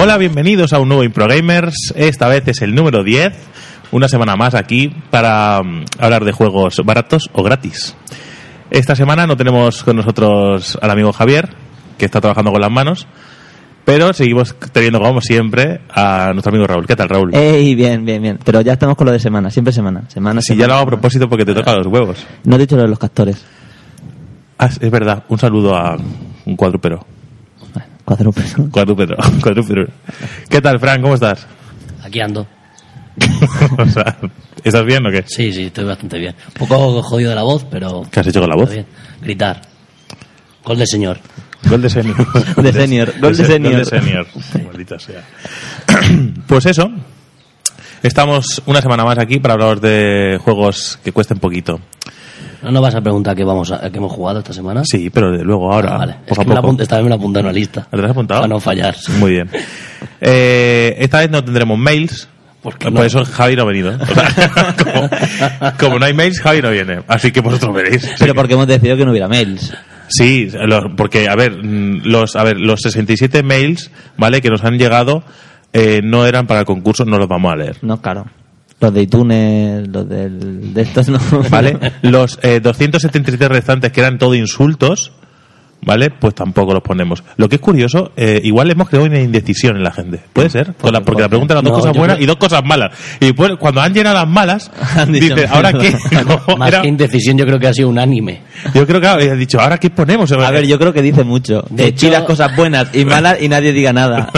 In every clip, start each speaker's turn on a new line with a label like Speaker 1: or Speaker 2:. Speaker 1: Hola, bienvenidos a un nuevo ImproGamers. Esta vez es el número 10. Una semana más aquí para mm, hablar de juegos baratos o gratis. Esta semana no tenemos con nosotros al amigo Javier, que está trabajando con las manos, pero seguimos teniendo, como siempre, a nuestro amigo Raúl. ¿Qué tal, Raúl?
Speaker 2: Ey, bien, bien, bien. Pero ya estamos con lo de semana, siempre semana. Semana,
Speaker 1: si
Speaker 2: semana,
Speaker 1: ya lo hago a
Speaker 2: semana.
Speaker 1: propósito porque te toca los huevos.
Speaker 2: No he dicho lo de los castores.
Speaker 1: Ah, es verdad, un saludo a un cuadrúpero.
Speaker 2: Bueno, cuádruples, ¿no?
Speaker 1: Cuadrúpero, cuadrúpero. ¿Qué tal, Fran? ¿Cómo estás?
Speaker 3: Aquí ando.
Speaker 1: O sea, ¿Estás bien o qué?
Speaker 3: Sí, sí, estoy bastante bien. Un poco jodido de la voz, pero.
Speaker 1: ¿Qué has hecho con la voz?
Speaker 3: está bien. Gritar. Gol del señor.
Speaker 1: Gol de senior.
Speaker 2: De senior, gol de
Speaker 1: se-
Speaker 2: senior.
Speaker 1: Gol de senior. Maldita sea. Pues eso. Estamos una semana más aquí para hablaros de juegos que cuesten poquito.
Speaker 3: ¿No nos vas a preguntar qué, vamos a, qué hemos jugado esta semana?
Speaker 1: Ah, Sí, pero de luego ahora.
Speaker 3: Ah, vale. Es
Speaker 1: poco
Speaker 3: que
Speaker 1: a
Speaker 3: me la
Speaker 1: poco.
Speaker 3: apunté- esta vez me la apunté en una lista.
Speaker 1: ¿Te lo has apuntado?
Speaker 3: Para no fallar.
Speaker 1: Muy bien. Eh, esta vez no tendremos mails.
Speaker 3: ¿Por qué
Speaker 1: Por
Speaker 3: no?
Speaker 1: eso Javi no ha venido. O sea, como, como no hay mails, Javi no viene. Así que vosotros veréis.
Speaker 2: Pero porque hemos decidido que no hubiera mails.
Speaker 1: Sí, lo- porque, a ver, mm, los, a ver, los 67 mails, ¿vale? Que nos han llegado, eh, no eran para el concurso, no los vamos a leer.
Speaker 2: No, claro. Los de iTunes, los del, de estos no.
Speaker 1: ¿Vale? Los eh, 277 restantes, que eran todo insultos, ¿vale? Pues tampoco los ponemos. Lo que es curioso, eh, igual hemos creado una indecisión en la gente. ¿Puede ser? Con la- porque la pregunta eran dos
Speaker 3: No,
Speaker 1: cosas
Speaker 3: yo
Speaker 1: buenas
Speaker 3: creo-
Speaker 1: y dos cosas malas. Y después, cuando han llenado las malas,
Speaker 2: Han dicho,
Speaker 1: dice, ¿ahora qué? Como
Speaker 3: Más
Speaker 1: era-
Speaker 3: que indecisión, yo creo que ha sido unánime.
Speaker 1: yo creo que ha eh, dicho, ¿ahora qué ponemos?
Speaker 2: A ver, yo creo que dice mucho.
Speaker 3: De
Speaker 2: De
Speaker 3: hecho-
Speaker 2: las cosas buenas y malas y nadie diga nada.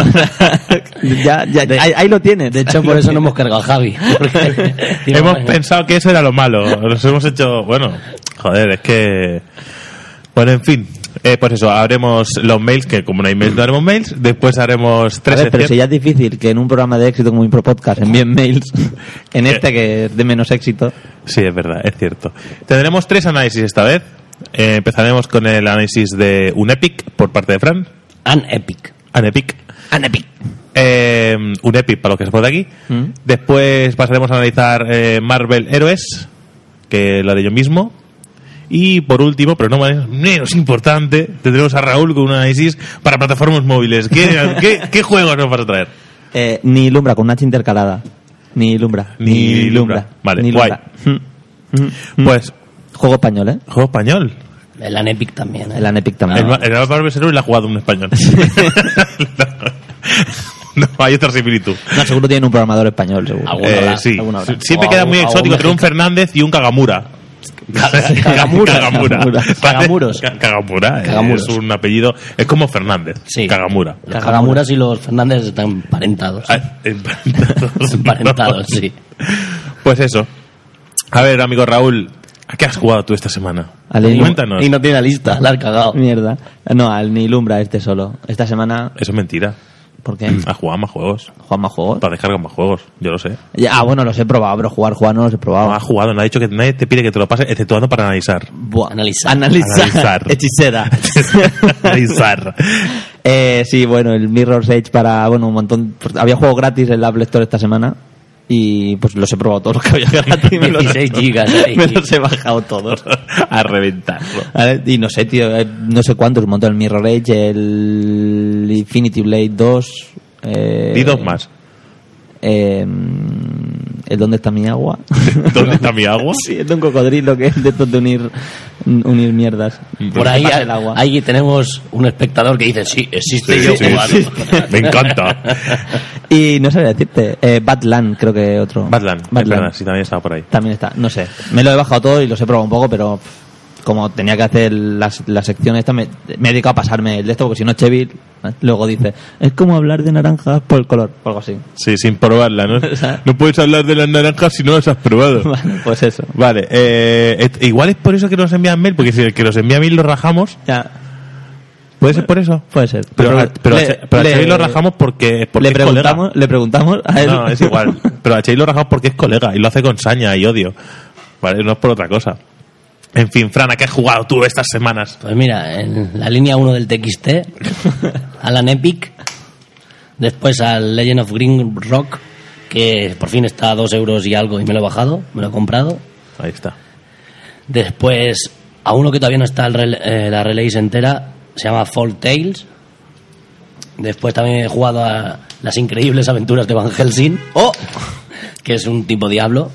Speaker 2: ya, ya, ahí, ahí lo tienes.
Speaker 3: De hecho, por eso no hemos cargado a Javi. porque- digo,
Speaker 1: hemos
Speaker 3: bueno,
Speaker 1: pensado que eso era lo malo. Nos hemos hecho, bueno, joder, es que. Bueno, en fin. Eh, pues eso, haremos los mails, que como no hay mails, no haremos mails. Después haremos
Speaker 2: A
Speaker 1: tres
Speaker 2: ver, pero si
Speaker 1: secciones.
Speaker 2: ya es difícil que en un programa de éxito como Impro Podcast envíen mails, en este que es de menos éxito.
Speaker 1: Sí, es verdad, es cierto. Tendremos tres análisis esta vez. Eh, empezaremos con el análisis de un Epic por parte de Fran.
Speaker 3: An Epic.
Speaker 1: An Epic.
Speaker 2: Anepic.
Speaker 1: Eh, un Epic para los que se puede aquí.
Speaker 2: Mm.
Speaker 1: Después pasaremos a analizar eh, Marvel Héroes, que lo haré yo mismo. Y por último, pero no menos- menos importante, tendremos a Raúl con un análisis para plataformas móviles. ¿Qué, qué, qué juegos nos vas a traer?
Speaker 2: Eh, ni Lumbra, con una H intercalada. Ni Lumbra.
Speaker 1: Ni Lumbra. Vale,
Speaker 2: Ni Lumbra. Mm.
Speaker 1: Pues,
Speaker 2: Juego español, ¿eh?
Speaker 1: juego español.
Speaker 3: El An Epic también. ¿eh?
Speaker 2: El Anepic
Speaker 1: El,
Speaker 2: también.
Speaker 1: ma- el Marvel Héroes lo ha jugado un español. no, hay otra similitud.
Speaker 2: No, seguro tienen un programador español, seguro.
Speaker 3: Alguno
Speaker 1: Eh,
Speaker 3: habrá,
Speaker 1: sí.
Speaker 2: alguno habrá.
Speaker 1: Siempre
Speaker 3: O
Speaker 1: queda
Speaker 3: algún-
Speaker 1: muy
Speaker 3: algún
Speaker 1: exótico entre un
Speaker 3: mexicano.
Speaker 1: Fernández y un Cagamura.
Speaker 3: Cagamura.
Speaker 1: Cagamura.
Speaker 2: Cagamura.
Speaker 1: ¿Vale?
Speaker 3: Cagamuros.
Speaker 1: Ca- Cagamura. eh,
Speaker 3: Cagamuros.
Speaker 1: Es un apellido. Es como Fernández.
Speaker 3: Sí.
Speaker 1: Cagamura.
Speaker 3: Los Kagamuras y los Fernández están parentados.
Speaker 1: Ah, Emparentados.
Speaker 3: Emparentados,
Speaker 1: ¿no?
Speaker 3: sí.
Speaker 1: Pues eso. A ver, amigo Raúl, ¿a qué has jugado tú esta semana?
Speaker 2: Al Ilum-
Speaker 1: Cuéntanos.
Speaker 3: Y no tiene la lista, la has cagado.
Speaker 2: Mierda. No, al Ni Lumbra este solo. Esta semana,
Speaker 1: Eso es mentira.
Speaker 2: ¿por qué?
Speaker 1: Has jugado más juegos.
Speaker 2: ¿Juan más juegos?
Speaker 1: Para descargar más juegos. Yo lo sé.
Speaker 2: Ya, Ah, bueno, los he probado, pero jugar, jugar no los he
Speaker 1: No
Speaker 2: probado.
Speaker 1: has jugado. No ha dicho que nadie te pide que te lo pases, exceptuando para analizar.
Speaker 2: Buah.
Speaker 3: Analizar.
Speaker 2: Analizar.
Speaker 1: Analizar.
Speaker 2: Hechicera.
Speaker 1: analizar.
Speaker 2: Eh, sí, bueno, el Mirror's Edge para, bueno, un montón. pues, había juego gratis en la Apple Store esta semana y pues los he probado todos los que había gratis. Me los,
Speaker 3: 16 gigas. ahí.
Speaker 2: me los he bajado todos.
Speaker 1: a reventarlo.
Speaker 2: Vale, Y no sé, tío, eh, no sé cuántos, un montón. El Mirror Edge, el Infinity Blade 2. Eh,
Speaker 1: Y dos más.
Speaker 2: eh, el ¿Dónde está mi agua?
Speaker 1: ¿Dónde está mi agua?
Speaker 2: sí, es de un cocodrilo que es de estos de unir, unir mierdas.
Speaker 3: Por ahí,
Speaker 2: Pasa el agua.
Speaker 3: ahí tenemos un espectador que dice, sí, existe
Speaker 1: Sí,
Speaker 3: yo
Speaker 1: sí,
Speaker 3: jugando".
Speaker 1: sí. Me encanta.
Speaker 2: Y no sabía decirte, eh, Badland creo que otro.
Speaker 1: Batland. Batland. Sí, también estaba por ahí.
Speaker 2: También está, no sé. Me lo he bajado todo y los he probado un poco, pero pff, como tenía que hacer las, la sección esta, me, me he dedicado a pasarme el de esto, porque si no, Chevy ¿eh? luego dice, es como hablar de naranjas por el color, o algo así.
Speaker 1: Sí, sin probarla, ¿no?
Speaker 2: O sea-
Speaker 1: No puedes hablar de las naranjas si no las has probado.
Speaker 2: Bueno, pues eso.
Speaker 1: Vale, eh, et- igual es por eso que nos envían mail, porque si el que nos envía mail lo rajamos,
Speaker 2: Ya,
Speaker 1: puede ser por eso.
Speaker 2: puede ser.
Speaker 1: Pero, a- pero, a
Speaker 2: le-
Speaker 1: Che- pero a
Speaker 2: le-
Speaker 1: Chey lo rajamos porque, porque
Speaker 2: le
Speaker 1: es colega.
Speaker 2: preguntamos, le preguntamos a él.
Speaker 1: No, es igual. Pero a Chey lo rajamos porque es colega y lo hace con saña y odio. Vale, no es por otra cosa. En fin, Fran, ¿a qué has jugado tú estas semanas?
Speaker 3: Pues mira, en la línea 1 del TXT, Alan Epic, después al Legend of Green Rock, que por fin está a 2 euros y algo y me lo he bajado, me lo he comprado.
Speaker 1: Ahí está.
Speaker 3: Después, a uno que todavía no está el rel- eh, la release entera, se llama Fall Tales. Después también he jugado a Las increíbles aventuras de Van Helsing. ¡Oh! Que es un tipo diablo.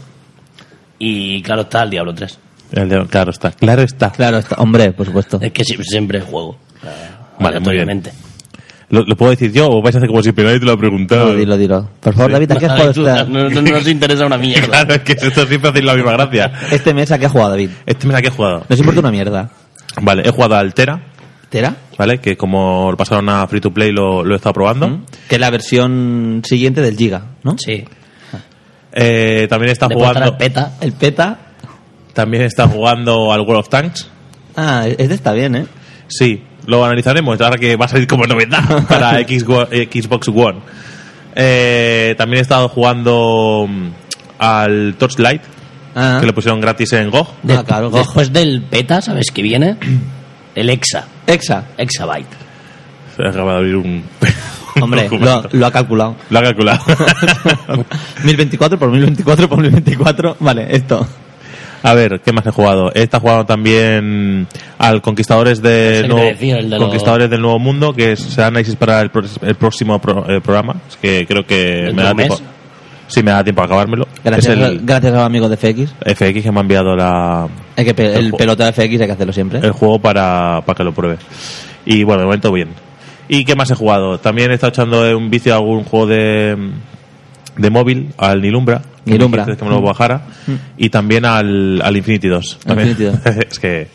Speaker 3: Y claro está el Diablo 3.
Speaker 1: El de- Claro está, claro está.
Speaker 2: Claro, está- hombre, por supuesto.
Speaker 3: Es que si- siempre juego.
Speaker 1: Vale, muy bien.
Speaker 3: aleatoriamente.
Speaker 1: ¿Lo, lo puedo decir yo o vais a hacer como si nadie te lo ha preguntado?
Speaker 2: No, dilo, dilo. Por favor, David, ¿a qué has
Speaker 3: Ay,
Speaker 2: jugado
Speaker 3: tú,
Speaker 2: esta-
Speaker 3: no, no- no nos interesa una mierda.
Speaker 1: Claro, es que esto siempre hacéis la misma gracia.
Speaker 2: este mes? ¿A qué has jugado, David?
Speaker 1: Este mes aquí he jugado.
Speaker 2: Nos importa una mierda.
Speaker 1: Vale, he jugado a Altera,
Speaker 2: ¿Tera?
Speaker 1: ¿vale? Que como lo pasaron a Free to Play lo, lo he estado probando.
Speaker 2: Que es la versión siguiente del Giga, ¿no?
Speaker 3: Sí.
Speaker 1: Eh, también está
Speaker 3: Después está
Speaker 1: jugando
Speaker 3: la peta.
Speaker 2: El PETA.
Speaker 1: también está jugando al World of Tanks.
Speaker 2: Ah, este está bien, ¿eh?
Speaker 1: Sí, lo analizaremos ahora que va a salir como novedad para X- Xbox One. Eh, también he estado jugando mm, al Torchlight,
Speaker 2: Ah,
Speaker 1: que lo pusieron gratis en GOG.
Speaker 3: De-
Speaker 2: Ah, claro, cojo.
Speaker 3: después del peta, ¿sabes qué viene? El exa.
Speaker 2: Exa.
Speaker 3: Exabyte.
Speaker 1: Se acaba de abrir un... un
Speaker 2: Hombre, lo,
Speaker 1: documento.
Speaker 2: lo ha calculado.
Speaker 1: Lo ha calculado.
Speaker 2: 1024 por 1024 por 1024. Vale, esto.
Speaker 1: a ver, ¿qué más he jugado? He estado jugando también al Conquistadores, de
Speaker 3: Ese que
Speaker 1: Nuevo-
Speaker 3: te decía, el de los-
Speaker 1: Conquistadores del Nuevo Mundo, que es- será análisis para el, pro- el próximo pro- eh, programa. Es que creo que
Speaker 3: ¿El
Speaker 1: me da tiempo.
Speaker 3: nuevo mes?
Speaker 1: Sí, me da tiempo a acabármelo.
Speaker 2: Gracias,
Speaker 1: es el
Speaker 2: gracias a los amigos de FX.
Speaker 1: FX que me ha enviado la,
Speaker 2: Hay que pe-
Speaker 1: El
Speaker 2: el
Speaker 1: juego.
Speaker 2: pelota de FX hay que hacerlo siempre.
Speaker 1: el juego para, para que lo pruebe. Y bueno, de momento bien. ¿Y qué más he jugado? También he estado echando un vicio a algún juego de, de móvil, al Nilumbra. que me
Speaker 2: Nilumbra. Mm.
Speaker 1: dijiste Que me lo bajara. Y también al, al Infinity 2.
Speaker 2: Al
Speaker 1: También.
Speaker 2: Infinity 2.
Speaker 1: es que.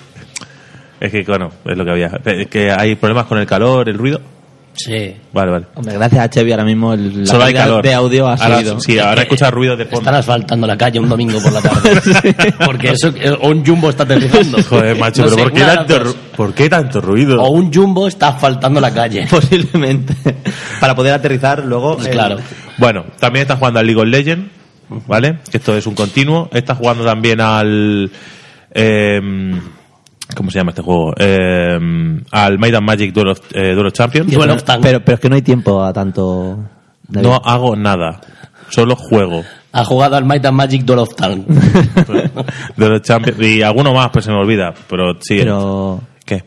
Speaker 1: Es que, bueno, es lo que había. Es que hay problemas con el calor, el ruido.
Speaker 3: Sí.
Speaker 1: Vale, vale.
Speaker 2: Hombre, gracias a Chevy ahora mismo el, la
Speaker 1: Solo hay
Speaker 2: calidad
Speaker 1: calor.
Speaker 2: de audio ha
Speaker 1: Ahora-
Speaker 2: subido.
Speaker 1: Sí, ahora escuchas ruido de fondo.
Speaker 3: Están asfaltando la calle un domingo por la tarde. Porque eso, eh, o un jumbo está aterrizando.
Speaker 1: Joder, macho,
Speaker 3: No
Speaker 1: pero
Speaker 3: sé,
Speaker 1: ¿por qué,
Speaker 3: una de las
Speaker 1: tanto,
Speaker 3: dos.
Speaker 1: ru- ¿por qué tanto ruido?
Speaker 3: O un jumbo está asfaltando la calle.
Speaker 2: Posiblemente. Para poder aterrizar luego.
Speaker 3: Pues
Speaker 2: el-
Speaker 3: claro.
Speaker 1: Eh. Bueno, también está jugando al League of Legends, ¿vale? Que esto es un continuo. Está jugando también al. em, ¿Cómo se llama este juego? Em, al Maid and Magic Duel of, eh, Duel of Champions.
Speaker 3: Y Duel
Speaker 2: Pero,
Speaker 3: of Tank.
Speaker 2: pero, pero es que no hay tiempo a tanto. David.
Speaker 1: No hago nada, solo juego.
Speaker 3: Ha jugado al Might and Magic Duel of Tank.
Speaker 1: Duel of Champions. Y alguno más, pues se me olvida. Pero sí.
Speaker 2: pero
Speaker 1: ¿Qué?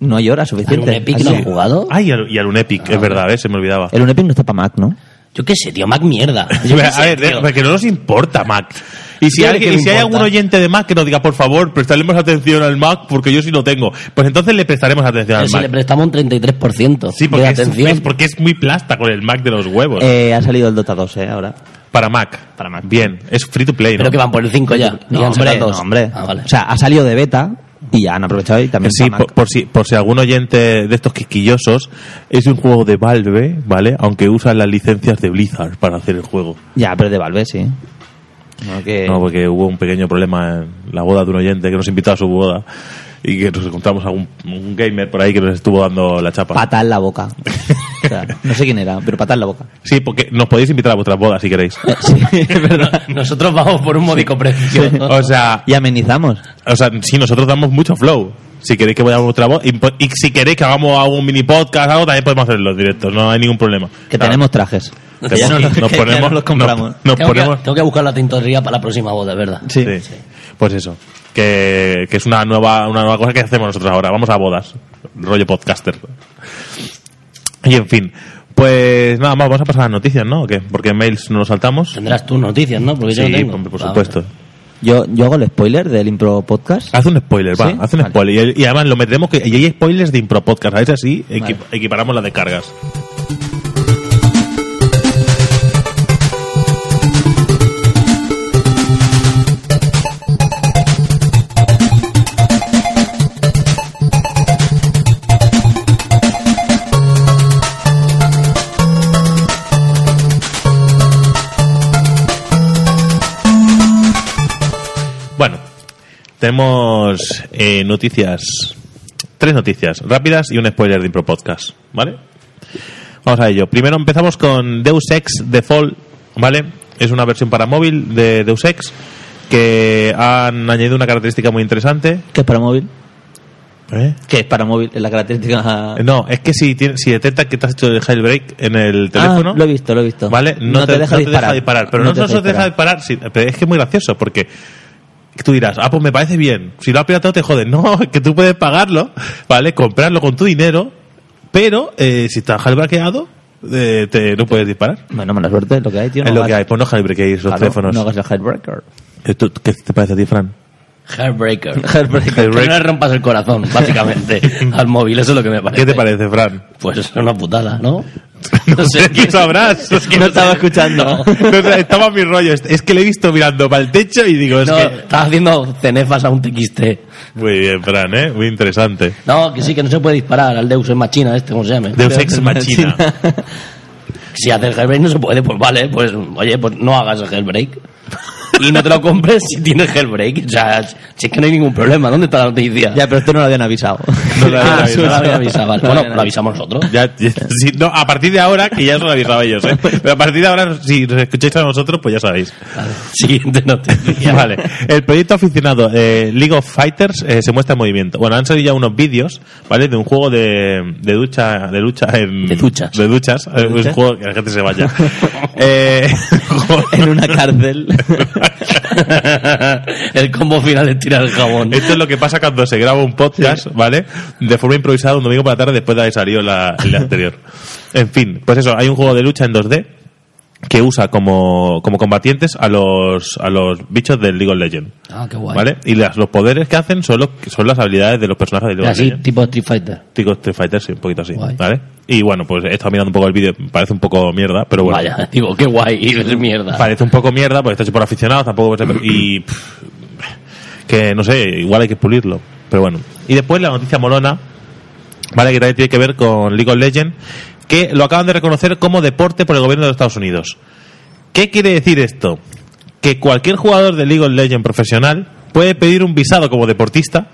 Speaker 2: no hay horas
Speaker 3: ¿Al
Speaker 2: suficientes.
Speaker 3: Epic
Speaker 2: Así-
Speaker 3: no ha jugado?
Speaker 1: Ah, y al, y al Unepic, es verdad, ¿eh? se me olvidaba.
Speaker 2: El Unepic no está para Mac, ¿no?
Speaker 3: Yo qué sé, tío, Mac mierda. Yo qué
Speaker 1: A
Speaker 3: sé,
Speaker 1: ver, eh,
Speaker 3: tío.
Speaker 1: porque no nos importa Mac. Y si,
Speaker 3: Claro
Speaker 1: alguien-
Speaker 3: que
Speaker 1: y si hay
Speaker 3: importa.
Speaker 1: algún oyente de Mac que nos diga, por favor, prestaremos atención al Mac porque yo sí no tengo, pues entonces le prestaremos atención
Speaker 3: Pero
Speaker 1: al
Speaker 3: si le
Speaker 1: Mac.
Speaker 3: prestamos un 33%
Speaker 1: Sí,
Speaker 3: de
Speaker 1: porque es,
Speaker 3: atención.
Speaker 1: es porque es muy plasta con el Mac de los huevos.
Speaker 2: Eh, ha salido el Dota 2, ¿eh? Ahora.
Speaker 1: para Mac.
Speaker 2: para Mac.
Speaker 1: Bien, es free to play. ¿no?
Speaker 3: Creo que van por el 5 ya. Y
Speaker 2: No,
Speaker 3: han sacado
Speaker 2: hombre,
Speaker 3: dos.
Speaker 2: no, hombre.
Speaker 3: Ah, vale.
Speaker 2: O sea, ha salido de beta y ya han aprovechado y también
Speaker 1: Sí,
Speaker 2: pa' Mac.
Speaker 1: por, por si, por si algún oyente de estos quisquillosos es un juego de Valve, ¿vale? Aunque usa las licencias de Blizzard para hacer el juego.
Speaker 2: Ya, pero de Valve, sí. No, que-
Speaker 1: No, porque hubo un pequeño problema en la boda de un oyente que nos invitó a su boda y que nos encontramos a un, un gamer por ahí que nos estuvo dando la chapa.
Speaker 2: Pata en la boca. O sea, no sé quién era, pero pata en la boca.
Speaker 1: Sí, porque nos podéis invitar a vuestras bodas si queréis.
Speaker 2: Sí, es verdad.
Speaker 3: Nosotros vamos por un módico precio.
Speaker 1: O sea,
Speaker 2: Y amenizamos.
Speaker 1: o sea, sí, nosotros damos mucho flow. Si queréis que vayamos a vuestra voz y, po- y si queréis que hagamos algún mini podcast, algo también podemos hacer los directos, no hay ningún problema.
Speaker 2: Que
Speaker 1: Claro.
Speaker 2: tenemos trajes.
Speaker 1: Que
Speaker 2: Que ya
Speaker 1: sí,
Speaker 2: no los,
Speaker 1: nos
Speaker 2: que ya
Speaker 1: ponemos,
Speaker 2: no los compramos.
Speaker 1: Nos, nos
Speaker 3: tengo,
Speaker 1: ponemos,
Speaker 3: que, tengo que buscar la tintorería para la próxima boda, ¿verdad?
Speaker 2: Sí.
Speaker 1: sí. Pues eso, que, que es una nueva, una nueva cosa que hacemos nosotros ahora. Vamos a bodas, rollo podcaster. Y en fin, pues nada más, vamos a pasar a las noticias, ¿no? ¿O qué? Porque mails no nos saltamos.
Speaker 3: Tendrás tus noticias, ¿no? Porque yo
Speaker 1: Sí,
Speaker 3: no tengo.
Speaker 1: hombre, por
Speaker 3: Ah,
Speaker 1: supuesto.
Speaker 2: Yo, yo hago el spoiler del Impro Podcast.
Speaker 1: Haz un spoiler, va,
Speaker 2: ¿Sí?
Speaker 1: haz un
Speaker 2: Vale.
Speaker 1: spoiler. Y, y además lo meteremos que y hay spoilers de impro podcast, ¿sabes? Así equi- equiparamos las descargas. Bueno, tenemos eh, noticias, tres noticias rápidas y un spoiler de impro podcast, ¿vale? Vamos a ello. Primero empezamos con Deus Ex The Fall, ¿vale? Es una versión para móvil de Deus Ex que han añadido una característica muy interesante.
Speaker 2: Que es para móvil. Que es para móvil. Es la característica.
Speaker 1: No, es que si, tiene- si detecta que te has hecho el jailbreak en el teléfono,
Speaker 2: Ah, lo he visto, lo he visto.
Speaker 1: ¿vale? No, te, no te deja disparar. Pero no,
Speaker 2: te
Speaker 1: solo te deja disparar, sí, pero es que es muy gracioso porque tú dirás, ah, pues me parece bien, si lo ha piratado te jodes. No, es que tú puedes pagarlo, ¿vale? Comprarlo con tu dinero, pero eh, si está hackeado, eh, te- no puedes disparar.
Speaker 2: Bueno, mala suerte, es lo que hay, tío.
Speaker 1: es
Speaker 2: no
Speaker 1: lo
Speaker 2: hagas-
Speaker 1: que hay. Pues no jailbreakéis los
Speaker 2: Claro,
Speaker 1: teléfonos. Eh,
Speaker 2: No hagas el heartbreaker.
Speaker 1: ¿Tú- ¿Qué te parece a ti, Fran?
Speaker 3: Heartbreaker.
Speaker 1: Heartbreaker.
Speaker 3: Que no le rompas el corazón, básicamente, al móvil. Eso es lo que me parece.
Speaker 1: ¿Qué te parece, Fran?
Speaker 3: Pues es una putada, ¿no?
Speaker 1: No sé, ¿qué sabrás? Es que
Speaker 2: No estaba escuchando.
Speaker 1: No sé, estaba mi rollo. Es- Es que le he visto mirando para el techo y digo, es
Speaker 3: No,
Speaker 1: que...
Speaker 3: estaba haciendo cenefas a un TXT.
Speaker 1: Muy bien, Fran, ¿eh? Muy interesante.
Speaker 3: No, que sí, que no se puede disparar al Deus Ex Machina este, ¿cómo se llama?
Speaker 1: Deus Ex Machina.
Speaker 3: Si haces jailbreak no se puede, pues vale, pues oye, pues no hagas el jailbreak. Y no te lo compres si tienes jailbreak. O sea, si es que no hay ningún problema, ¿dónde está la noticia?
Speaker 2: Ya, pero esto no lo habían avisado.
Speaker 1: No lo habían
Speaker 3: Ah,
Speaker 1: avisado.
Speaker 3: no la habían avisado, vale.
Speaker 2: No lo
Speaker 3: Bueno,
Speaker 2: habían
Speaker 3: lo avisamos nosotros.
Speaker 1: Ya, ya- sí, no, a partir de ahora, que ya os lo avisaba ellos, ¿eh? Pero a partir de ahora, si nos escucháis a nosotros, pues ya sabéis.
Speaker 3: Vale, Siguiente noticia.
Speaker 1: Vale. El proyecto aficionado eh, League of Fighters eh, se muestra en movimiento. Bueno, han salido ya unos vídeos, ¿vale? De un juego de, de ducha, de lucha en...
Speaker 3: De duchas.
Speaker 1: De duchas. Eh,
Speaker 2: duchas?
Speaker 1: Un juego que la gente se vaya. eh, juego-
Speaker 2: en una cárcel.
Speaker 3: el combo final es tirar el jabón.
Speaker 1: Esto es lo que pasa cuando se graba un podcast, ¿vale? De forma improvisada un domingo por la tarde después de haber salido la, el anterior. En fin, pues eso, hay un juego de lucha en 2D que usa como, como combatientes a los, a los bichos del League of Legends.
Speaker 3: Ah, qué guay.
Speaker 1: ¿Vale? Y las- los poderes que hacen son, los, son las habilidades de los personajes del League of
Speaker 3: Así,
Speaker 1: Legends.
Speaker 3: tipo Street Fighter.
Speaker 1: Tico Street Fighter, sí, un poquito así.
Speaker 3: Guay.
Speaker 1: ¿Vale? Y bueno, pues he estado mirando un poco el vídeo, parece un poco mierda, pero bueno.
Speaker 3: Vaya, digo, qué guay, es mierda.
Speaker 1: Parece un poco mierda porque está hecho por aficionados, tampoco puede ser- y pff, que no sé, igual hay que pulirlo, pero bueno. Y después la noticia molona, vale, que también tiene que ver con League of Legends, que lo acaban de reconocer como deporte por el gobierno de los Estados Unidos. ¿Qué quiere decir esto? Que cualquier jugador de League of Legends profesional puede pedir un visado como deportista,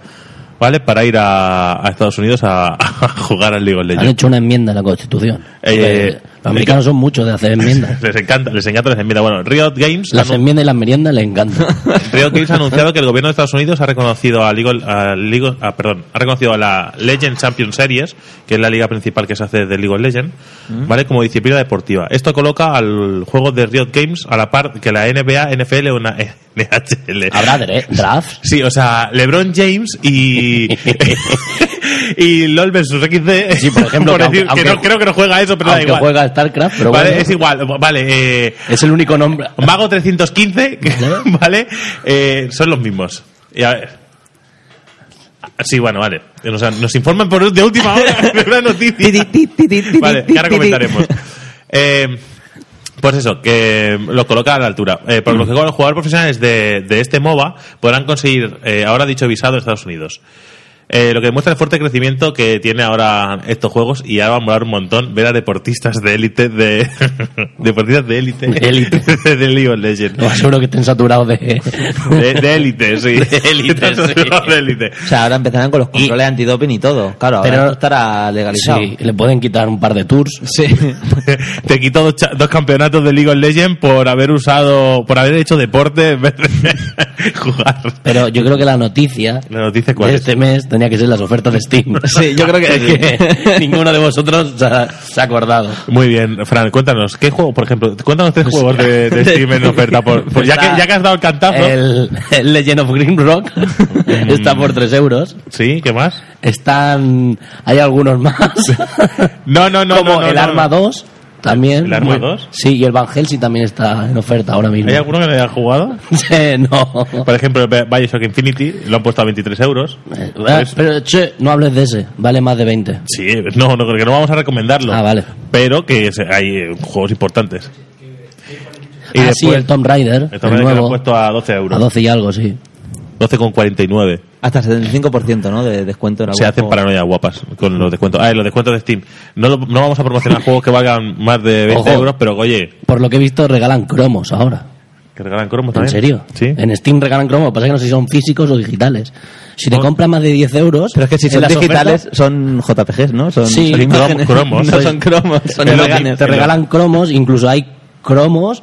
Speaker 1: ¿vale? Para ir a, a Estados Unidos a, a jugar al League of
Speaker 3: Han
Speaker 1: Legends.
Speaker 3: hecho una enmienda a la Constitución.
Speaker 1: Eh,
Speaker 3: Porque los americanos son muchos de hacer enmiendas.
Speaker 1: Les encanta, les encanta, les enmienda. Bueno, Riot Games...
Speaker 3: Las
Speaker 1: anun-
Speaker 3: enmiendas y las meriendas les encantan.
Speaker 1: Riot Games ha anunciado que el gobierno de Estados Unidos ha reconocido a League, of- a League of- ah, perdón, ha reconocido a la Legend Champions Series, que es la liga principal que se hace de League of Legends,
Speaker 3: Mm.
Speaker 1: ¿vale? Como disciplina deportiva. Esto coloca al juego de Riot Games a la par que la NBA, NFL o una NHL.
Speaker 3: Habrá dre- draft.
Speaker 1: Sí, o sea, LeBron James y y LoL versus XD.
Speaker 3: Sí, por ejemplo,
Speaker 1: por
Speaker 3: que
Speaker 1: decir
Speaker 3: aunque-
Speaker 1: que no,
Speaker 3: aunque-
Speaker 1: creo que no juega eso, pero da
Speaker 3: Aunque
Speaker 1: igual.
Speaker 3: juega a StarCraft, pero
Speaker 1: vale,
Speaker 3: bueno,
Speaker 1: es igual. Vale, eh,
Speaker 3: es el único nombre.
Speaker 1: Mago 315, que- ¿vale? Eh, son los mismos. Y a ver. Sí, bueno, vale. O sea, nos informan por de última hora de una noticia. Vale, que ahora comentaremos. Eh, pues eso, que lo coloca a la altura. Eh, por lo que los jugadores profesionales de, de este MOBA podrán conseguir eh, ahora dicho visado en Estados Unidos. Eh, lo que demuestra el fuerte crecimiento que tiene ahora estos juegos y ahora va a molar un montón ver a deportistas de élite de deportistas de élite
Speaker 3: De élite.
Speaker 1: de League of Legends.
Speaker 3: No, seguro que estén saturados de...
Speaker 1: De, de élite, sí.
Speaker 3: De élite, sí.
Speaker 1: De élite.
Speaker 2: O sea, ahora empezarán con los controles antidoping y todo. Claro, ahora
Speaker 3: Pero-
Speaker 2: esto estará legalizado.
Speaker 3: Sí, le pueden quitar un par de tours.
Speaker 2: Sí.
Speaker 1: Te quito dos, cha- dos campeonatos de League of Legends por haber usado, por haber hecho deporte en vez de jugar.
Speaker 3: Pero yo creo que la noticia
Speaker 1: La noticia cuál
Speaker 3: de
Speaker 1: es.
Speaker 3: este mes tenía que ser las ofertas de Steam.
Speaker 2: Sí, yo creo que-
Speaker 3: que ninguno de vosotros se ha, se ha acordado.
Speaker 1: Muy bien, Fran, cuéntanos, ¿qué juego, por ejemplo? Cuéntanos tres juegos de, Pues de Steam en oferta. Por, por- ya, que, ya que has dado el cantazo.
Speaker 3: El, el Legend of Green Rock
Speaker 1: Mm.
Speaker 3: está por 3 euros.
Speaker 1: Sí, ¿qué más?
Speaker 3: Están. Hay algunos más.
Speaker 1: No, no, no.
Speaker 3: como
Speaker 1: no, no,
Speaker 3: el
Speaker 1: no.
Speaker 3: Arma 2 también.
Speaker 1: ¿El Arma
Speaker 3: Muy-
Speaker 1: 2?
Speaker 3: Sí, y el Van Helsing también está en oferta ahora mismo.
Speaker 1: ¿Hay alguno que no haya jugado?
Speaker 3: Sí, no.
Speaker 1: Por ejemplo, el Bioshock Infinity lo han puesto a 23 euros.
Speaker 3: Eh, Pero, che, no hables de ese. Vale más de 20.
Speaker 1: Sí, no, no creo que no vamos a recomendarlo.
Speaker 3: Ah, vale.
Speaker 1: Pero que se- hay eh, juegos importantes. Y
Speaker 3: ah,
Speaker 1: después,
Speaker 3: sí, el Tomb Raider.
Speaker 1: el
Speaker 3: El
Speaker 1: Tomb Raider que lo han
Speaker 3: nuevo.
Speaker 1: puesto a 12 euros.
Speaker 3: A 12 y algo, sí.
Speaker 1: 12,49.
Speaker 2: Hasta 75% ¿no? de descuento en algún
Speaker 1: Se hacen
Speaker 2: juego.
Speaker 1: paranoia guapas con los descuentos. Ah, y los descuentos de Steam. No, lo- no vamos a promocionar juegos que valgan más de 20
Speaker 3: Ojo.
Speaker 1: euros, pero oye,
Speaker 3: Por lo que he visto, regalan cromos ahora.
Speaker 1: que regalan cromos
Speaker 3: ¿En
Speaker 1: también.
Speaker 3: serio?
Speaker 1: Sí.
Speaker 3: En Steam regalan cromos, pasa que no sé si son físicos o digitales. Si te compras más de 10 euros.
Speaker 2: Pero es que si
Speaker 3: en
Speaker 2: son
Speaker 3: las
Speaker 2: digitales
Speaker 3: ofertas,
Speaker 2: son JPGs, ¿no? Son,
Speaker 3: Sí.
Speaker 2: son
Speaker 3: Sí,
Speaker 1: crom-
Speaker 2: imágenes.
Speaker 1: cromos.
Speaker 2: No son cromos, son
Speaker 1: Es lo que-
Speaker 2: imágenes.
Speaker 1: te
Speaker 3: te regalan cromos, incluso hay cromos.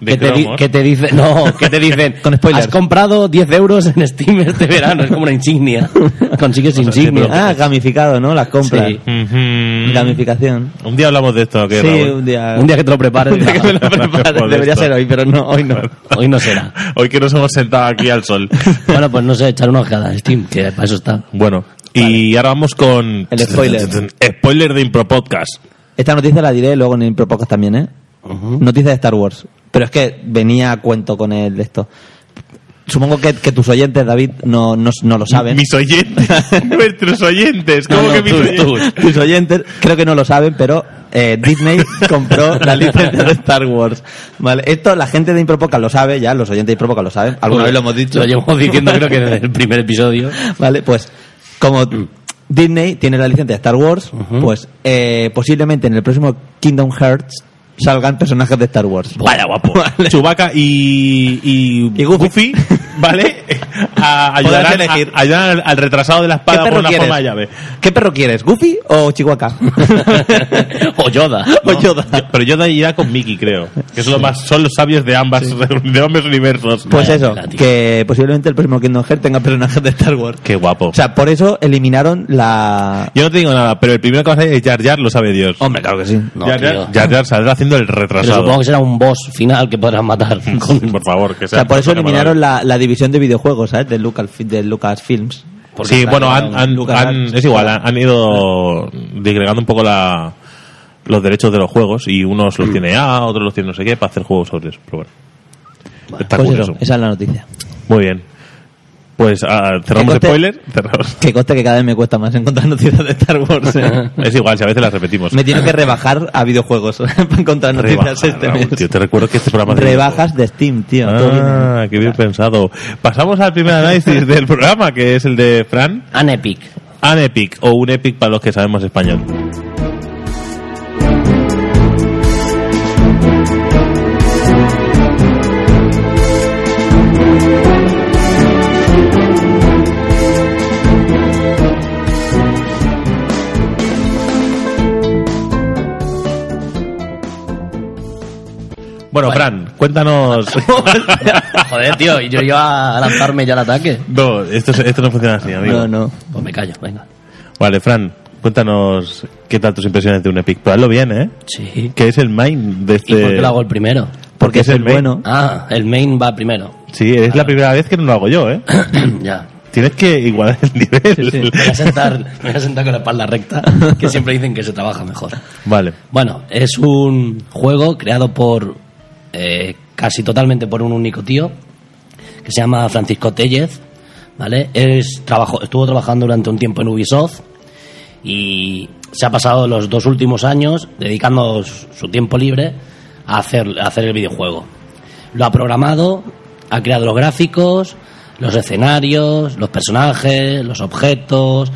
Speaker 1: De
Speaker 3: que, te di-
Speaker 1: cromos.
Speaker 3: que te dicen, no, que te dicen,
Speaker 2: Con spoilers.
Speaker 3: has comprado 10 euros en Steam este verano, es como una insignia. Consigues insignia.
Speaker 1: pero-
Speaker 2: Ah, gamificado, ¿no? Las compras. Mm.
Speaker 3: Sí.
Speaker 1: Ujú.
Speaker 2: Gamificación.
Speaker 1: Un día hablamos de esto. que
Speaker 2: Sí,
Speaker 1: Raúl?
Speaker 2: un día.
Speaker 3: Ah, un día que te lo prepares.
Speaker 2: Un día que me lo
Speaker 1: Joder,
Speaker 2: prepares. Debería
Speaker 1: esto.
Speaker 2: ser hoy, pero no, hoy no.
Speaker 3: Hoy no será.
Speaker 1: Hoy que nos hemos sentado aquí al sol.
Speaker 3: Bueno, pues no sé, echar una ojeada a Steam, que para eso está.
Speaker 1: bueno, y ahora vamos con...
Speaker 2: El spoiler.
Speaker 1: spoiler de Impro Podcast.
Speaker 2: Esta noticia la diré luego en el podcast también, ¿eh?
Speaker 3: Ujú.
Speaker 2: Noticia de Star Wars. Pero es que venía a cuento con el de esto. Supongo que, que tus oyentes, David, no, no, no lo saben.
Speaker 1: Mis oyentes, nuestros oyentes. ¿Cómo
Speaker 3: No, no,
Speaker 1: que mis
Speaker 3: tú,
Speaker 1: oyentes?
Speaker 3: tú.
Speaker 2: Tus oyentes creo que no lo saben, pero eh, Disney compró la licencia de Star Wars. Vale, esto la gente de Impropoca lo sabe, ya los oyentes de Impropoca lo saben. Alguna vez lo hemos dicho.
Speaker 3: Pues Lo llevamos diciendo creo que desde el primer episodio.
Speaker 2: Vale, pues como
Speaker 1: Mm.
Speaker 2: Disney tiene la licencia de Star Wars,
Speaker 3: Ujú.
Speaker 2: pues eh, posiblemente en el próximo Kingdom Hearts salgan personajes de Star Wars.
Speaker 3: Vaya guapo.
Speaker 1: Chubaca y, y,
Speaker 2: Y Goofy.
Speaker 1: ¿vale? A, ayudarán,
Speaker 2: Podrás elegir.
Speaker 1: a- ayudarán al, al retrasado de la
Speaker 2: ¿Qué
Speaker 1: espada por
Speaker 2: perro,
Speaker 1: una
Speaker 2: quieres?
Speaker 1: forma de llave.
Speaker 2: ¿Qué perro quieres? ¿Goofy o Chihuahua?
Speaker 3: o Yoda.
Speaker 2: o Yoda.
Speaker 1: Pero Yoda irá con Mickey, creo. Que son, los más, son los sabios de ambas de ambos universos.
Speaker 2: Pues
Speaker 3: Vaya
Speaker 2: eso,
Speaker 3: tela, tío.
Speaker 2: que posiblemente el próximo Kingdom Hearts tenga personajes de Star Wars.
Speaker 1: Qué guapo.
Speaker 2: O sea, por eso eliminaron la...
Speaker 1: Yo no te digo nada, pero el primero que va a salir es Jar Jar, lo sabe Dios.
Speaker 2: Hombre, claro que sí.
Speaker 3: No,
Speaker 1: Jar,
Speaker 3: tío.
Speaker 1: Jar, Jar Jar saldrá haciendo el
Speaker 3: Pero supongo
Speaker 1: retrasado.
Speaker 3: que será un boss final que podrás matar.
Speaker 1: Sí, por favor, que
Speaker 2: O sea,
Speaker 1: sea.
Speaker 2: por eso
Speaker 1: persona
Speaker 2: eliminaron la, la división de videojuegos, ¿sabes? De, Lucas, de Lucasfilms.
Speaker 1: Porque Sí, bueno, han- han-
Speaker 2: Lucas
Speaker 1: han-
Speaker 2: Arts.
Speaker 1: es igual, han, han ido digregando un poco la, los derechos de los juegos y unos los tiene A, otros los tiene no sé qué, para hacer juegos sobre eso. Pero bueno. Está
Speaker 2: Pues
Speaker 1: curioso.
Speaker 2: eso, esa es la noticia.
Speaker 1: Muy bien. Pues ah, cerramos
Speaker 2: Que conste-
Speaker 1: spoiler, cerramos.
Speaker 2: Que coste que cada vez me cuesta más encontrar noticias de Star Wars. ¿eh?
Speaker 1: Es igual, si a veces las repetimos.
Speaker 2: Pues me tengo que rebajar a videojuegos para encontrar noticias
Speaker 1: Rebajar,
Speaker 2: este
Speaker 1: Raúl,
Speaker 2: mes.
Speaker 1: Ah, tío, te recuerdo que este programa es de
Speaker 2: Rebajas de Steam, tío. todo viene-
Speaker 1: Ah, qué bien pensado. Pasamos al primer análisis del programa, que es el de Fran.
Speaker 3: An Epic.
Speaker 1: An Epic, o un Epic para los que sabemos español. Bueno,
Speaker 3: Bueno.
Speaker 1: Fran, cuéntanos.
Speaker 3: Joder, tío, y yo iba a lanzarme ya al ataque.
Speaker 1: no, esto, es- esto no funciona así, amigo.
Speaker 2: No, no.
Speaker 3: Pues me callo, venga.
Speaker 1: Vale, Fran, cuéntanos qué tal tus impresiones de un Epic. Pero hazlo bien, ¿eh?
Speaker 3: Sí.
Speaker 1: Que es el main de
Speaker 3: ¿Y
Speaker 1: este.
Speaker 3: por qué lo hago el Ah. primero?
Speaker 2: Porque es el
Speaker 1: main.
Speaker 2: bueno.
Speaker 3: Ah, el main va primero.
Speaker 1: Sí, es la primera vez que no lo hago yo, ¿eh?
Speaker 3: ya.
Speaker 1: Tienes que igualar el nivel.
Speaker 2: sí.
Speaker 3: Me voy, a sentar, me voy a sentar con la espalda recta, que siempre dicen que se trabaja mejor.
Speaker 1: Vale.
Speaker 3: Bueno, es un juego creado por eh, casi totalmente por un único tío que se llama Francisco Tellez, ¿vale? Es, trabajó, estuvo trabajando durante un tiempo en Ubisoft y se ha pasado los dos últimos años dedicando su su tiempo libre a hacer, a hacer el videojuego. Lo ha programado, ha creado los gráficos, los escenarios, los personajes, los objetos,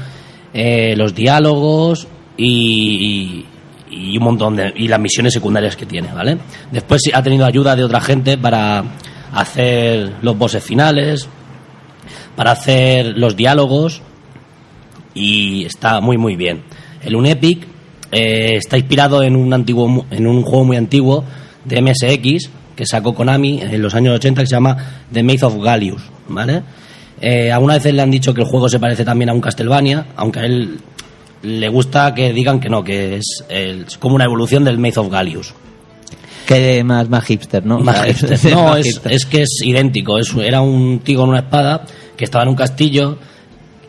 Speaker 3: eh, los diálogos y, y un montón de y las misiones secundarias que tiene, ¿vale? Después sí ha tenido ayuda de otra gente para hacer los bosses finales, para hacer los diálogos y está muy muy bien. El Unepic eh, está inspirado en un antiguo mu- en un juego muy antiguo de MSX que sacó Konami en los años 80 que se llama The Maze of Gallius, ¿vale? Eh, algunas veces le han dicho que el juego se parece también a un Castlevania, aunque a él le gusta que digan que no, que es, el- es como una evolución del Maze of Gallius.
Speaker 2: Que más, más hipster, ¿no?
Speaker 3: Más hipster. No,
Speaker 2: más
Speaker 3: es,
Speaker 2: hipster.
Speaker 3: es que es idéntico. Es, era un tío con una espada que estaba en un castillo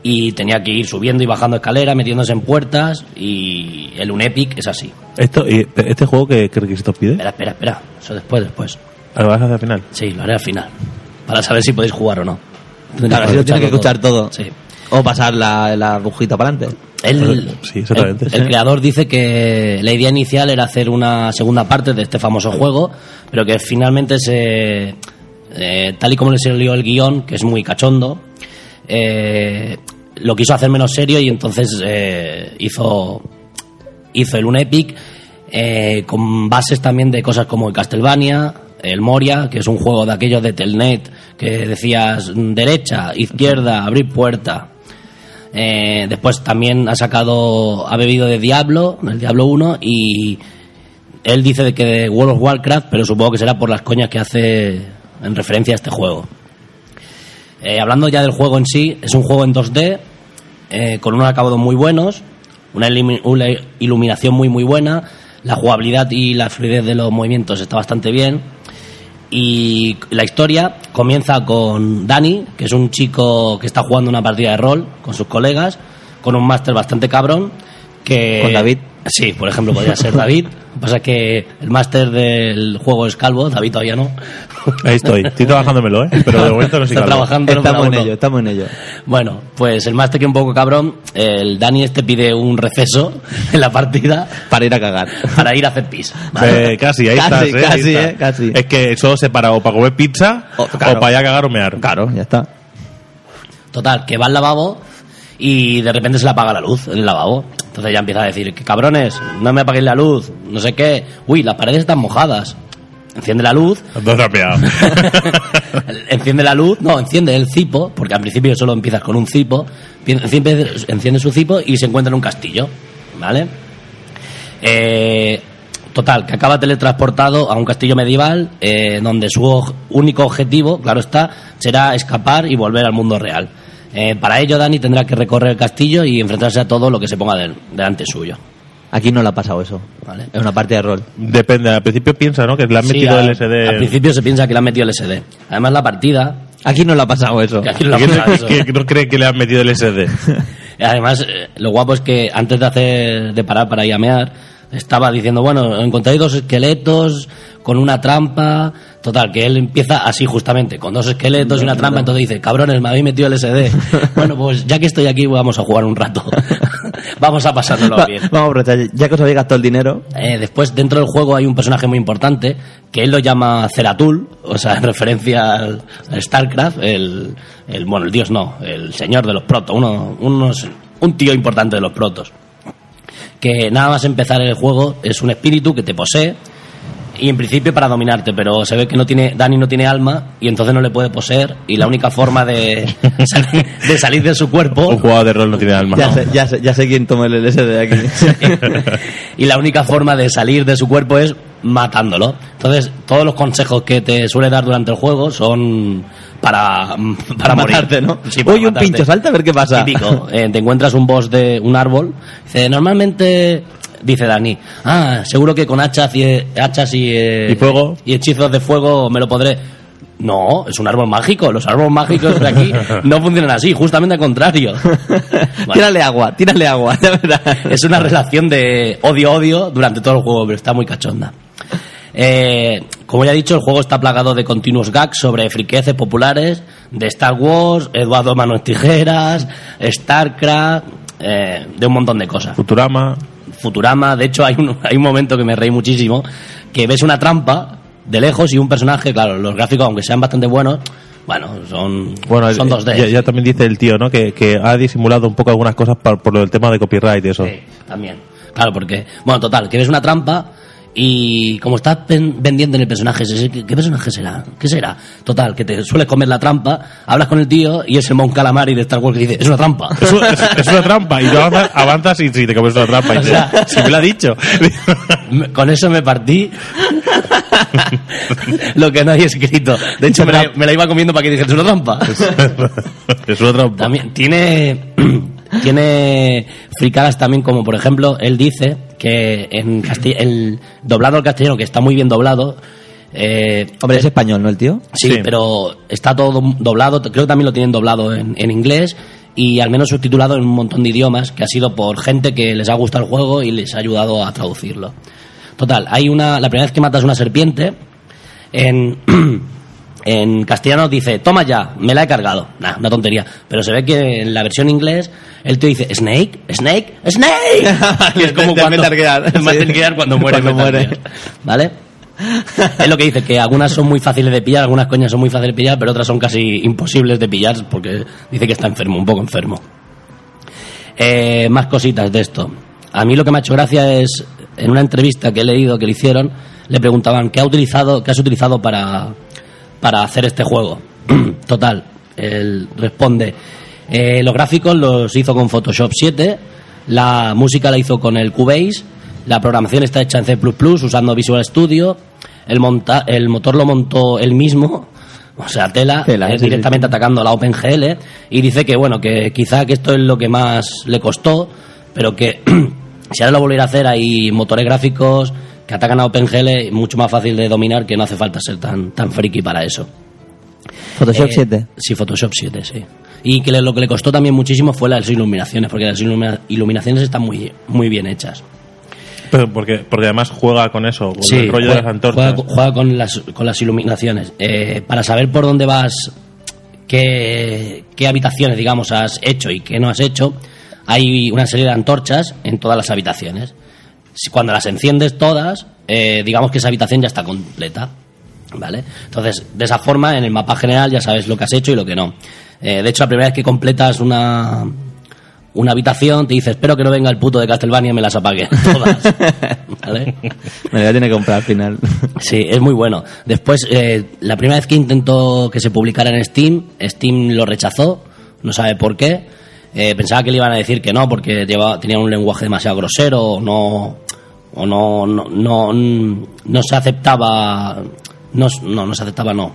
Speaker 3: y tenía que ir subiendo y bajando escaleras, metiéndose en puertas y el Unepic es así.
Speaker 1: Esto, y- ¿Este juego qué, qué requisitos pide?
Speaker 3: Espera, espera, espera. Eso después, después.
Speaker 1: ¿Lo vas a hacer al final?
Speaker 3: Sí, lo haré al final. Para saber si podéis jugar o no.
Speaker 2: Claro, así lo tienes que escuchar todo.
Speaker 3: Sí.
Speaker 2: O pasar la, la agujita para adelante.
Speaker 3: El,
Speaker 1: Sí, exactamente.
Speaker 3: el- el creador dice que la idea inicial era hacer una segunda parte de este famoso juego, pero que finalmente se, eh, tal y como le salió el guión, que es muy cachondo, eh, lo quiso hacer menos serio y entonces eh, hizo, hizo el Unepic eh, con bases también de cosas como el Castlevania, el Moria, que es un juego de aquellos de Telnet que decías mm, derecha, izquierda, abrir puerta. Eh, después también ha sacado, ha bebido de Diablo, el Diablo 1, y él dice de que de World of Warcraft, pero supongo que será por las coñas que hace en referencia a este juego. Eh, hablando ya del juego en sí, es un juego en 2D, eh, con unos acabados muy buenos, una, ilumi- una iluminación muy muy buena, la jugabilidad y la fluidez de los movimientos está bastante bien. Y la historia comienza con Dani, que es un chico que está jugando una partida de rol con sus colegas, con un máster bastante cabrón, que...
Speaker 2: Con David.
Speaker 3: Sí, por ejemplo, podría ser David. Lo que pasa es que el máster del juego es calvo, David todavía no.
Speaker 1: Ahí estoy. Estoy trabajándomelo, ¿eh? Pero de momento no soy
Speaker 3: Está
Speaker 1: calvo.
Speaker 3: trabajando en
Speaker 2: estamos en
Speaker 3: alguno.
Speaker 2: ello, estamos en ello.
Speaker 3: Bueno, pues el máster que un poco cabrón, el Dani este pide un receso en la partida
Speaker 2: Para ir a cagar.
Speaker 3: para ir a hacer pis.
Speaker 1: Eh, casi, ahí
Speaker 2: Casi,
Speaker 1: estás, ¿eh? Oh,
Speaker 2: casi,
Speaker 1: Ahí estás.
Speaker 2: eh, casi.
Speaker 1: Es que solo se para o para comer pizza
Speaker 2: O-
Speaker 1: o,
Speaker 2: claro.
Speaker 1: para ir a cagar o mear.
Speaker 2: Claro, ya está.
Speaker 3: Total, que va al lavabo y de repente se le apaga la luz en el lavabo. Entonces ya empieza a decir, que cabrones, no me apaguéis la luz, no sé qué. Uy, las paredes están mojadas. Enciende la luz,
Speaker 1: Dos rapeados.
Speaker 3: enciende la luz, no, enciende el cipo, porque al principio solo empiezas con un cipo, enciende, enciende su cipo y se encuentra en un castillo, ¿vale? Eh, total, que acaba teletransportado a un castillo medieval eh, donde su oj- único objetivo, claro está, será escapar y volver al mundo real. Eh, para ello, Dani tendrá que recorrer el castillo y enfrentarse a todo lo que se ponga del- delante suyo.
Speaker 2: Aquí no le ha pasado eso.
Speaker 3: Vale.
Speaker 2: Es una parte de rol.
Speaker 1: Depende, al principio piensa, ¿no? Que le han
Speaker 3: Sí,
Speaker 1: metido
Speaker 3: al-
Speaker 1: el SD.
Speaker 3: Al principio se piensa que le han metido el SD. Además, la partida.
Speaker 2: Aquí no le ha pasado eso.
Speaker 3: que aquí no la
Speaker 1: ¿Quién
Speaker 3: pasa eso.
Speaker 1: que no cree que le han metido el SD?
Speaker 3: Además, eh, lo guapo es que antes de hacer de parar para ir a mear, estaba diciendo, bueno, encontré dos esqueletos con una trampa. Total, que él empieza así justamente, con dos esqueletos y una trampa, entonces dice, cabrones, me habéis metido el SD. bueno, pues ya que estoy aquí, vamos a jugar un rato. vamos a pasárnoslo
Speaker 2: Va-
Speaker 3: bien.
Speaker 2: vamos a aprovechar. Ya que os habéis gastado el dinero,
Speaker 3: Eh, después, dentro del juego hay un personaje muy importante que él lo llama Ceratul, o sea, en referencia al, al StarCraft, el, el- bueno, el dios no, el señor de los protos, uno, unos- un tío importante de los protos. Que nada más empezar el juego es un espíritu que te posee y en principio para dominarte, pero se ve que no tiene Dani no tiene alma y entonces no le puede poseer y la única forma de, sal- de salir de su
Speaker 1: Un
Speaker 3: cuerpo
Speaker 1: jugador de rol no tiene alma.
Speaker 2: ya, sé, ya, sé, ya sé quién toma el LSD aquí.
Speaker 3: y la única forma de salir de su cuerpo es matándolo. Entonces, todos los consejos que te suele dar durante el juego son para, para
Speaker 2: Para
Speaker 3: morir.
Speaker 2: matarte, ¿no?
Speaker 3: Sí, para
Speaker 2: Oye, un
Speaker 3: matarte.
Speaker 2: pincho, salta a ver qué pasa.
Speaker 3: Típico, eh, te encuentras un boss de un árbol. Dice, normalmente, dice Dani, ah, seguro que con hachas y, eh, hachas y, eh,
Speaker 1: ¿Y fuego?
Speaker 3: y hechizos de fuego me lo podré. No, es un árbol mágico. Los árboles mágicos de aquí no funcionan así, justamente al contrario. Bueno
Speaker 2: Tírale agua, tírale agua, la verdad.
Speaker 3: es una relación de odio-odio durante todo el juego, pero está muy cachonda. Eh, como ya he dicho, el juego está plagado de continuos gags sobre friqueces populares de Star Wars, Eduardo Manos Tijeras, StarCraft, eh, de un montón de cosas.
Speaker 1: Futurama.
Speaker 3: Futurama, de hecho hay un, hay un momento que me reí muchísimo, que ves una trampa de lejos y un personaje, claro, los gráficos aunque sean bastante buenos, bueno, son,
Speaker 1: Bueno, eh,
Speaker 3: son 2D.
Speaker 1: Ya, ya también dice el tío, ¿no? Que, que ha disimulado un poco algunas cosas por, por el tema de copyright y eso.
Speaker 3: Sí, también. Claro, porque. Bueno, total, que ves una trampa y como estás pen- vendiendo en el personaje, ese, ¿qué, qué personaje será? ¿Qué será? Total, que te sueles comer la trampa, hablas con el tío y es el Mon Calamari de Star Wars que dice: Es una trampa.
Speaker 1: Es, un- es- es una trampa. Y tú avanzas, avanzas y si te comes una trampa. Y
Speaker 3: O
Speaker 1: dices,
Speaker 3: sea-
Speaker 1: si me lo ha dicho.
Speaker 3: Me- Con eso me partí lo que no hay escrito. De hecho, me la, me la iba comiendo para que dijera: Es una trampa.
Speaker 1: es una trampa.
Speaker 3: También tiene tiene fricadas también como por ejemplo él dice que en casti- el doblado al castellano que está muy bien doblado eh,
Speaker 2: Hombre, es español, ¿no, el tío?
Speaker 3: sí,
Speaker 1: sí.
Speaker 3: pero está todo doblado creo que también lo tienen doblado en, en inglés y al menos subtitulado en un montón de idiomas que ha sido por gente que les ha gustado el juego y les ha ayudado a traducirlo total hay una la primera vez que matas una serpiente en, en castellano dice, toma ya, me la he cargado. Nah, una tontería. Pero se ve que en la versión inglés el tío dice, Snake, Snake, Snake. Que es como
Speaker 2: Del
Speaker 3: cuando,
Speaker 2: Metal Gear.
Speaker 3: el Metal
Speaker 2: Sí.
Speaker 3: Gear cuando muere.
Speaker 2: Cuando
Speaker 3: Metal
Speaker 2: muere.
Speaker 3: Gear. ¿Vale? Es lo que dice, que algunas son muy fáciles de pillar, algunas coñas son muy fáciles de pillar, pero otras son casi imposibles de pillar porque dice que está enfermo, un poco enfermo. Eh, más cositas de esto. A mí lo que me ha hecho gracia es, en una entrevista que he leído que le hicieron, le preguntaban qué, ha utilizado, qué has utilizado para, para hacer este juego. Total, él responde, eh, los gráficos los hizo con Photoshop 7, la música la hizo con el Cubase, la programación está hecha en C++ usando Visual Studio, el, monta el motor lo montó él mismo, o sea, tela,
Speaker 2: Tela,
Speaker 3: eh,
Speaker 2: sí, sí,
Speaker 3: directamente directamente atacando a la OpenGL ¿eh? y dice que bueno que quizá que esto es lo que más le costó pero que si ahora lo volviera a hacer hay motores gráficos que atacan a OpenGL mucho más fácil de dominar que no hace falta ser tan tan friki para eso
Speaker 2: Photoshop
Speaker 3: eh,
Speaker 2: 7.
Speaker 3: Sí, Photoshop 7, sí. Y que le- lo que le costó también muchísimo fue las iluminaciones, porque las ilumina- iluminaciones están muy, muy bien hechas.
Speaker 1: Pero porque, porque además juega con eso, con el rollo
Speaker 3: juega,
Speaker 1: de las antorchas.
Speaker 3: Juega, con- juega con, las, con las iluminaciones. Eh, para saber por dónde vas, qué, qué habitaciones, digamos, has hecho y qué no has hecho, hay una serie de antorchas en todas las habitaciones. Si- Cuando las enciendes todas, eh, digamos que esa habitación ya está completa. ¿Vale? Entonces, de esa forma, en el mapa general ya sabes lo que has hecho y lo que no. Eh, de hecho, la primera vez que completas una, una habitación, te dice, espero que no venga el puto de Castlevania y me las apague todas. ¿Vale?
Speaker 2: Me lo voy a tener que comprar al final.
Speaker 3: Sí, es muy bueno. Después, eh, la primera vez que intentó que se publicara en Steam, Steam lo rechazó, no sabe por qué. Eh, pensaba que le iban a decir que no, porque llevaba, tenía un lenguaje demasiado grosero, o no, o no, no, no, mm, no se aceptaba, no, s- no, no se aceptaba, no.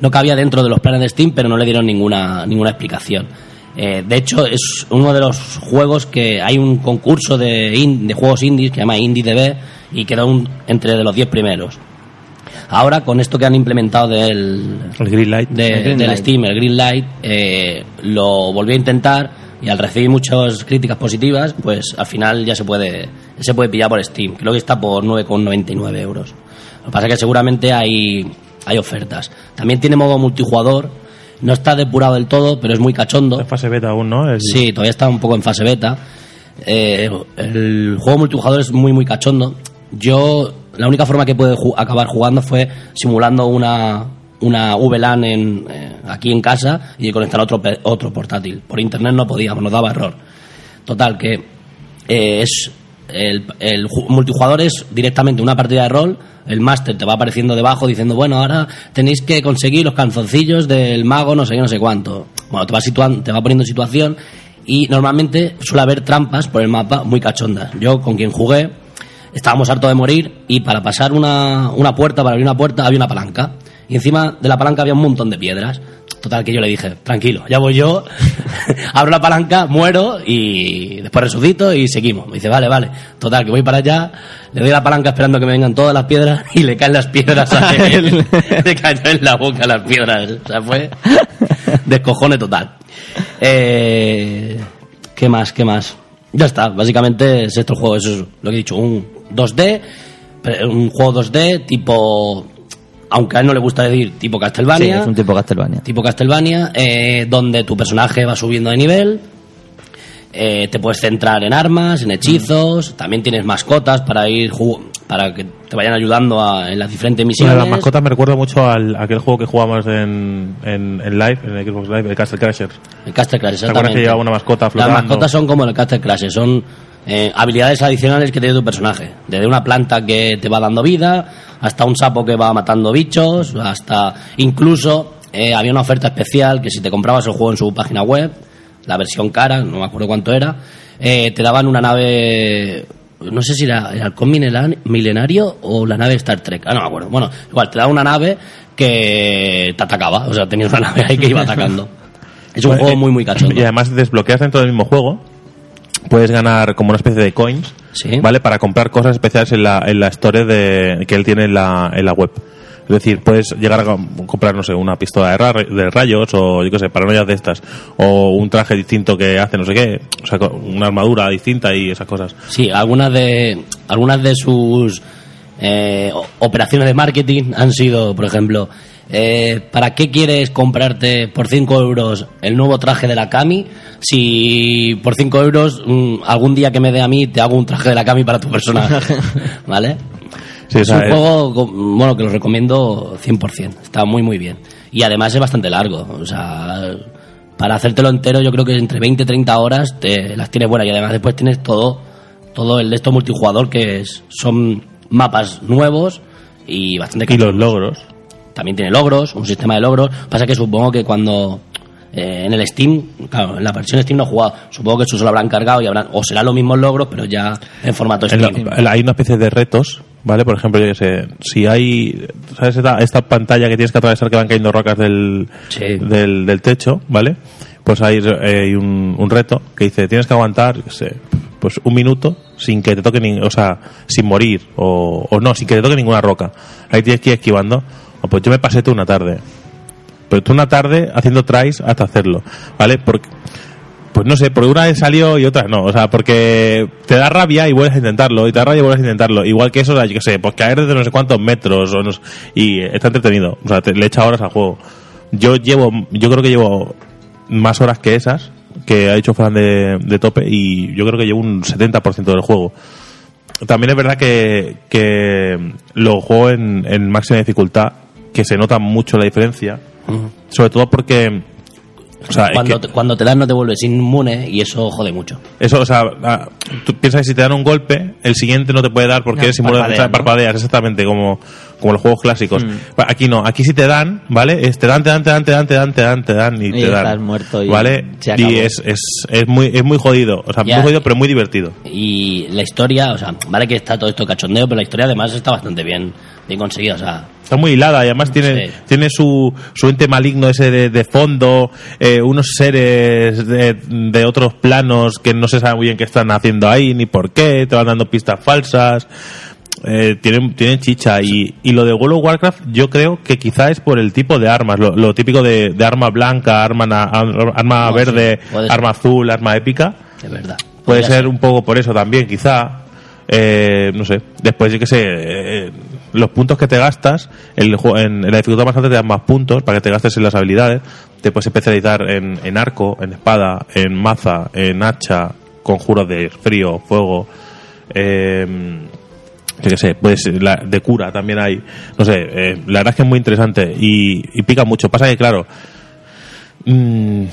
Speaker 3: No cabía dentro de los planes de Steam, pero no le dieron ninguna, ninguna explicación. Eh, de hecho, es uno de los juegos que hay un concurso de, in- de juegos indies que se llama IndieDB y quedó un- entre los 10 primeros. Ahora, con esto que han implementado del,
Speaker 1: El green light.
Speaker 3: de-
Speaker 2: El green
Speaker 3: del
Speaker 2: light.
Speaker 3: Steam, el Green Light, eh, lo volví a intentar y al recibir muchas críticas positivas, pues al final ya se puede se puede pillar por Steam. Creo que está por 9,99 euros. Lo que pasa es que seguramente hay, hay ofertas. También tiene modo multijugador. No está depurado del todo, pero es muy cachondo.
Speaker 1: Es fase beta aún, ¿no? El-
Speaker 3: Sí, todavía está un poco en fase beta. Eh, el juego multijugador es muy, muy cachondo. Yo, la única forma que pude ju- acabar jugando fue simulando una, una VLAN en, eh, aquí en casa y conectar otro, pe- otro portátil. Por internet no podíamos, nos daba error. Total, que eh, es el, el ju- multijugador es directamente una partida de rol. El máster te va apareciendo debajo diciendo, bueno, ahora tenéis que conseguir los calzoncillos del mago, no sé qué, no sé cuánto. Bueno, te va, situando, te va poniendo en situación y normalmente suele haber trampas por el mapa muy cachondas. Yo con quien jugué estábamos hartos de morir y para pasar una, una puerta, para abrir una puerta, había una palanca. Y encima de la palanca había un montón de piedras. Total, que yo le dije, tranquilo, ya voy yo, abro la palanca, muero y después resucito y seguimos. Me dice, vale, vale. Total, que voy para allá, le doy la palanca esperando que me vengan todas las piedras y le caen las piedras a él. Le cayó en la boca las piedras. O sea, fue descojone total. Eh, ¿Qué más? ¿Qué más? Ya está, básicamente es este juego, eso es lo que he dicho, un 2D, pero un juego 2D tipo, aunque a él no le gusta decir tipo
Speaker 2: Sí,
Speaker 3: Castlevania,
Speaker 2: es un tipo Castlevania.
Speaker 3: tipo Castlevania, eh, donde tu personaje va subiendo de nivel, eh, te puedes centrar en armas, en hechizos,
Speaker 2: Mm.
Speaker 3: también tienes mascotas para ir ju- para que te vayan ayudando a- en las diferentes
Speaker 1: Una
Speaker 3: misiones.
Speaker 1: de las mascotas me recuerda mucho al, a aquel juego que jugamos en, en, en live, en Xbox Live, el Castle Crasher.
Speaker 3: El Castle Crash,
Speaker 1: acuerdas
Speaker 3: exactamente.
Speaker 1: que llevaba una mascota flotando?
Speaker 3: Las mascotas son como en el Castle Crash, son eh, habilidades adicionales que tiene tu personaje. Desde una planta que te va dando vida, hasta un sapo que va matando bichos, hasta incluso eh, había una oferta especial que si te comprabas el juego en su página web, la versión cara, no me acuerdo cuánto era, eh, te daban una nave... No sé si era el halcón milenar- milenario o la nave Star Trek. Ah, no me acuerdo. Bueno, igual, te daba una nave que te atacaba. O sea, tenías una nave ahí que iba atacando. Es un
Speaker 1: Bueno, eh,
Speaker 3: juego muy, muy cachondo.
Speaker 1: Y además desbloqueas dentro del mismo juego. Puedes ganar como una especie de coins,
Speaker 3: Sí.
Speaker 1: ¿vale? Para comprar cosas especiales en la, en la store de, que él tiene en la, en la web. Es decir, puedes llegar a com- comprar, no sé, una pistola de, ra- de rayos o, yo qué sé, paranoias de estas. O un traje distinto que hace no sé qué. O sea, co- una armadura distinta y esas cosas.
Speaker 3: Sí, algunas de, algunas de sus eh, o- operaciones de marketing han sido, por ejemplo, eh, ¿para qué quieres comprarte por 5 euros el nuevo traje de la Cami si por 5 euros mm, algún día que me dé a mí te hago un traje de la Cami para tu personaje? ¿Vale?
Speaker 1: Sí, o
Speaker 3: es
Speaker 1: sea,
Speaker 3: un
Speaker 1: es-
Speaker 3: juego co- bueno, que lo recomiendo 100%. Está muy, muy bien. Y además es bastante largo. O sea, para hacértelo entero, yo creo que entre 20 y 30 horas te las tienes buenas. Y además, después tienes todo, todo el de esto multijugador que es- son mapas nuevos y bastante
Speaker 1: Y los logros.
Speaker 3: también tiene logros, un sistema de logros. Pasa que supongo que cuando eh, en el Steam, claro, en la versión Steam no he jugado, supongo que eso se lo habrán cargado y habrán, o serán los mismos logros, pero ya en formato
Speaker 1: En
Speaker 3: Steam.
Speaker 1: la- en la- hay una especie de retos, ¿vale? Por ejemplo, yo qué sé, si hay, ¿sabes? Esta, esta pantalla que tienes que atravesar que van cayendo rocas del,
Speaker 3: Sí.
Speaker 1: del, del techo, ¿vale? Pues hay, eh, hay un, un reto que dice, tienes que aguantar, yo qué sé, pues un minuto sin que te toque, ni- o sea, sin morir, o, o no, sin que te toque ninguna roca. Ahí tienes que ir esquivando. O pues yo me pasé toda una tarde. Pero toda una tarde haciendo tries hasta hacerlo, ¿vale? Porque Pues no sé, porque una vez salió y otras no. O sea, porque te da rabia y vuelves a intentarlo, y te da rabia y vuelves a intentarlo. Igual que eso, o sea, yo qué sé, pues caer desde no sé cuántos metros o no sé- y está entretenido. O sea, te- le echa horas al juego. Yo llevo, yo creo que llevo más horas que esas que ha hecho Fran de, de tope y yo creo que llevo un 70% del juego. También es verdad que, que lo juego en, en máxima dificultad, que se nota mucho la diferencia, sobre todo porque... o sea, Ah, es
Speaker 3: cuando,
Speaker 1: que-
Speaker 3: te, cuando te dan no te vuelves inmune y eso jode mucho.
Speaker 1: eso, o sea, ah, tú piensas que si te dan un golpe, el siguiente no te puede dar porque
Speaker 2: No,
Speaker 1: eres inmune a
Speaker 2: parpadea,
Speaker 1: parpadeas,
Speaker 2: ¿no? Mm.
Speaker 1: parpadeas, exactamente, como, como los juegos clásicos. Pa- Aquí no, aquí si te dan, ¿vale? Es te dan, te dan, te dan, te dan, te dan, te dan, te dan y,
Speaker 2: Y
Speaker 1: te dan.
Speaker 2: estás muerto y
Speaker 1: ¿Vale?
Speaker 2: se acabó.
Speaker 1: Y es, es, es, muy, es muy jodido, o sea,
Speaker 3: Ya.
Speaker 1: muy jodido pero muy divertido.
Speaker 3: Y la historia, o sea, vale que está todo esto cachondeo, pero la historia además está bastante bien, bien conseguida. O sea,
Speaker 1: Está muy hilada y además tiene,
Speaker 3: Sí.
Speaker 1: tiene su, su ente maligno ese de, de fondo, eh, unos seres de, de otros planos que no se sabe muy bien qué están haciendo ahí ni por qué, te van dando pistas falsas. Eh, tienen, tienen chicha y, y lo de World of Warcraft yo creo que quizá es por el tipo de armas, lo, lo típico de, de arma blanca, arma, na- ar- arma
Speaker 3: No, Ah, sí,
Speaker 1: verde,
Speaker 3: puede ser.
Speaker 1: arma azul, arma épica.
Speaker 3: de verdad.
Speaker 1: Puede
Speaker 3: Podría
Speaker 1: ser un poco por eso también, quizá. Eh, no sé. Después, yo qué sé, eh, los puntos que te gastas, el, ju- en, en la dificultad más alta te dan más puntos para que te gastes en las habilidades. Te puedes especializar en, en arco, en espada, en maza, en hacha, conjuros de frío, fuego. Eh, yo qué sé, pues la, de cura también hay, no sé, eh, la verdad es que es muy interesante y, y pica mucho. Pasa que, claro, mm,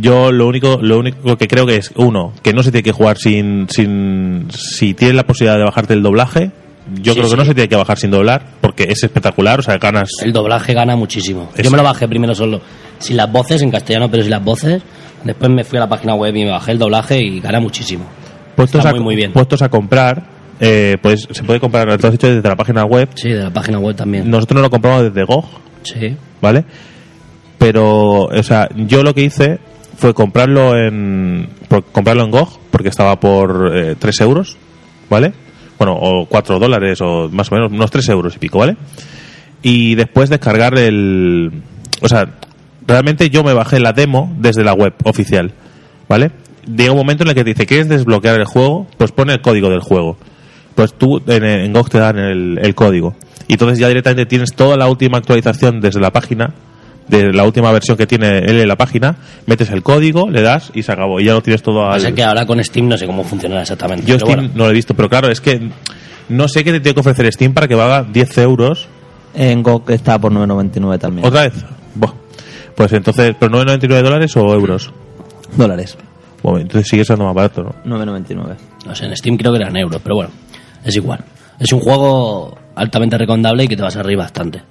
Speaker 1: yo lo único, lo único que creo que es, uno, que no se tiene que jugar sin, sin, si tienes la posibilidad de bajarte el doblaje, yo
Speaker 3: Sí,
Speaker 1: creo que
Speaker 3: sí.
Speaker 1: no se tiene que bajar sin doblar, porque es espectacular, o sea, ganas
Speaker 3: El doblaje gana muchísimo.
Speaker 1: Eso.
Speaker 3: Yo me lo bajé primero solo. Sin las voces, en castellano, pero sin las voces. Después me fui a la página web y me bajé el doblaje y gana muchísimo.
Speaker 1: puestos,
Speaker 3: está
Speaker 1: a,
Speaker 3: muy, muy bien.
Speaker 1: puestos a comprar, eh, pues se puede comprar, lo has hecho desde la página web,
Speaker 3: Sí, de la página web también.
Speaker 1: nosotros lo compramos desde GOG,
Speaker 3: Sí.
Speaker 1: ¿vale? Pero, o sea, yo lo que hice fue comprarlo en por- comprarlo en GOG, porque estaba por eh, 3 euros, ¿vale? Bueno, o 4 dólares, o más o menos, unos 3 euros y pico, ¿vale? Y después descargar el... O sea, realmente yo me bajé la demo desde la web oficial, ¿vale? Llega un momento en el que te dice, ¿quieres desbloquear el juego? Pues pone el código del juego. Pues tú en, en GOG te dan el, el código. Y entonces ya directamente tienes toda la última actualización desde la página, de la última versión que tiene él en la página, metes el código, le das y se acabó. Y ya lo tienes todo al...
Speaker 3: Pasa que ahora con Steam no sé cómo funcionará exactamente.
Speaker 1: Yo
Speaker 3: pero
Speaker 1: Steam
Speaker 3: bueno.
Speaker 1: no lo he visto, pero claro, es que no sé qué te tiene que ofrecer Steam para que valga 10 euros.
Speaker 2: En GOG está por 9.99 también.
Speaker 1: ¿Otra vez? Buah. Pues entonces, ¿pero 9,99 dólares o euros?
Speaker 2: Dólares.
Speaker 1: Bueno, entonces sigue siendo más barato, ¿no?
Speaker 2: 9.99.
Speaker 3: No sé, en Steam creo que eran euros, pero bueno. Es igual. Es un juego altamente recomendable y que te vas a reír bastante.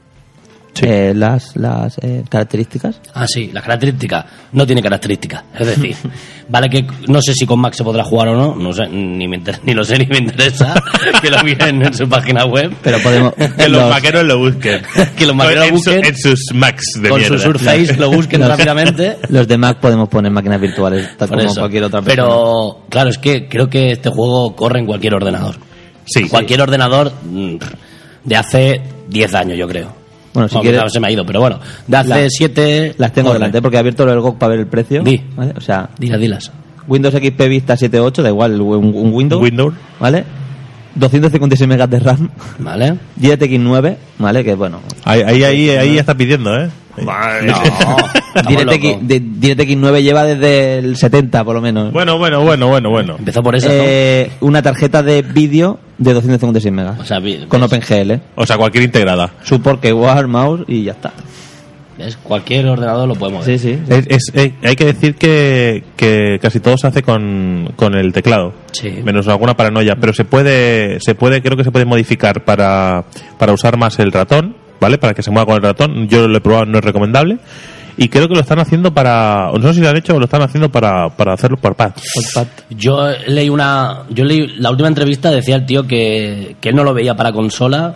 Speaker 2: Eh, las las eh, características.
Speaker 3: Ah, sí, las características. No tiene características. Es decir, vale que no sé si con Mac se podrá jugar o no. No sé, ni, me inter- ni lo sé ni me interesa. que lo miren en su página web.
Speaker 2: Pero podemos.
Speaker 1: Que los,
Speaker 2: los-
Speaker 1: maqueros lo busquen.
Speaker 3: Que los maqueros
Speaker 1: En
Speaker 3: lo
Speaker 1: su-
Speaker 3: busquen.
Speaker 1: En sus Macs de
Speaker 3: con
Speaker 1: mierda.
Speaker 3: su Surface lo busquen rápidamente.
Speaker 2: Los de Mac podemos poner máquinas virtuales, tal
Speaker 3: Por
Speaker 2: como
Speaker 3: eso.
Speaker 2: cualquier otra persona.
Speaker 3: Pero claro, es que creo que este juego corre en cualquier ordenador.
Speaker 1: Sí, sí.
Speaker 3: Cualquier ordenador mm, de hace 10 años, yo creo.
Speaker 2: Bueno, si
Speaker 3: Aunque
Speaker 2: quieres-
Speaker 3: claro, se me ha ido, pero bueno. De hace
Speaker 2: La-
Speaker 3: 7...
Speaker 2: Las tengo delante porque he abierto lo del GOG para ver el precio.
Speaker 3: Di.
Speaker 2: ¿vale? O sea,
Speaker 3: Dilas, dilas.
Speaker 2: Windows XP Vista 7.8, da igual, un, un Windows.
Speaker 1: Windows.
Speaker 2: ¿Vale? 256 megas de RAM.
Speaker 3: ¿Vale?
Speaker 2: 10X9, ¿vale? Que bueno.
Speaker 1: Ahí, ahí, ahí, ahí ya está pidiendo, ¿eh?
Speaker 3: estamos
Speaker 2: DirectX,
Speaker 3: locos.
Speaker 2: de- DirectX 9 lleva desde el 70 por lo menos.
Speaker 1: Bueno, bueno, bueno, bueno, bueno.
Speaker 3: Empezó por eso,
Speaker 2: Eh, Una tarjeta de vídeo de 256 megas.
Speaker 3: O sea, vi-
Speaker 2: con
Speaker 3: ves.
Speaker 2: OpenGL.
Speaker 1: O sea, cualquier integrada.
Speaker 2: Support keyword, mouse y ya está.
Speaker 3: ¿Ves? Cualquier ordenador lo podemos
Speaker 2: Sí, sí.
Speaker 1: Es- es- eh, hay que decir que, que casi todo se hace con, con el teclado.
Speaker 3: Sí.
Speaker 1: Menos alguna paranoia. Pero se puede, se puede, creo que se puede modificar para, para usar más el ratón, ¿vale? Para que se mueva con el ratón. Yo lo he probado, no es recomendable. Y creo que lo están haciendo para. No sé si lo han hecho o lo están haciendo para, para hacerlo por pad.
Speaker 3: Yo leí una. Yo leí la última entrevista, decía el tío que, que él no lo veía para consola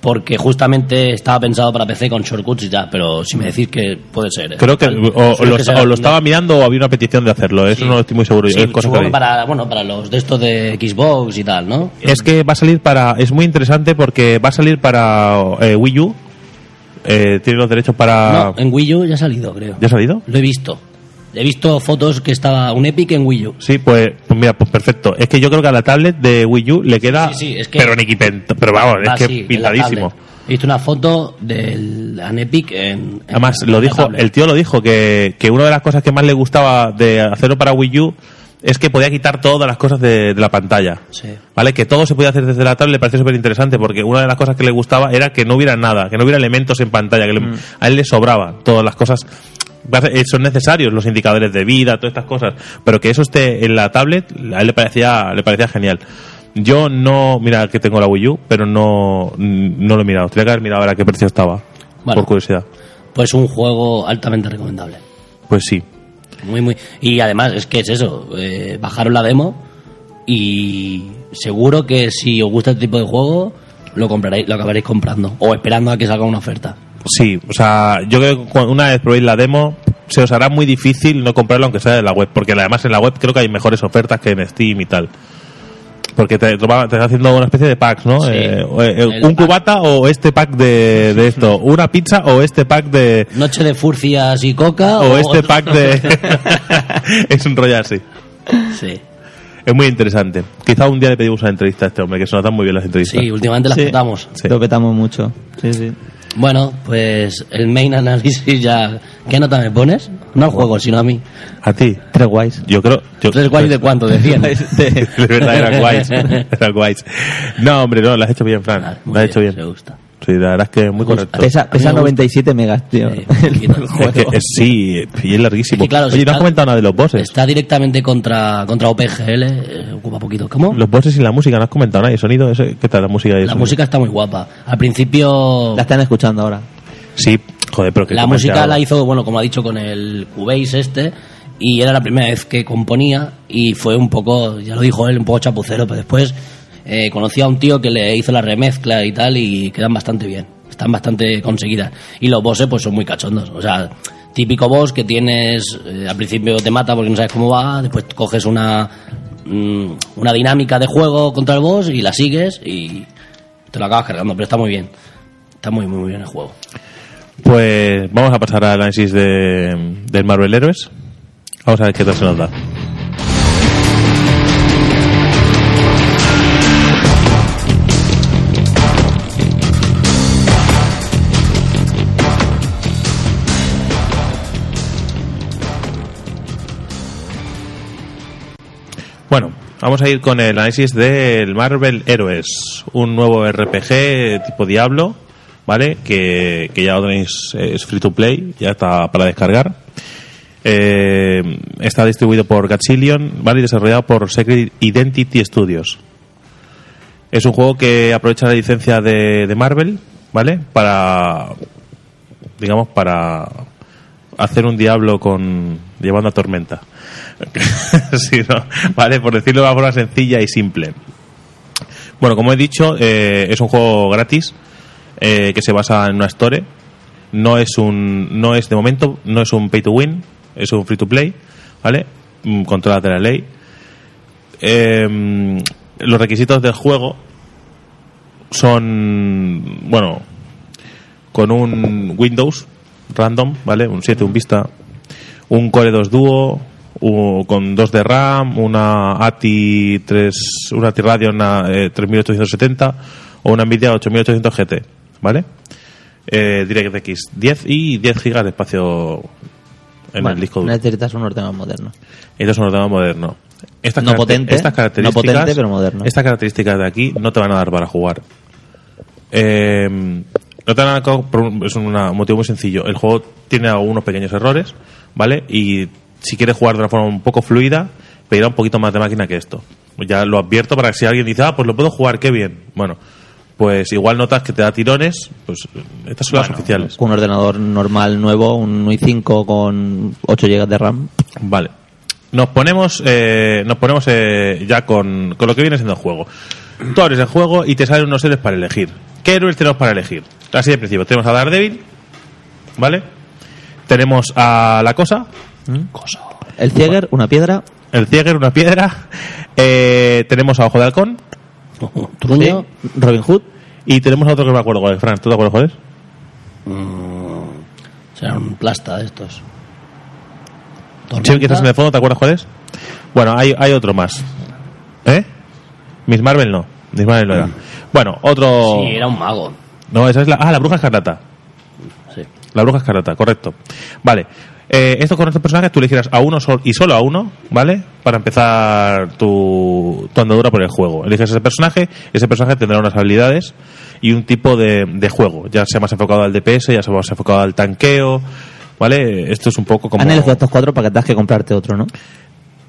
Speaker 3: porque justamente estaba pensado para PC con shortcuts y ya, pero si me decís que puede ser. ¿eh?
Speaker 1: Creo que.
Speaker 3: Al-
Speaker 1: O, o
Speaker 3: suele
Speaker 1: lo,
Speaker 3: que se
Speaker 1: o
Speaker 3: haga-
Speaker 1: lo estaba mirando o había una petición de hacerlo. Eso
Speaker 3: Sí.
Speaker 1: no lo estoy muy seguro.
Speaker 3: Sí,
Speaker 1: es cosa
Speaker 3: supongo
Speaker 1: que
Speaker 3: que
Speaker 1: vi.
Speaker 3: para, bueno, para los de estos de Xbox y tal, ¿no?
Speaker 1: Es que va a salir para. Es muy interesante porque va a salir para eh, Wii U. Eh, tiene los derechos para.
Speaker 3: No, en Wii U ya ha salido, creo.
Speaker 1: ¿Ya ha salido?
Speaker 3: Lo he visto. He visto fotos que estaba un Epic en Wii U.
Speaker 1: Sí, pues, pues mira, pues perfecto. Es que yo creo que a la tablet de Wii U le queda.
Speaker 3: Sí, sí, es que-
Speaker 1: Pero ni quipento- Pero vamos,
Speaker 3: Ah,
Speaker 1: es
Speaker 3: sí, en
Speaker 1: que
Speaker 3: la
Speaker 1: pintadísimo.
Speaker 3: tablet. He visto una foto del an Epic en. en-
Speaker 1: Además,
Speaker 3: en
Speaker 1: lo
Speaker 3: la
Speaker 1: dijo,
Speaker 3: tablet.
Speaker 1: el tío lo dijo, que, que una de las cosas que más le gustaba de hacerlo para Wii U es que podía quitar todas las cosas de, de la pantalla.
Speaker 3: Sí.
Speaker 1: ¿Vale? Que todo se podía hacer desde la tablet le pareció súper interesante porque una de las cosas que le gustaba era que no hubiera nada, que no hubiera elementos en pantalla, que le- a él le sobraba todas las cosas. Eh, Son necesarios los indicadores de vida, todas estas cosas, pero que eso esté en la tablet, a él le parecía, le parecía genial. Yo no, mira que tengo la Wii U, pero no, mm, no lo he mirado. Tenía que haber mirado a ver a qué precio estaba,
Speaker 3: Vale.
Speaker 1: por curiosidad.
Speaker 3: Pues un juego altamente recomendable.
Speaker 1: Pues sí.
Speaker 3: Muy, muy. Y además, es que es eso. eh, bajaron la demo y seguro que si os gusta este tipo de juego, lo compraréis, lo acabaréis comprando. O esperando a que salga una oferta.
Speaker 1: Sí, o sea, yo creo que cu- una vez probéis la demo, se os hará muy difícil no comprarlo aunque sea de la web, porque además en la web creo que hay mejores ofertas que en Steam y tal. Porque te, te va- te está haciendo una especie de packs, ¿no?
Speaker 3: Sí.
Speaker 1: Eh, o- eh,
Speaker 3: El
Speaker 1: un
Speaker 3: pack.
Speaker 1: cubata o este pack de, de esto, una pizza o este pack de...
Speaker 3: Noche de furcias y coca.
Speaker 1: O este
Speaker 3: otro-
Speaker 1: pack de... es un rollo así.
Speaker 3: Sí.
Speaker 1: Es muy interesante. Quizá un día le pedimos una entrevista a este hombre, que se nos dan muy bien las entrevistas.
Speaker 3: Sí, últimamente las
Speaker 2: Sí.
Speaker 3: petamos.
Speaker 1: Sí.
Speaker 2: Lo petamos mucho. Sí, sí.
Speaker 3: Bueno, pues el main análisis ya. ¿Qué nota me pones? No al juego, sino a mí.
Speaker 1: A ti.
Speaker 2: Tres guays.
Speaker 1: Yo creo... Yo,
Speaker 3: ¿Tres guays de cuánto? ¿De 100?
Speaker 2: De-
Speaker 1: De verdad, eran guays. Eran guays. No, hombre, no, lo has hecho bien, Fran.
Speaker 3: Vale, Ah, muy
Speaker 1: Lo has hecho bien.
Speaker 3: Me gusta.
Speaker 1: Sí, la verdad es que es muy
Speaker 3: Me gusta.
Speaker 1: correcto.
Speaker 2: Pesa, pesa
Speaker 3: A mí me gusta.
Speaker 2: 97 megas, tío.
Speaker 3: Sí, poquito.
Speaker 2: El
Speaker 1: Es
Speaker 2: juego.
Speaker 1: que es- sí, y es larguísimo.
Speaker 3: Es que, claro,
Speaker 1: Oye,
Speaker 3: si
Speaker 1: no has
Speaker 3: está- este
Speaker 1: comentado nada de los bosses.
Speaker 3: Está directamente contra, contra OPGL, eh, ocupa poquito. ¿Cómo?
Speaker 1: Los bosses y la música, no has comentado nada. ¿Y el sonido? Eso, ¿Qué tal la música? y el
Speaker 3: la
Speaker 1: sonido?
Speaker 3: música está muy guapa. Al principio
Speaker 2: La están escuchando ahora.
Speaker 1: Sí, joder, pero que
Speaker 3: la
Speaker 1: comente
Speaker 3: música
Speaker 1: algo.
Speaker 3: la hizo, bueno, como ha dicho, con el Cubase este. Y era la primera vez que componía y fue un poco, ya lo dijo él, un poco chapucero. Pero después eh, conocí a un tío que le hizo la remezcla y tal y quedan bastante bien. Están bastante conseguidas. Y los bosses pues son muy cachondos. O sea, típico boss que tienes, eh, al principio te mata porque no sabes cómo va, después coges una, mm, una dinámica de juego contra el boss y la sigues y te lo acabas cargando. Pero está muy bien. Está muy, muy, muy bien el juego.
Speaker 1: Pues vamos a pasar al análisis de, del Marvel Héroes. Vamos a ver qué tal se nos da. Bueno, vamos a ir con el análisis del Marvel Heroes, un nuevo RPG tipo Diablo, ¿vale? Que, que ya lo tenéis, eh, es free to play, ya está para descargar. Eh, está distribuido por Gatzillion, ¿vale? Y desarrollado por Secret Identity Studios. Es un juego que aprovecha la licencia de, de Marvel, ¿vale? Para, digamos, para hacer un diablo con llevando a tormenta. Sí, ¿no? Vale, por decirlo de una forma sencilla y simple. Bueno, como he dicho, eh, es un juego gratis eh, que se basa en una store. No es un, no es de momento, no es un pay to win, es un free to play, ¿vale? Mm, Controladas de la ley. Eh, los requisitos del juego son, bueno, con un Windows random, ¿vale? Un 7, un Vista, un Core 2 Duo, u- con 2 de RAM, una ATI 3, una ATI Radeon eh, 3870 o una Nvidia 8800 GT, ¿vale? Eh, DirectX 10 y 10 GB de espacio en
Speaker 2: Bueno,
Speaker 1: el disco duro.
Speaker 2: Necesitas un ordenador moderno.
Speaker 1: Esto es un ordenador moderno. Estas
Speaker 2: No
Speaker 1: caracter-
Speaker 2: potente,
Speaker 1: estas características,
Speaker 2: no potente, pero moderno.
Speaker 1: Estas características de aquí no te van a dar para jugar. Eh, no te van a dar por un- es una- un motivo muy sencillo. El juego tiene algunos pequeños errores, ¿vale? Y si quieres jugar de una forma un poco fluida, pedirá un poquito más de máquina que esto. Ya lo advierto para que si alguien dice, ah, pues lo puedo jugar, qué bien. Bueno, pues igual notas que te da tirones, pues estas son las oficiales.
Speaker 2: Con un ordenador normal nuevo, un i5 con 8 GB de RAM.
Speaker 1: Vale. Nos ponemos, eh, nos ponemos eh, ya con, con lo que viene siendo el juego. Tú abres el juego y te salen unos héroes para elegir. ¿Qué héroes tenemos para elegir? Así de principio. Tenemos a Daredevil, ¿vale? Tenemos a La Cosa,
Speaker 2: El Cieger, una piedra.
Speaker 1: el Cieger, una piedra. Eh, tenemos a Ojo de Halcón.
Speaker 3: Truño.
Speaker 2: sí, Robin Hood.
Speaker 1: Y tenemos a otro que no me acuerdo cuál es, Fran. ¿Tú te acuerdas cuál es?
Speaker 3: Mm, será un plasta de estos. Tormenta.
Speaker 1: Sí, que estás en el fondo, ¿te acuerdas cuál es? Bueno, hay, hay otro más. ¿Eh? Miss Marvel no. Miss Marvel no era. Bueno, otro.
Speaker 3: Mm. Sí, era un mago.
Speaker 1: No, esa es la. Ah, la Bruja Escarlata.
Speaker 3: Sí.
Speaker 1: La Bruja Escarlata, correcto. Vale. Eh, esto con estos personajes tú elegirás a uno sol- y solo a uno, ¿vale? Para empezar tu, tu andadura por el juego. Eliges ese personaje, ese personaje tendrá unas habilidades y un tipo de, de juego. Ya sea más enfocado al DPS, ya sea más enfocado al tanqueo, ¿vale? Esto es un poco como...
Speaker 2: Han elegido estos cuatro para que tengas que comprarte otro, ¿no?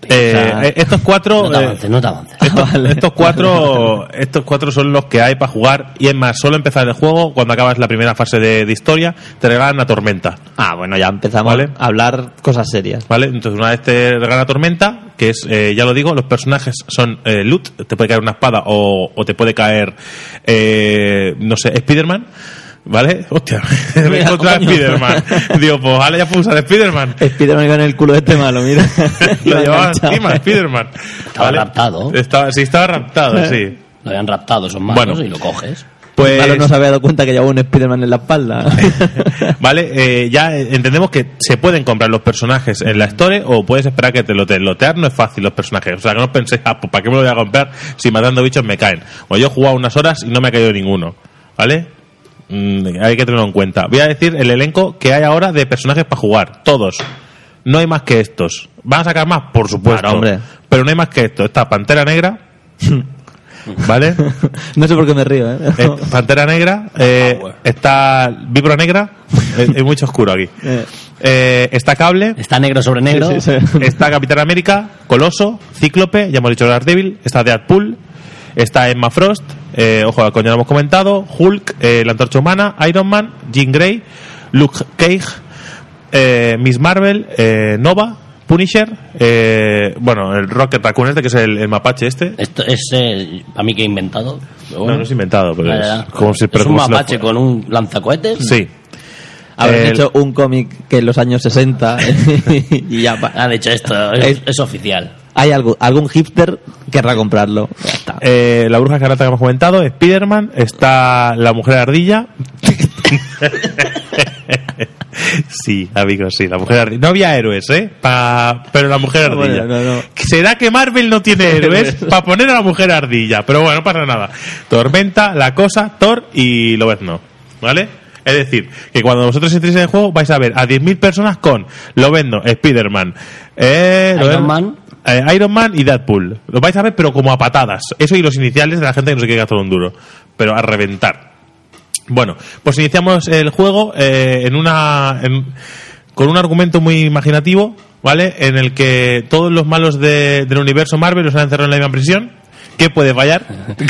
Speaker 1: Eh,
Speaker 2: o sea,
Speaker 1: eh, estos cuatro...
Speaker 3: No te
Speaker 1: eh,
Speaker 3: avances, no te avances.
Speaker 1: estos,
Speaker 2: Vale.
Speaker 1: estos cuatro estos cuatro son los que hay para jugar y es más solo empezar el juego cuando acabas la primera fase de, de historia te regalan a tormenta
Speaker 2: Ah, bueno, ya empezamos
Speaker 1: Vale.
Speaker 2: a hablar cosas serias.
Speaker 1: ¿Vale? Entonces, una vez te regala Tormenta, que es, eh, ya lo digo, los personajes son eh, loot, te puede caer una espada o, o te puede caer, eh, no sé, Spider-Man. ¿Vale? Hostia, me he
Speaker 2: Mira,
Speaker 1: encontrado a
Speaker 2: coño.
Speaker 1: Spider-Man. Digo, pues ahora ya puedo usar Spider-Man.
Speaker 2: Spiderman con el culo de este malo, mira.
Speaker 1: Lo llevaba
Speaker 2: enganchado.
Speaker 1: encima, Spider-Man.
Speaker 3: Estaba raptado.
Speaker 1: Estaba, sí, estaba raptado, sí.
Speaker 3: Lo habían raptado esos magos
Speaker 1: Bueno.
Speaker 3: y lo coges.
Speaker 1: Pues,
Speaker 2: Malo no se había dado cuenta que llevaba un Spiderman en la espalda.
Speaker 1: ¿Vale? Eh, ya eh, entendemos que se pueden comprar los personajes en la Store o puedes esperar que te lo te lotear. No es fácil los personajes. O sea, que no penséis, ah, pues ¿para qué me lo voy a comprar si matando bichos me caen? O yo he jugado unas horas y no me ha caído ninguno. ¿Vale? Mm, hay que tenerlo en cuenta. Voy a decir el elenco que hay ahora de personajes para jugar. Todos. No hay más que estos. ¿Van a sacar más? Por supuesto.
Speaker 2: Claro, hombre.
Speaker 1: Pero no hay más que estos. Está Pantera Negra. ¿Vale?
Speaker 2: no sé por qué me río, ¿eh?
Speaker 1: Eh, Pantera Negra,
Speaker 3: Ah,
Speaker 1: eh, está Vibro Negra, eh, es mucho oscuro aquí.
Speaker 2: Eh,
Speaker 1: Eh, está Cable,
Speaker 3: Está negro sobre negro.
Speaker 2: sí, sí, sí.
Speaker 1: está Capitán América, Coloso, Cíclope, ya hemos dicho Daredevil, está Deadpool, está Emma Frost, eh, ojo, coño, lo hemos comentado, Hulk, eh, la Antorcha Humana, Iron Man, Jean Grey, Luke Cage, eh, Miss Marvel, eh, Nova, Punisher, eh, bueno, el Rocket Raccoon este, que es el, el mapache este.
Speaker 3: Esto es para mí que he inventado. pero bueno.
Speaker 1: No, no es inventado, pero
Speaker 3: Ya, ya,
Speaker 1: es
Speaker 3: ya.
Speaker 1: como si... pero
Speaker 3: Es un
Speaker 1: como si lo
Speaker 3: mapache
Speaker 1: fuera.
Speaker 3: con un lanzacohetes.
Speaker 1: Sí.
Speaker 2: Habrán
Speaker 1: El-
Speaker 2: hecho un cómic que en los años 60 y ya pa-
Speaker 3: Han hecho esto, es, es oficial.
Speaker 2: Hay algo, algún hipster querrá comprarlo. Ya está.
Speaker 1: Eh, la bruja escarlata que hemos comentado, Spider-Man, está la mujer ardilla. sí, amigos, sí, la mujer ardilla. No había héroes, ¿eh? Pa- Pero la mujer
Speaker 2: Bueno,
Speaker 1: ardilla.
Speaker 2: no, no.
Speaker 1: Será que Marvel no tiene héroes para poner a la mujer ardilla, pero bueno, no pasa nada. Tormenta, La Cosa, Thor y Lobezno, ¿vale? Es decir, que cuando vosotros entréis en el juego vais a ver a 10.000 personas con Lobezno, Spider-Man, eh,
Speaker 3: Iron
Speaker 1: Lobezno-
Speaker 3: Man.
Speaker 1: eh, Iron Man y Deadpool. Los vais a ver, pero como a patadas. Eso y los iniciales de la gente que no se quiere gastar un duro. Pero a reventar. Bueno, pues iniciamos el juego eh, en una, en- con un argumento muy imaginativo, ¿vale? En el que todos los malos de- del universo Marvel los han encerrado en la misma prisión. ¿Qué puede fallar?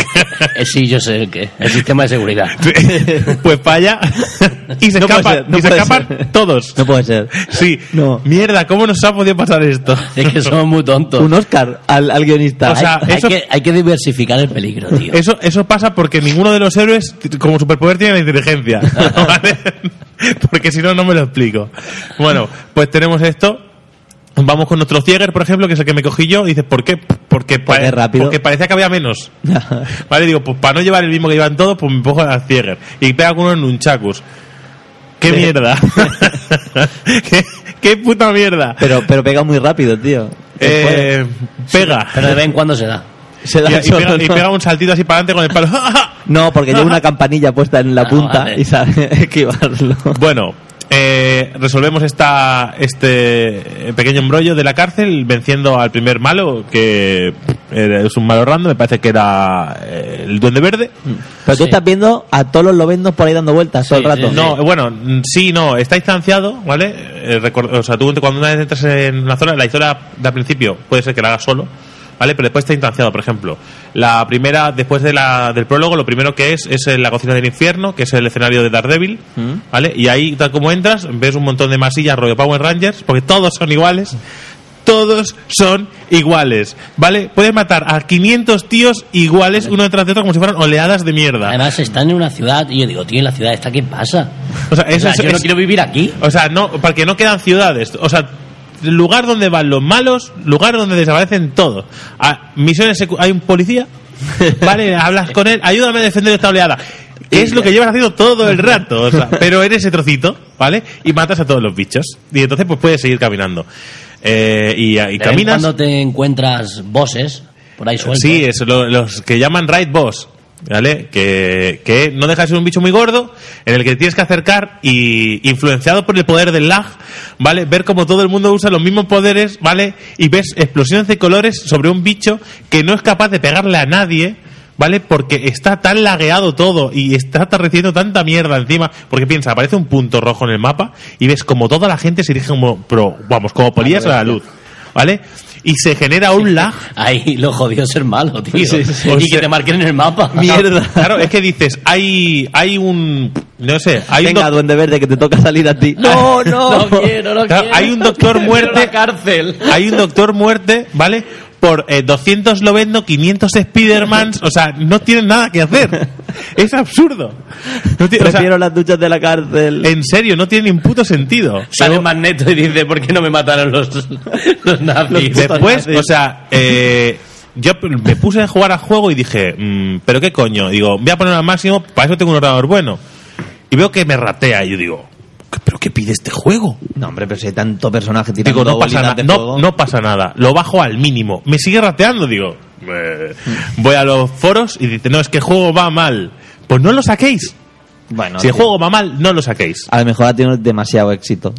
Speaker 3: Eh, sí, yo sé que el sistema de seguridad.
Speaker 1: pues falla y se
Speaker 2: No puede
Speaker 1: escapan,
Speaker 2: ser, no
Speaker 1: y se
Speaker 2: puede
Speaker 1: escapan
Speaker 2: ser.
Speaker 1: todos.
Speaker 2: No puede ser.
Speaker 1: Sí,
Speaker 2: No.
Speaker 1: mierda, ¿cómo nos ha podido pasar esto?
Speaker 3: Es que somos muy tontos.
Speaker 2: Un Oscar al, al guionista.
Speaker 1: O sea,
Speaker 3: hay, hay
Speaker 1: eso-
Speaker 3: que, hay que diversificar el peligro, tío.
Speaker 1: Eso, eso pasa porque ninguno de los héroes t- como superpoder tiene la inteligencia. ¿vale? porque si no, no me lo explico. Bueno, pues tenemos esto. Vamos con nuestro Cieger, por ejemplo, que es el que me cogí yo. Y dices, ¿por qué? Porque, pa-
Speaker 2: Porque es rápido.
Speaker 1: porque parecía que había menos. Vale, digo, pues para no llevar el mismo que llevan todos, pues me pongo al Cieger. Y pega con uno en un chacus. ¡Qué mierda! ¿Qué, qué puta mierda!
Speaker 2: pero, pero pega muy rápido, tío. pues,
Speaker 1: Eh, pega.
Speaker 3: Pero de vez en cuando se da.
Speaker 2: Se da
Speaker 1: Y- y
Speaker 2: solo,
Speaker 1: pega- y
Speaker 2: ¿no?
Speaker 1: pega un saltito así para adelante con el palo.
Speaker 2: No, porque lleva una campanilla puesta en la
Speaker 3: Ah,
Speaker 2: punta
Speaker 3: vale.
Speaker 2: y sabe esquivarlo.
Speaker 1: Bueno, eh, resolvemos esta, este pequeño embrollo de la cárcel venciendo al primer malo, que eh, es un malo random, me parece que era eh, el Duende Verde.
Speaker 2: Pero tú
Speaker 3: Sí.
Speaker 2: estás viendo a todos los lobendos por ahí dando vueltas todo el
Speaker 3: Sí, sí,
Speaker 2: rato.
Speaker 3: sí.
Speaker 1: No, eh, bueno, mm, sí, no, está distanciado, ¿vale? Eh, recor- o sea, tú cuando una vez entras en una zona, la historia de al principio puede ser que la hagas solo, ¿vale? Pero después está distanciado, por ejemplo. La primera, después de la, del prólogo, lo primero que es es eh, la cocina del infierno, que es el escenario de Daredevil,
Speaker 3: Mm.
Speaker 1: ¿vale? Y ahí, tal como entras, ves un montón de masillas rollo Power Rangers, porque todos son iguales. Todos son iguales, ¿vale? Puedes matar a 500 tíos iguales uno detrás de otro como si fueran oleadas de mierda.
Speaker 3: Además, están en una ciudad y yo digo, tío, en la ciudad esta, ¿qué pasa?
Speaker 1: O sea,
Speaker 3: O
Speaker 1: eso
Speaker 3: sea,
Speaker 1: es-
Speaker 3: yo no
Speaker 1: es-
Speaker 3: quiero vivir aquí.
Speaker 1: O sea, no, porque no quedan ciudades. O sea, lugar donde van los malos, lugar donde desaparecen todos. A- misiones secu- hay un policía, vale, hablas con él, ayúdame a defender esta oleada. Que es lo que llevas haciendo todo el rato, o sea, pero eres ese trocito, ¿vale? Y matas a todos los bichos. Y entonces pues puedes seguir caminando. eh, y, y
Speaker 3: De vez en
Speaker 1: caminas.
Speaker 3: cuando te encuentras bosses por ahí sueltos.
Speaker 1: Sí, es lo- los que llaman Raid Boss, ¿vale? Que, que no deja de ser un bicho muy gordo, en el que te tienes que acercar y, influenciado por el poder del lag, ¿vale? Ver cómo todo el mundo usa los mismos poderes, ¿vale? Y ves explosiones de colores sobre un bicho que no es capaz de pegarle a nadie. ¿Vale? Porque está tan lagueado todo y está tan- recibiendo tanta mierda encima. Porque piensa, aparece un punto rojo en el mapa y ves como toda la gente se dirige como, pro, vamos, como polillas a la luz. ¿Vale? Y se genera un lag
Speaker 3: Ahí lo jodido es ser malo, tío.
Speaker 1: Sí, sí. Pues, O
Speaker 3: Y
Speaker 1: sea-
Speaker 3: que te marquen en el mapa.
Speaker 1: Claro, es que dices, hay, hay un. No sé, hay
Speaker 2: Venga,
Speaker 1: un. doc-
Speaker 2: duende verde, que te toca salir a ti. No, no.
Speaker 3: No quiero, no
Speaker 1: Claro,
Speaker 3: quiero.
Speaker 1: hay un doctor
Speaker 3: Prefiero
Speaker 1: muerte.
Speaker 3: la cárcel.
Speaker 1: Hay un doctor muerte, ¿vale? Por eh, 200 Lobendo, 500 Spidermans, o sea, no tienen nada que hacer. Es absurdo. No tiene- o sea, eh,
Speaker 2: Prefiero las duchas de la cárcel.
Speaker 1: en serio, no tiene ni un puto sentido.
Speaker 3: Sale Magneto y dice, ¿por qué no me mataron los, los nazis?
Speaker 1: Después, o sea, eh, yo me puse a jugar al juego y dije, mm, ¿pero qué coño? Digo, voy a poner al máximo, para eso tengo un ordenador bueno. Y veo que me ratea y yo digo, ¿pero qué pide este juego?
Speaker 2: No, hombre, pero si hay tanto personaje tirando
Speaker 1: Digo, no pasa,
Speaker 2: bolitas
Speaker 1: nada,
Speaker 2: de
Speaker 1: no,
Speaker 2: fuego.
Speaker 1: no pasa nada. Lo bajo al mínimo. Me sigue rateando, digo. eh, voy a los foros y dice, no, es que el juego va mal. Pues no lo saquéis.
Speaker 2: Bueno,
Speaker 1: si el
Speaker 2: tío,
Speaker 1: juego va mal, no lo saquéis.
Speaker 2: a lo mejor ha tenido demasiado éxito.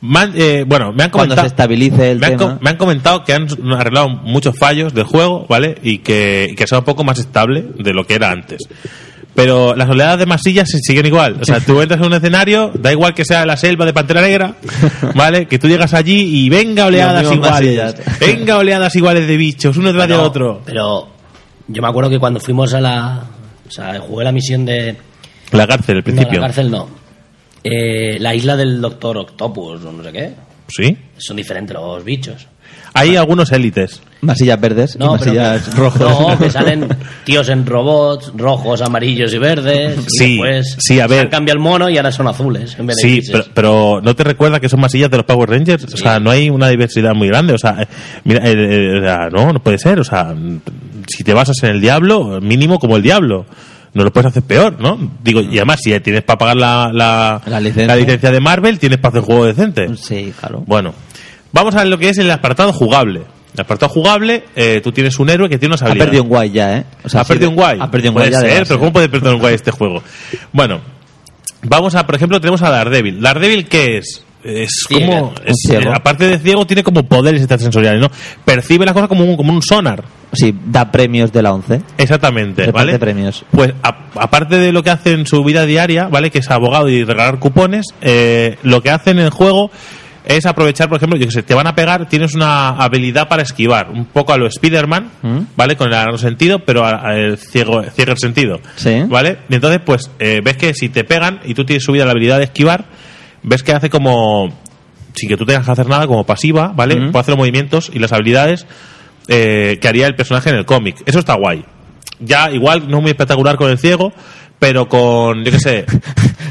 Speaker 1: Me han- eh, bueno, me han
Speaker 2: Cuando
Speaker 1: comentado...
Speaker 2: se estabilice el
Speaker 1: me han,
Speaker 2: tema.
Speaker 1: com- me han comentado que han arreglado muchos fallos del juego, ¿vale? Y que, y que sea un poco más estable de lo que era antes. Pero las oleadas de masillas se siguen igual. O sea, tú entras en un escenario, da igual que sea la selva de Pantera Negra, ¿vale? Que tú llegas allí y venga oleadas
Speaker 2: Las mismas
Speaker 1: iguales.
Speaker 2: masillas.
Speaker 1: Venga oleadas iguales de bichos, uno tras de
Speaker 3: Pero-
Speaker 1: otro.
Speaker 3: Pero yo me acuerdo que cuando fuimos a la... O sea, jugué la misión de...
Speaker 1: La cárcel, al
Speaker 3: No,
Speaker 1: principio.
Speaker 3: la cárcel no. Eh, la isla del Doctor Octopus o no sé qué.
Speaker 1: Sí.
Speaker 3: Son diferentes los bichos.
Speaker 1: Hay algunos élites.
Speaker 2: Masillas verdes y
Speaker 3: No, pero
Speaker 2: masillas
Speaker 3: que-
Speaker 2: rojas.
Speaker 3: No, que salen tíos en robots, rojos, amarillos y verdes. y
Speaker 1: Sí,
Speaker 3: después
Speaker 1: sí, a
Speaker 3: se
Speaker 1: ver.
Speaker 3: han cambiado el mono y ahora son azules en vez de
Speaker 1: Sí,
Speaker 3: grises.
Speaker 1: pero, pero ¿no te recuerda que son masillas de los Power Rangers? O sea, no hay una diversidad muy grande. O sea, eh, mira, eh, eh, o sea, no, no puede ser. O sea, mm, si te basas en el diablo, mínimo como el diablo. No lo puedes hacer peor, ¿no? Digo, y además, si tienes para pagar la, la,
Speaker 2: La licencia. Mm,
Speaker 1: licencia de Marvel, tienes para hacer un juego decente.
Speaker 2: Sí, claro.
Speaker 1: Bueno, vamos a lo que es el apartado jugable. El apartado jugable, eh, tú tienes un héroe que tiene unas
Speaker 2: Ha
Speaker 1: habilidades.
Speaker 2: perdido un guay ya, ¿eh? O sea,
Speaker 1: ha
Speaker 2: sí,
Speaker 1: perdido un guay.
Speaker 2: Ha perdido un
Speaker 1: Puede
Speaker 2: guay ya de
Speaker 1: ser,
Speaker 2: base. ¿eh?
Speaker 1: pero ¿cómo puede perder un guay este juego? Bueno, vamos a, por ejemplo, tenemos a Daredevil. ¿Daredevil qué es? Es
Speaker 3: Ciego.
Speaker 1: como.
Speaker 2: Un
Speaker 1: es-
Speaker 2: ciego.
Speaker 1: aparte de ciego, tiene como poderes extrasensoriales, ¿no? Percibe las cosas como un, como un sonar.
Speaker 2: Sí, da premios de la 11.
Speaker 1: Exactamente,
Speaker 2: Reparte
Speaker 1: ¿vale?
Speaker 2: premios.
Speaker 1: Pues a- aparte de lo que hace en su vida diaria, ¿vale? Que es abogado y regalar cupones, eh, lo que hace en el juego es aprovechar, por ejemplo, yo que sé, te van a pegar, tienes una habilidad para esquivar, un poco a lo Spider-Man,
Speaker 2: ¿Mm?
Speaker 1: ¿vale? Con el largo sentido, pero a- a el ciego, ciego el sentido,
Speaker 2: Sí.
Speaker 1: ¿vale? Y entonces, pues, eh, ves que si te pegan y tú tienes subida la habilidad de esquivar, ves que hace como sin que tú tengas que hacer nada como pasiva, ¿vale?
Speaker 2: Ujú.
Speaker 1: Puede hacer los movimientos y las habilidades eh, que haría el personaje en el cómic. Eso está guay. Ya, igual, no muy espectacular con el ciego, pero con, yo qué sé,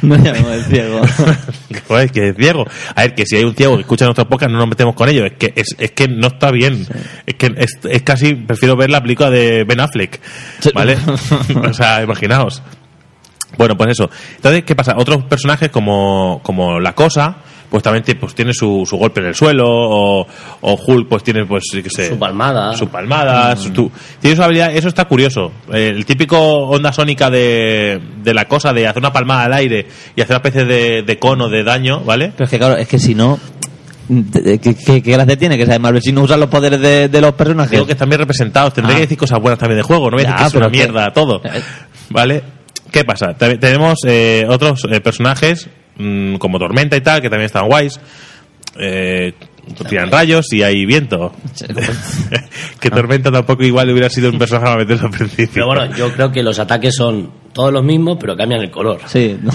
Speaker 2: No llamamos el ciego.
Speaker 1: joder, que es ciego. A ver, que si hay un ciego que escucha nuestras podcast, no nos metemos con ellos. Es que, es, es que no está bien. Es que es, es casi, prefiero ver la película de Ben Affleck.
Speaker 2: Sí.
Speaker 1: ¿Vale? o sea, imaginaos. Bueno, pues eso. Entonces, ¿qué pasa? Otros personajes como, como La Cosa, pues también te- pues, tiene su, su golpe en el suelo, o, o Hulk, pues tiene, pues, yo qué sé.
Speaker 3: Su palmada.
Speaker 1: Su palmada,
Speaker 2: Mm.
Speaker 1: su- tu- tiene su habilidad, eso está curioso. El típico onda sónica de, de la cosa, de hacer una palmada al aire y hacer una especie de, de cono de daño, ¿vale?
Speaker 2: Pero es que claro, es que si no... ¿Qué, qué, qué gracia tiene que sea de Marvel si no usan los poderes de, de los personajes?
Speaker 1: Creo que están bien representados. Tendré
Speaker 2: Ah.
Speaker 1: que decir cosas buenas también de juego. No voy a
Speaker 2: Ya,
Speaker 1: decir que es una
Speaker 2: pero es que-
Speaker 1: mierda todo.
Speaker 2: Eh.
Speaker 1: ¿Vale? ¿Qué pasa? También tenemos eh, otros eh, personajes mm, como Tormenta y tal, que también están guays. Eh, tiran rayos y hay viento. que
Speaker 2: Ah.
Speaker 1: Tormenta tampoco igual hubiera sido un personaje a meterlo al principio.
Speaker 3: Pero bueno, yo creo que los ataques son todos los mismos, pero cambian el color.
Speaker 2: Sí. ¿no?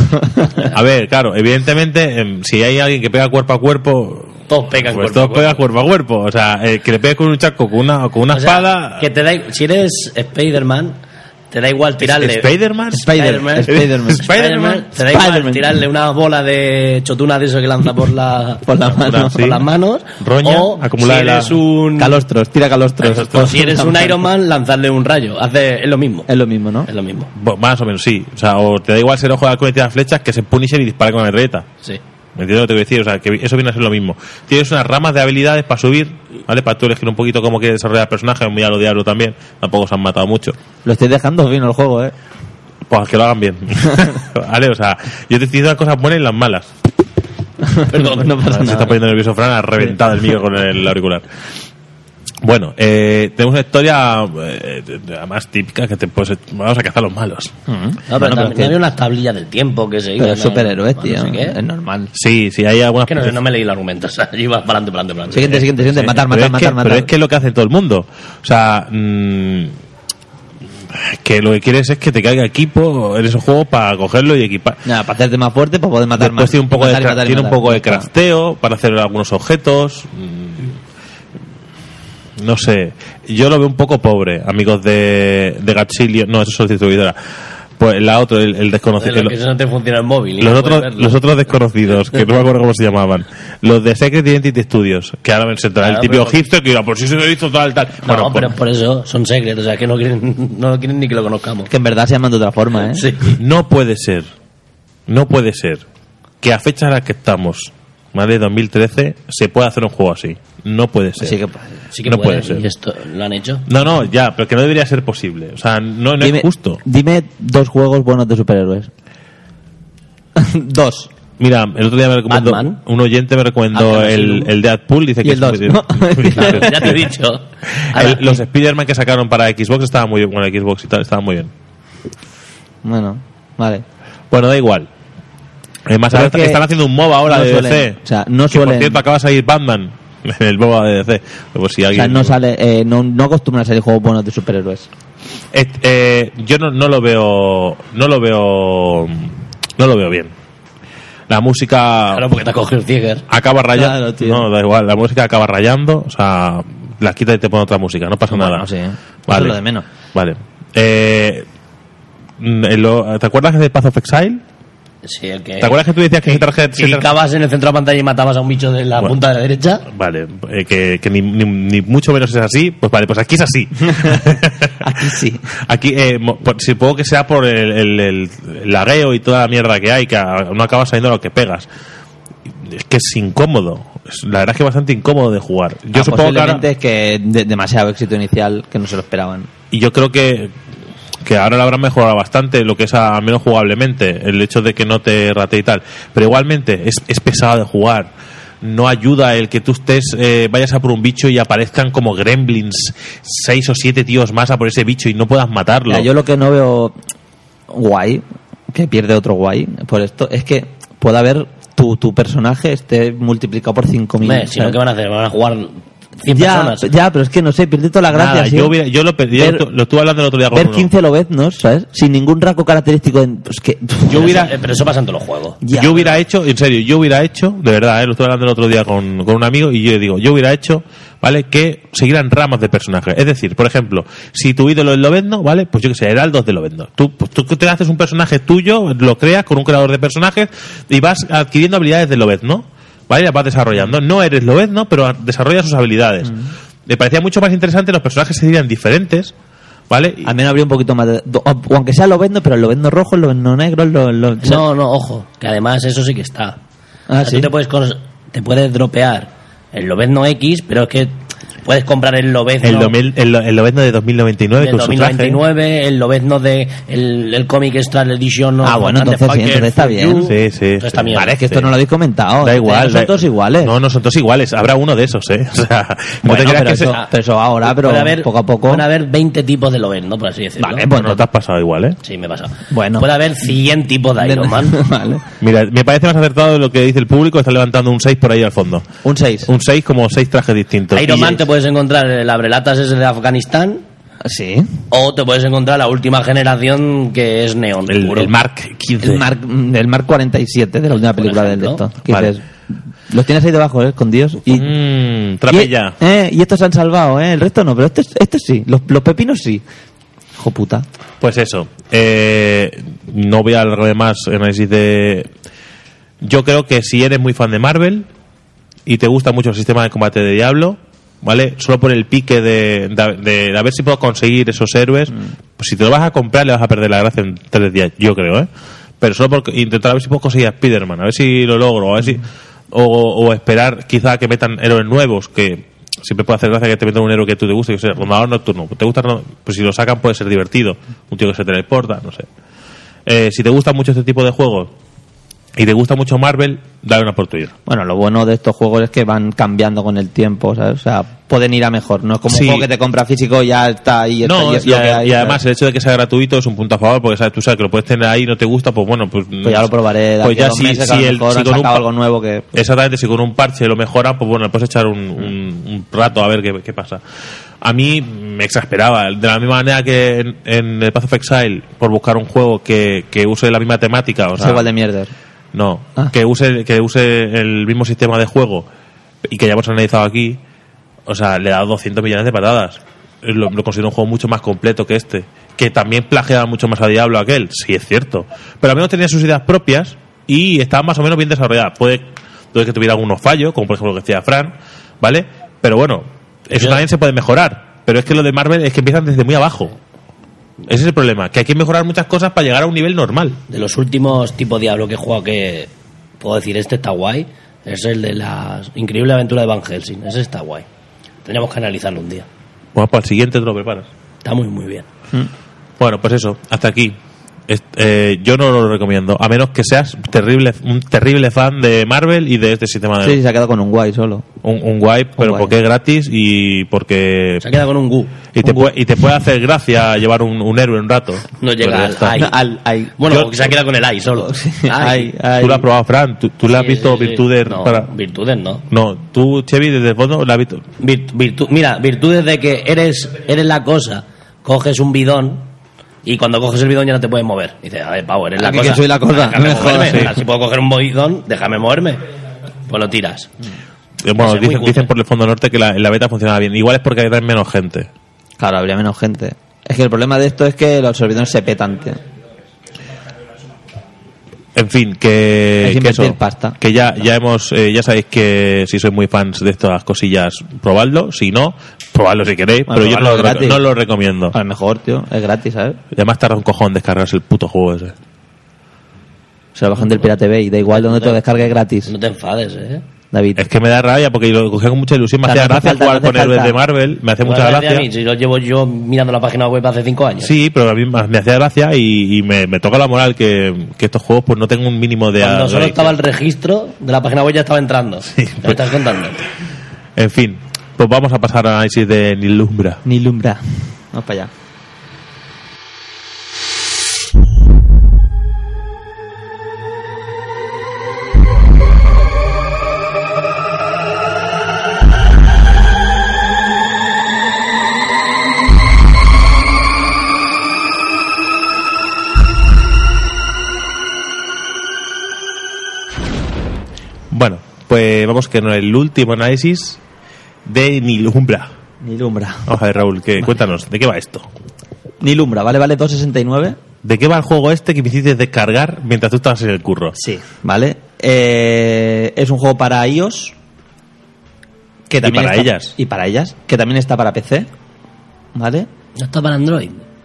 Speaker 1: A ver, claro, evidentemente, em, si hay alguien que pega cuerpo a cuerpo,
Speaker 3: Todos pegan
Speaker 1: pues
Speaker 3: cuerpo a
Speaker 1: todos
Speaker 3: cuerpo.
Speaker 1: pegan cuerpo a cuerpo. O sea, el que le pegue con un chaco con una, o con una
Speaker 3: O sea,
Speaker 1: espada.
Speaker 3: que te da, i- si eres Spider-Man, te da igual tirarle.
Speaker 1: ¿Spider-Man?
Speaker 2: Spider-Man. Spider-Man.
Speaker 1: Spider-Man.
Speaker 3: Te da igual
Speaker 2: Spider-Man.
Speaker 3: tirarle una bola de chotuna de eso que lanza por, la,
Speaker 2: Por la mano.
Speaker 3: por las manos.
Speaker 1: Roña,
Speaker 3: o
Speaker 1: acumulada
Speaker 3: si
Speaker 1: en la-
Speaker 3: eres un.
Speaker 2: Calostros, tira calostros.
Speaker 1: Calostros.
Speaker 3: o si eres un Iron Man, lanzarle un rayo. Hace, es lo mismo.
Speaker 2: Es lo mismo, ¿no?
Speaker 3: Es lo mismo.
Speaker 1: Bo- más o menos, sí. O sea, o te da igual ser ojo de halcón y tirar flechas que ser Punisher y disparar con la metralleta.
Speaker 3: Sí.
Speaker 1: Entiendo lo que te voy a decir, o sea, que eso viene a ser lo mismo. Tienes unas ramas de habilidades para subir, ¿vale? Para tú elegir un poquito cómo quieres desarrollar el personaje, muy a lo diablo también, tampoco se han matado mucho.
Speaker 2: Lo estoy dejando vino el juego, ¿eh?
Speaker 1: Pues que lo hagan bien. vale, o sea, yo te estoy diciendo las cosas buenas y las malas.
Speaker 2: Perdón, no pasa
Speaker 1: Se está
Speaker 2: nada.
Speaker 1: poniendo nervioso Fran, ha reventado el micro con el auricular. Bueno, eh, tenemos una historia eh, de- de- más típica que te pues, vamos a cazar los malos.
Speaker 2: Hmm.
Speaker 3: No, pero
Speaker 2: Bueno, pero
Speaker 3: también
Speaker 2: es que-
Speaker 3: había unas tablillas del tiempo que se
Speaker 2: Pero
Speaker 3: iban
Speaker 2: es
Speaker 3: a-
Speaker 2: superhéroes,
Speaker 3: a no
Speaker 2: tío.
Speaker 3: sé qué.
Speaker 2: es normal.
Speaker 1: Sí, sí, hay algunas...
Speaker 3: Es que no, sé, no me leí el argumento, o sea, yo iba para adelante, para adelante, para adelante.
Speaker 2: Siguiente, siguiente, siguiente.
Speaker 1: Sí,
Speaker 2: Matar,
Speaker 1: pero
Speaker 2: matar,
Speaker 1: es
Speaker 2: matar,
Speaker 1: que-
Speaker 2: matar.
Speaker 1: Pero es que es lo que hace todo el mundo. O sea, mm, que lo que quieres es que te caiga equipo en esos juegos para cogerlo y equipar.
Speaker 2: Nada, para hacerte más fuerte, para poder matar
Speaker 1: Después
Speaker 2: más.
Speaker 1: tiene un poco, de,
Speaker 2: Matar y
Speaker 1: cra-
Speaker 2: matar y
Speaker 1: tiene un
Speaker 2: matar.
Speaker 1: poco de crafteo para hacer algunos objetos. mm, No sé. Yo lo veo un poco pobre, amigos de, de Gatsilio. No, eso es su distribuidora. Pues la otra, el, el desconocido.
Speaker 3: Es lo
Speaker 1: el-
Speaker 3: que eso no te funciona el móvil. y
Speaker 1: los
Speaker 3: no
Speaker 1: otros,
Speaker 3: puedes verlo.
Speaker 1: los otros desconocidos, que no me acuerdo cómo se llamaban. Los de Secret Identity Studios, que ahora me sentará el
Speaker 3: Claro,
Speaker 1: típico
Speaker 3: pero-
Speaker 1: hipster que dirá, por si se lo hizo tal, tal.
Speaker 3: No,
Speaker 1: Bueno,
Speaker 3: pero
Speaker 1: pues-
Speaker 3: por eso son secretos, o sea, que no quieren, no quieren ni que lo conozcamos.
Speaker 2: Que en verdad se llaman de otra forma, ¿eh?
Speaker 3: Sí.
Speaker 1: no puede ser, no puede ser que a fecha en la que estamos, ¿vale? 2013, se pueda hacer un juego así. No puede ser.
Speaker 2: Así que
Speaker 3: Sí que
Speaker 1: No
Speaker 3: pueden,
Speaker 1: puede ser.
Speaker 3: y esto lo han hecho.
Speaker 1: No, no, ya, pero que no debería ser posible. O sea, no, no es justo.
Speaker 2: pues, Dime dos juegos buenos de superhéroes. dos.
Speaker 1: Mira, el otro día me recomendó,
Speaker 3: Batman.
Speaker 1: un oyente me recomendó
Speaker 2: Ah,
Speaker 3: Arkham
Speaker 1: el,
Speaker 3: Asylum.
Speaker 1: el Deadpool, dice
Speaker 2: Y
Speaker 1: que
Speaker 2: el
Speaker 1: es muy
Speaker 2: dos,
Speaker 1: bien.
Speaker 2: ¿no?
Speaker 1: Claro.
Speaker 3: ya te he dicho.
Speaker 1: El-
Speaker 3: Ahora,
Speaker 1: los Spider-Man que sacaron para Xbox estaban muy bien, bueno, Xbox y tal, estaban muy bien.
Speaker 2: Bueno, vale.
Speaker 1: Bueno, da igual. Además,
Speaker 2: Pero
Speaker 1: ahora
Speaker 2: es que
Speaker 1: están haciendo un MOBA ahora
Speaker 2: no
Speaker 1: de
Speaker 2: suelen-
Speaker 1: DC.
Speaker 2: o sea, no
Speaker 1: Que,
Speaker 2: suelen-
Speaker 1: por cierto, acaba de salir Batman en el MOBA de DC. Pues si
Speaker 2: O
Speaker 1: alguien...
Speaker 2: sea, no sale, eh, no, no acostumbran a salir juegos buenos de superhéroes.
Speaker 1: Et- eh, yo no, no lo veo... No lo veo... No lo veo bien. La música...
Speaker 3: claro, porque te has cogido el Tiger.
Speaker 1: acaba rayando.
Speaker 2: Claro, tío.
Speaker 1: no, da igual, la música acaba rayando, o sea, la quita y te pone otra música, no pasa
Speaker 2: Bueno,
Speaker 1: nada.
Speaker 2: sí. Eso
Speaker 1: Vale.
Speaker 2: es lo de menos.
Speaker 1: Vale. Eh, mm, en lo- ¿Te acuerdas de Path of Exile?
Speaker 3: Sí, el que.
Speaker 2: Eh,
Speaker 1: ¿Te acuerdas que tú decías que Guitar Head-
Speaker 3: Clicabas en el centro de pantalla y matabas a un bicho de la
Speaker 1: Bueno.
Speaker 3: punta de la derecha.
Speaker 1: Vale, eh, que, que ni, ni- ni mucho menos es así, pues vale, pues aquí es así.
Speaker 2: Aquí sí.
Speaker 1: Aquí, eh, mo- por- supongo que sea por el, el- el- el lagueo y toda la mierda que hay, que a- no acabas sabiendo lo que pegas. Es que es incómodo. Es- La verdad es que es bastante incómodo de jugar. Yo
Speaker 2: Ah,
Speaker 1: supongo que ahora-
Speaker 2: posiblemente es que de- demasiado éxito inicial que no se lo esperaban.
Speaker 1: Y yo creo que, que ahora lo habrán mejorado bastante, lo que es a, al menos jugablemente, el hecho de que no te rate y tal. Pero igualmente, es, es pesado de jugar. No ayuda el que tú estés, eh, vayas a por un bicho y aparezcan como gremlins, seis o siete tíos más a por ese bicho y no puedas matarlo.
Speaker 2: Mira, yo lo que no veo guay, que pierde otro guay por esto, es que pueda haber tu, tu personaje esté multiplicado por 5.000.
Speaker 3: Hombre, si no,
Speaker 2: ¿sabes?
Speaker 3: ¿qué van a hacer? Van a jugar 100
Speaker 2: ya,
Speaker 3: personas.
Speaker 2: ya, pero es que no sé, pierde toda la gracia.
Speaker 1: Nada,
Speaker 2: ¿sí?
Speaker 1: yo, hubiera- yo lo, pe- yo
Speaker 2: ¿eh? Ver-
Speaker 1: lo, lo estuve hablando el otro día con
Speaker 2: Ver
Speaker 1: uno.
Speaker 2: 15 lobeznos, ¿sabes? Sin ningún rasgo característico. En, pues que,
Speaker 3: Pero
Speaker 1: Yo hubiera-
Speaker 3: eso- eh, pero eso pasa en todos los juegos.
Speaker 2: Ya.
Speaker 1: yo hubiera hecho, en serio, yo hubiera hecho, de verdad, ¿eh? lo estuve hablando el otro día con, con un amigo y yo digo, yo hubiera hecho, ¿vale? Que seguieran ramas de personajes. Es decir, por ejemplo, si tu ídolo es Lobezno, ¿vale? Pues yo que sé, Heraldos de Lobezno. Tú, pues tú te haces un personaje tuyo, lo creas con un creador de personajes y vas adquiriendo habilidades de Lobezno, ¿vale? Las vas desarrollando. No eres Lobezno, pero a- desarrollas sus habilidades. Me parecía mucho más interesante, los personajes serían diferentes, ¿vale? Y-
Speaker 2: Al menos habría un poquito más de... O, o aunque sea lobezno, pero el lobezno rojo, el lobezno negro, el lo- lo-
Speaker 3: No, no, ojo. Que además eso sí que está.
Speaker 2: Ah,
Speaker 3: O sea,
Speaker 2: ¿sí?
Speaker 3: Tú te puedes, cons- te puedes dropear el Lobezno X, pero es que puedes comprar el Lobezno
Speaker 1: el, 2000 el, el Lobezno de 2099
Speaker 3: del
Speaker 1: con su traje.
Speaker 3: 2029, el Lobezno de el, el Comic Extra Edition. no,
Speaker 2: Ah, bueno, entonces sí,
Speaker 3: Motherfucker,
Speaker 2: entonces está
Speaker 3: Fuck
Speaker 2: bien.
Speaker 3: you.
Speaker 1: Sí, sí,
Speaker 3: Toda esta
Speaker 1: sí.
Speaker 3: mierda.
Speaker 2: Vale, es que esto
Speaker 1: Sí.
Speaker 2: no lo habéis comentado.
Speaker 1: Da igual.
Speaker 2: No son
Speaker 1: da-
Speaker 2: todos iguales.
Speaker 1: No, no son todos iguales. Habrá uno de esos, ¿eh? O sea, no te
Speaker 2: Bueno,
Speaker 1: creas
Speaker 2: pero,
Speaker 1: que
Speaker 2: eso,
Speaker 1: se-
Speaker 2: pero eso ahora, pero
Speaker 3: Puede haber-
Speaker 2: poco a poco...
Speaker 3: Pueden haber 20 tipos de Lobezno, por así decirlo.
Speaker 2: Vale,
Speaker 1: Bueno, pues no te has pasado igual, ¿eh?
Speaker 3: Sí, me pasa.
Speaker 2: Bueno.
Speaker 3: Puede haber 100 tipos de Iron Man.
Speaker 2: Vale.
Speaker 1: Mira, me parece más acertado lo que dice el público. Está levantando un 6 por ahí al fondo.
Speaker 2: Un 6.
Speaker 1: Un 6 como 6 trajes distintos.
Speaker 3: Iron
Speaker 1: Y-
Speaker 3: Man te puedes encontrar el abrelatas ese de Afganistán
Speaker 2: Sí.
Speaker 3: o te puedes encontrar la última generación que es Neon.
Speaker 1: el,
Speaker 3: puro.
Speaker 1: el Mark 15.
Speaker 2: El Mark, el Mark 47 de la última película del de
Speaker 3: ejemplo.
Speaker 2: esto. ¿Qué
Speaker 1: Vale.
Speaker 2: dices? Los tienes ahí debajo, ¿eh? escondidos. Y,
Speaker 1: Mm, trapella.
Speaker 2: Y, eh, y estos se han salvado, ¿eh? El resto no, pero estos, estos sí. Los, los pepinos sí. Hijo puta.
Speaker 1: Pues eso. Eh, no voy a alargarme más en análisis de. Yo creo que si eres muy fan de Marvel y te gusta mucho el sistema de combate de Diablo, ¿vale? Solo por el pique de, de- de a ver si puedo conseguir esos héroes. Pues si te lo vas a comprar, le vas a perder la gracia en tres días, yo creo, ¿eh? pero solo por intentar a ver si puedo conseguir a Spider-Man, a ver si lo logro, a ver si. O, o esperar quizá que metan héroes nuevos, que siempre puede hacer gracia que te metan un héroe que tú te guste, que sea rondador nocturno. ¿Te gusta? Rondador? Pues si lo sacan puede ser divertido, un tío que se teleporta, no sé. Eh, si te gusta mucho este tipo de juegos y te gusta mucho Marvel, dale una oportunidad.
Speaker 2: Bueno, lo bueno de estos juegos es que van cambiando con el tiempo, ¿sabes? O sea, pueden ir a mejor. No es como
Speaker 1: Sí.
Speaker 2: un juego que te compra físico y ya está ahí. está
Speaker 1: No,
Speaker 2: ahí, es
Speaker 1: y,
Speaker 2: lo
Speaker 1: a-
Speaker 2: que hay,
Speaker 1: y
Speaker 2: ¿sabes?
Speaker 1: además el hecho de que sea gratuito es un punto a favor porque sabes tú sabes que lo puedes tener ahí no te gusta pues bueno pues,
Speaker 2: Pues ya lo probaré. de
Speaker 1: pues
Speaker 2: aquí a
Speaker 1: ya
Speaker 2: dos
Speaker 1: si,
Speaker 2: meses, que a
Speaker 1: si
Speaker 2: lo
Speaker 1: el-
Speaker 2: mejor
Speaker 1: si
Speaker 2: han
Speaker 1: con un
Speaker 2: sacado
Speaker 1: pa-
Speaker 2: algo nuevo que...
Speaker 1: exactamente si con un parche lo mejoran pues bueno le puedes echar un, un- un rato a ver qué, qué pasa a mí me exasperaba de la misma manera que en, en el Path of Exile por buscar un juego que, que use la misma temática o
Speaker 2: Es
Speaker 1: sea
Speaker 2: igual de mierder.
Speaker 1: no,
Speaker 2: Ah.
Speaker 1: que use que use el mismo sistema de juego y que ya hemos analizado aquí, o sea, le da 200 millones de patadas. Lo, lo considero un juego mucho más completo que este, que también plagiaba mucho más a Diablo aquel, sí es cierto, pero al menos tenía sus ideas propias y estaba más o menos bien desarrollada. Puede, puede que tuviera algunos fallos, como por ejemplo lo que decía Fran, ¿vale? Pero bueno, eso
Speaker 3: Yo-
Speaker 1: también se puede mejorar. Pero es que lo de Marvel es que empiezan desde muy abajo. Ese es el problema, que hay que mejorar muchas cosas para llegar a un nivel normal.
Speaker 3: De los últimos tipo Diablo que he jugado que puedo decir este está guay, es el de la increíble aventura de Van Helsing. Ese está guay. Tendríamos que analizarlo un día.
Speaker 1: Bueno, para el siguiente te lo preparas.
Speaker 3: Está muy, muy bien.
Speaker 1: Bueno, pues eso, hasta aquí. Este, eh, yo no lo recomiendo, a menos que seas terrible, un terrible fan de Marvel y de este sistema de
Speaker 2: Sí, se ha quedado con un guay solo.
Speaker 1: un, un guay, pero
Speaker 2: guay.
Speaker 1: porque es gratis y porque
Speaker 3: Se ha quedado con un gu.
Speaker 1: y te, puede, y te puede hacer gracia llevar un, un héroe un rato.
Speaker 3: No
Speaker 1: Pero ya
Speaker 3: llega al
Speaker 1: está.
Speaker 3: AI.
Speaker 2: Al- al-
Speaker 3: Bueno,
Speaker 1: Yo-
Speaker 3: se ha quedado con el AI solo.
Speaker 2: Ay, ay.
Speaker 1: Tú lo has probado, Fran. Tú, tú le has
Speaker 3: Sí,
Speaker 1: visto
Speaker 3: sí, sí.
Speaker 1: virtudes
Speaker 3: No,
Speaker 1: para.
Speaker 3: Virtudes no.
Speaker 1: No, tú, Chevy, desde el fondo la has visto. Eh,
Speaker 3: Virt- virtu- mira, virtudes de que eres, eres la cosa, coges un bidón y cuando coges el bidón ya no te puedes mover. Dices, a ver, Pau, eres la
Speaker 2: Ah, que-
Speaker 3: cosa.
Speaker 2: que soy la cosa.
Speaker 3: Déjame
Speaker 2: No me jodas,
Speaker 3: moverme.
Speaker 2: sí.
Speaker 3: Ah, Si puedo coger un bidón, déjame moverme. Pues lo tiras.
Speaker 1: Eh, Bueno,
Speaker 3: Ese Pues es muy
Speaker 1: dicen,
Speaker 3: cutre.
Speaker 1: dicen por el fondo norte que la, la beta funcionaba bien. Igual es porque hay menos gente.
Speaker 2: Claro, habría menos gente. Es que el problema de esto es que los servidores se petan, tío.
Speaker 1: En fin, que,
Speaker 2: Hay que
Speaker 1: que
Speaker 2: invertir pasta.
Speaker 1: que ya, ya hemos, eh, ya sabéis que si sois muy fans de estas cosillas, probadlo, si no, probadlo si queréis,
Speaker 2: Bueno,
Speaker 1: pero yo no
Speaker 2: probadlo
Speaker 1: lo, reco-
Speaker 2: gratis.
Speaker 1: no lo recomiendo.
Speaker 2: A lo mejor, tío, es gratis, ¿sabes?
Speaker 1: Y Además tarda un cojón descargarse el puto juego ese.
Speaker 2: Se lo bajan del Pirate Bay, da igual donde te lo descargues gratis,
Speaker 3: No te enfades, ¿eh?
Speaker 2: David.
Speaker 1: Es que me da rabia porque lo cogía con mucha ilusión, me
Speaker 2: O sea,
Speaker 1: hacía
Speaker 2: no hace
Speaker 1: gracia
Speaker 2: falta,
Speaker 1: jugar
Speaker 2: no hace
Speaker 1: con héroes
Speaker 2: falta.
Speaker 1: de Marvel, me hacía mucha
Speaker 3: Igual me hace
Speaker 1: gracia.
Speaker 3: a mí, si lo llevo yo mirando la página web hace cinco años.
Speaker 1: Sí, pero a mí me me hacía gracia y, y me, me toca la moral que, que estos juegos pues no tengo un mínimo de...
Speaker 3: Cuando
Speaker 1: de-
Speaker 3: solo estaba el registro de la página web ya estaba entrando. Ya
Speaker 1: pues-
Speaker 3: me estás contando.
Speaker 1: En fin, pues vamos a pasar al análisis de Nilumbra.
Speaker 2: Ni lumbra. Vamos para allá.
Speaker 1: Bueno, pues vamos con el último análisis de Nilumbra.
Speaker 2: Ni lumbra.
Speaker 1: Vamos a ver, Raúl, que, cuéntanos, ¿de qué va esto?
Speaker 2: Ni lumbra, ¿vale? Vale 269.
Speaker 1: ¿De qué va el juego este que me hiciste descargar mientras tú estabas en el curro?
Speaker 2: Sí. ¿Vale? Eh, es un juego para iOS. Que
Speaker 1: Y
Speaker 2: también
Speaker 1: para
Speaker 2: está-
Speaker 1: ellas.
Speaker 2: Y para ellas. Que también está para PC. ¿Vale?
Speaker 3: ¿No está para Android?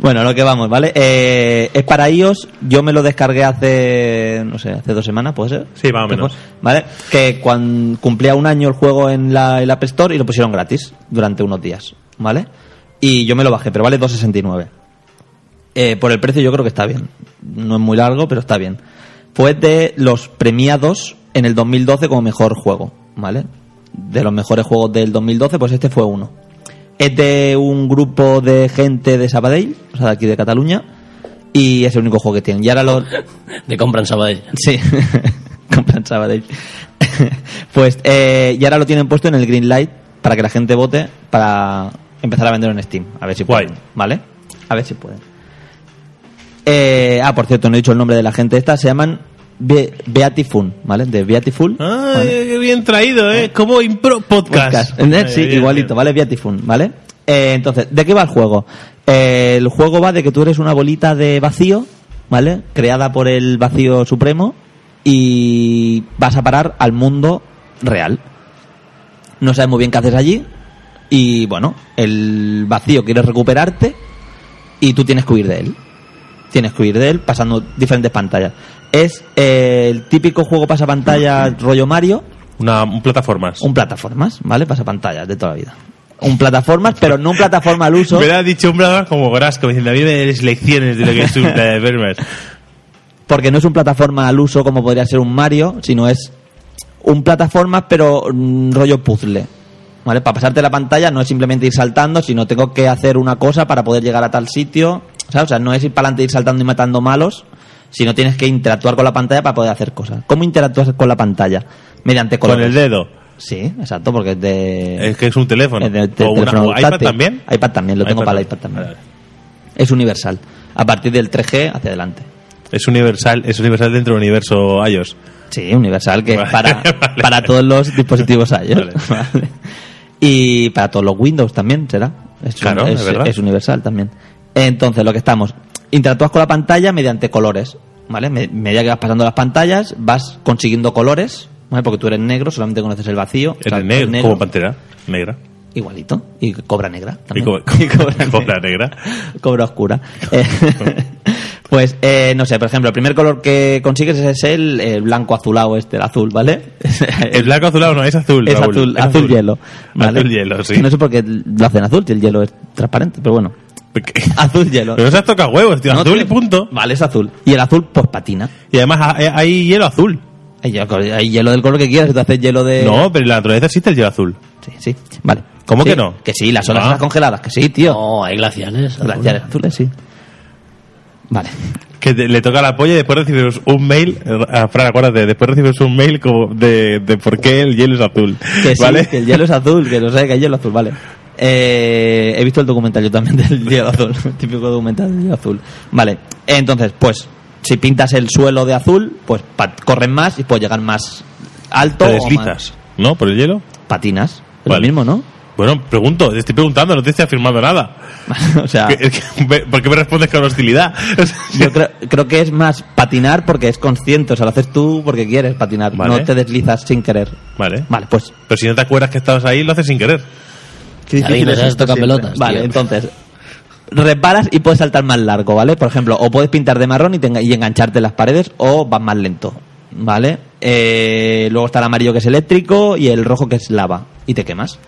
Speaker 2: bueno, a lo que vamos, ¿vale? Eh, es para iOS. Yo me lo descargué hace, no sé, hace dos semanas, ¿puede ser?
Speaker 1: Sí, más o menos.
Speaker 2: ¿Vale? Que cuando cumplía un año el juego en la, el App Store y lo pusieron gratis durante unos días, ¿vale? Y yo me lo bajé, pero vale 269. Eh, por el precio yo creo que está bien. No es muy largo, pero está bien. Fue de los premiados en el 2012 como mejor juego, ¿vale? De los mejores juegos del 2012, pues este fue uno. Es de un grupo de gente de Sabadell, o sea, de aquí de Cataluña, y es el único juego que tienen. Y ahora los...
Speaker 3: De compra en Sabadell.
Speaker 2: Sí, compran Sabadell. pues, eh, y ahora lo tienen puesto en el green light para que la gente vote para empezar a venderlo en Steam. A ver si
Speaker 1: Guay.
Speaker 2: pueden. ¿Vale? A ver si pueden. Eh, ah, por cierto, no he dicho el nombre de la gente esta. Se llaman Be- Beatiful, ¿vale? De Beatiful.
Speaker 1: Ay,
Speaker 2: ¿vale?
Speaker 1: qué bien traído, ¿eh? Como impro podcast.
Speaker 2: Podcast. Eh, Sí,
Speaker 1: Ay, bien,
Speaker 2: igualito,
Speaker 1: bien.
Speaker 2: ¿vale? Beatiful, ¿vale? Eh, entonces, ¿de qué va el juego? Eh, el juego va de que tú eres una bolita de vacío, ¿vale? Creada por el vacío supremo y vas a parar al mundo real. No sabes muy bien qué haces allí y bueno, el vacío quiere recuperarte y tú tienes que huir de él. Tienes que huir de él pasando diferentes pantallas. Es eh, el típico juego pasapantalla rollo Mario,
Speaker 1: Una, un plataformas.
Speaker 2: un plataformas, ¿vale? Pasapantallas de toda la vida. Un plataformas, pero no un plataforma al uso.
Speaker 1: Me lo ha dicho un bravo como Gorasco, diciendo, a mí me des lecciones de lo que es un plataformas.
Speaker 2: porque no es un plataforma al uso como podría ser un Mario, sino es un plataforma pero mm, rollo puzzle. ¿Vale? Para pasarte la pantalla no es simplemente ir saltando, sino tengo que hacer una cosa para poder llegar a tal sitio. ¿sabes? O sea, no es ir para adelante ir saltando y matando malos, sino tienes que interactuar con la pantalla para poder hacer cosas. ¿Cómo interactúas con la pantalla? Mediante
Speaker 1: Con
Speaker 2: colores.
Speaker 1: el dedo.
Speaker 2: Sí, exacto, porque es de...
Speaker 1: Eh, Es que es un teléfono.
Speaker 2: es Eh, de- de
Speaker 1: o una-
Speaker 2: teléfono
Speaker 1: o iPad
Speaker 2: portátil.
Speaker 1: también.
Speaker 2: iPad también, lo tengo para el iPad
Speaker 1: Vale,
Speaker 2: también.
Speaker 1: vale.
Speaker 2: Es universal. A partir del 3G hacia adelante.
Speaker 1: Es universal, es universal dentro del universo iOS.
Speaker 2: Sí, universal, que
Speaker 1: Vale,
Speaker 2: es para,
Speaker 1: vale.
Speaker 2: para todos los dispositivos iOS.
Speaker 1: Vale.
Speaker 2: Vale. Y para todos los Windows también será. Es,
Speaker 1: Claro, es verdad.
Speaker 2: es universal también. Entonces, lo que estamos, interactúas con la pantalla mediante colores, ¿vale? Me- Medida que vas pasando las pantallas, vas consiguiendo colores, ¿vale? Porque tú eres negro, solamente conoces el vacío.
Speaker 1: Es
Speaker 2: o sea,
Speaker 1: de negro, como pantera negra.
Speaker 2: Igualito. Y cobra negra también.
Speaker 1: Y co-
Speaker 2: Y cobra
Speaker 1: cobra negra.
Speaker 2: Cobra oscura. Eh, pues, eh, no sé, por ejemplo, el primer color que consigues es el, eh, blanco azulado este, el azul, ¿vale?
Speaker 1: El blanco azulado no, es azul.
Speaker 2: es
Speaker 1: Raúl,
Speaker 2: azul,
Speaker 1: es
Speaker 2: azul hielo. ¿vale?
Speaker 1: Azul hielo, sí.
Speaker 2: Que No sé por qué lo hacen azul, si el hielo es transparente, pero bueno.
Speaker 1: Porque-
Speaker 2: Azul hielo.
Speaker 1: Pero no se has tocado huevos, tío.
Speaker 2: No,
Speaker 1: Azul y
Speaker 2: tío.
Speaker 1: punto.
Speaker 2: Vale, es azul. Y el azul, pues patina.
Speaker 1: Y además ha- eh, hay, hielo azul.
Speaker 2: Hay hielo- hay hielo del color que quieras, si tú haces hielo de...
Speaker 1: No, pero en la naturaleza existe el hielo azul.
Speaker 2: Sí, sí. Vale.
Speaker 1: ¿Cómo
Speaker 2: Sí,
Speaker 1: que no?
Speaker 2: Que sí, las olas
Speaker 1: Ah.
Speaker 2: están congeladas, que sí, tío.
Speaker 3: No, hay glaciares.
Speaker 2: Glaciares azules, sí. Vale.
Speaker 1: Que te- le toca la polla y después recibimos un mail. eh, ah, Fran, acuérdate, después recibimos un mail como de, de por qué el hielo es azul.
Speaker 2: Que sí,
Speaker 1: ¿Vale?
Speaker 2: que el hielo es azul, que lo sé, que hay hielo azul, vale. Eh, he visto el documental yo también del hielo azul, el típico documental del hielo azul. Vale, entonces, pues, si pintas el suelo de azul, pues pa- corren más y puedes llegar más alto.
Speaker 1: Te
Speaker 2: o
Speaker 1: deslizas, ¿no? Por el hielo.
Speaker 2: más- Patinas, es
Speaker 1: Vale.
Speaker 2: lo mismo, ¿no?
Speaker 1: Bueno, pregunto, te estoy preguntando, no te estoy afirmando nada.
Speaker 2: o sea,
Speaker 1: Que- que- ve- ¿Por qué me respondes con hostilidad?
Speaker 2: yo creo, creo que es más patinar porque es consciente, o sea, lo haces tú porque quieres patinar,
Speaker 1: Vale.
Speaker 2: no te deslizas sin querer.
Speaker 1: vale.
Speaker 2: Vale, pues
Speaker 1: Pero si no te acuerdas que estabas ahí, lo haces sin querer.
Speaker 2: Qué difícil
Speaker 3: Sabéis, no
Speaker 2: es
Speaker 3: sabes
Speaker 2: esto
Speaker 3: tocar
Speaker 2: siempre.
Speaker 3: pelotas,
Speaker 2: Vale,
Speaker 3: tío.
Speaker 2: entonces reparas y puedes saltar más largo, ¿vale? Por ejemplo, o puedes pintar de marrón y, te enga- y engancharte en las paredes o vas más lento, ¿vale? Eh, luego está el amarillo que es eléctrico y el rojo que es lava y te quemas.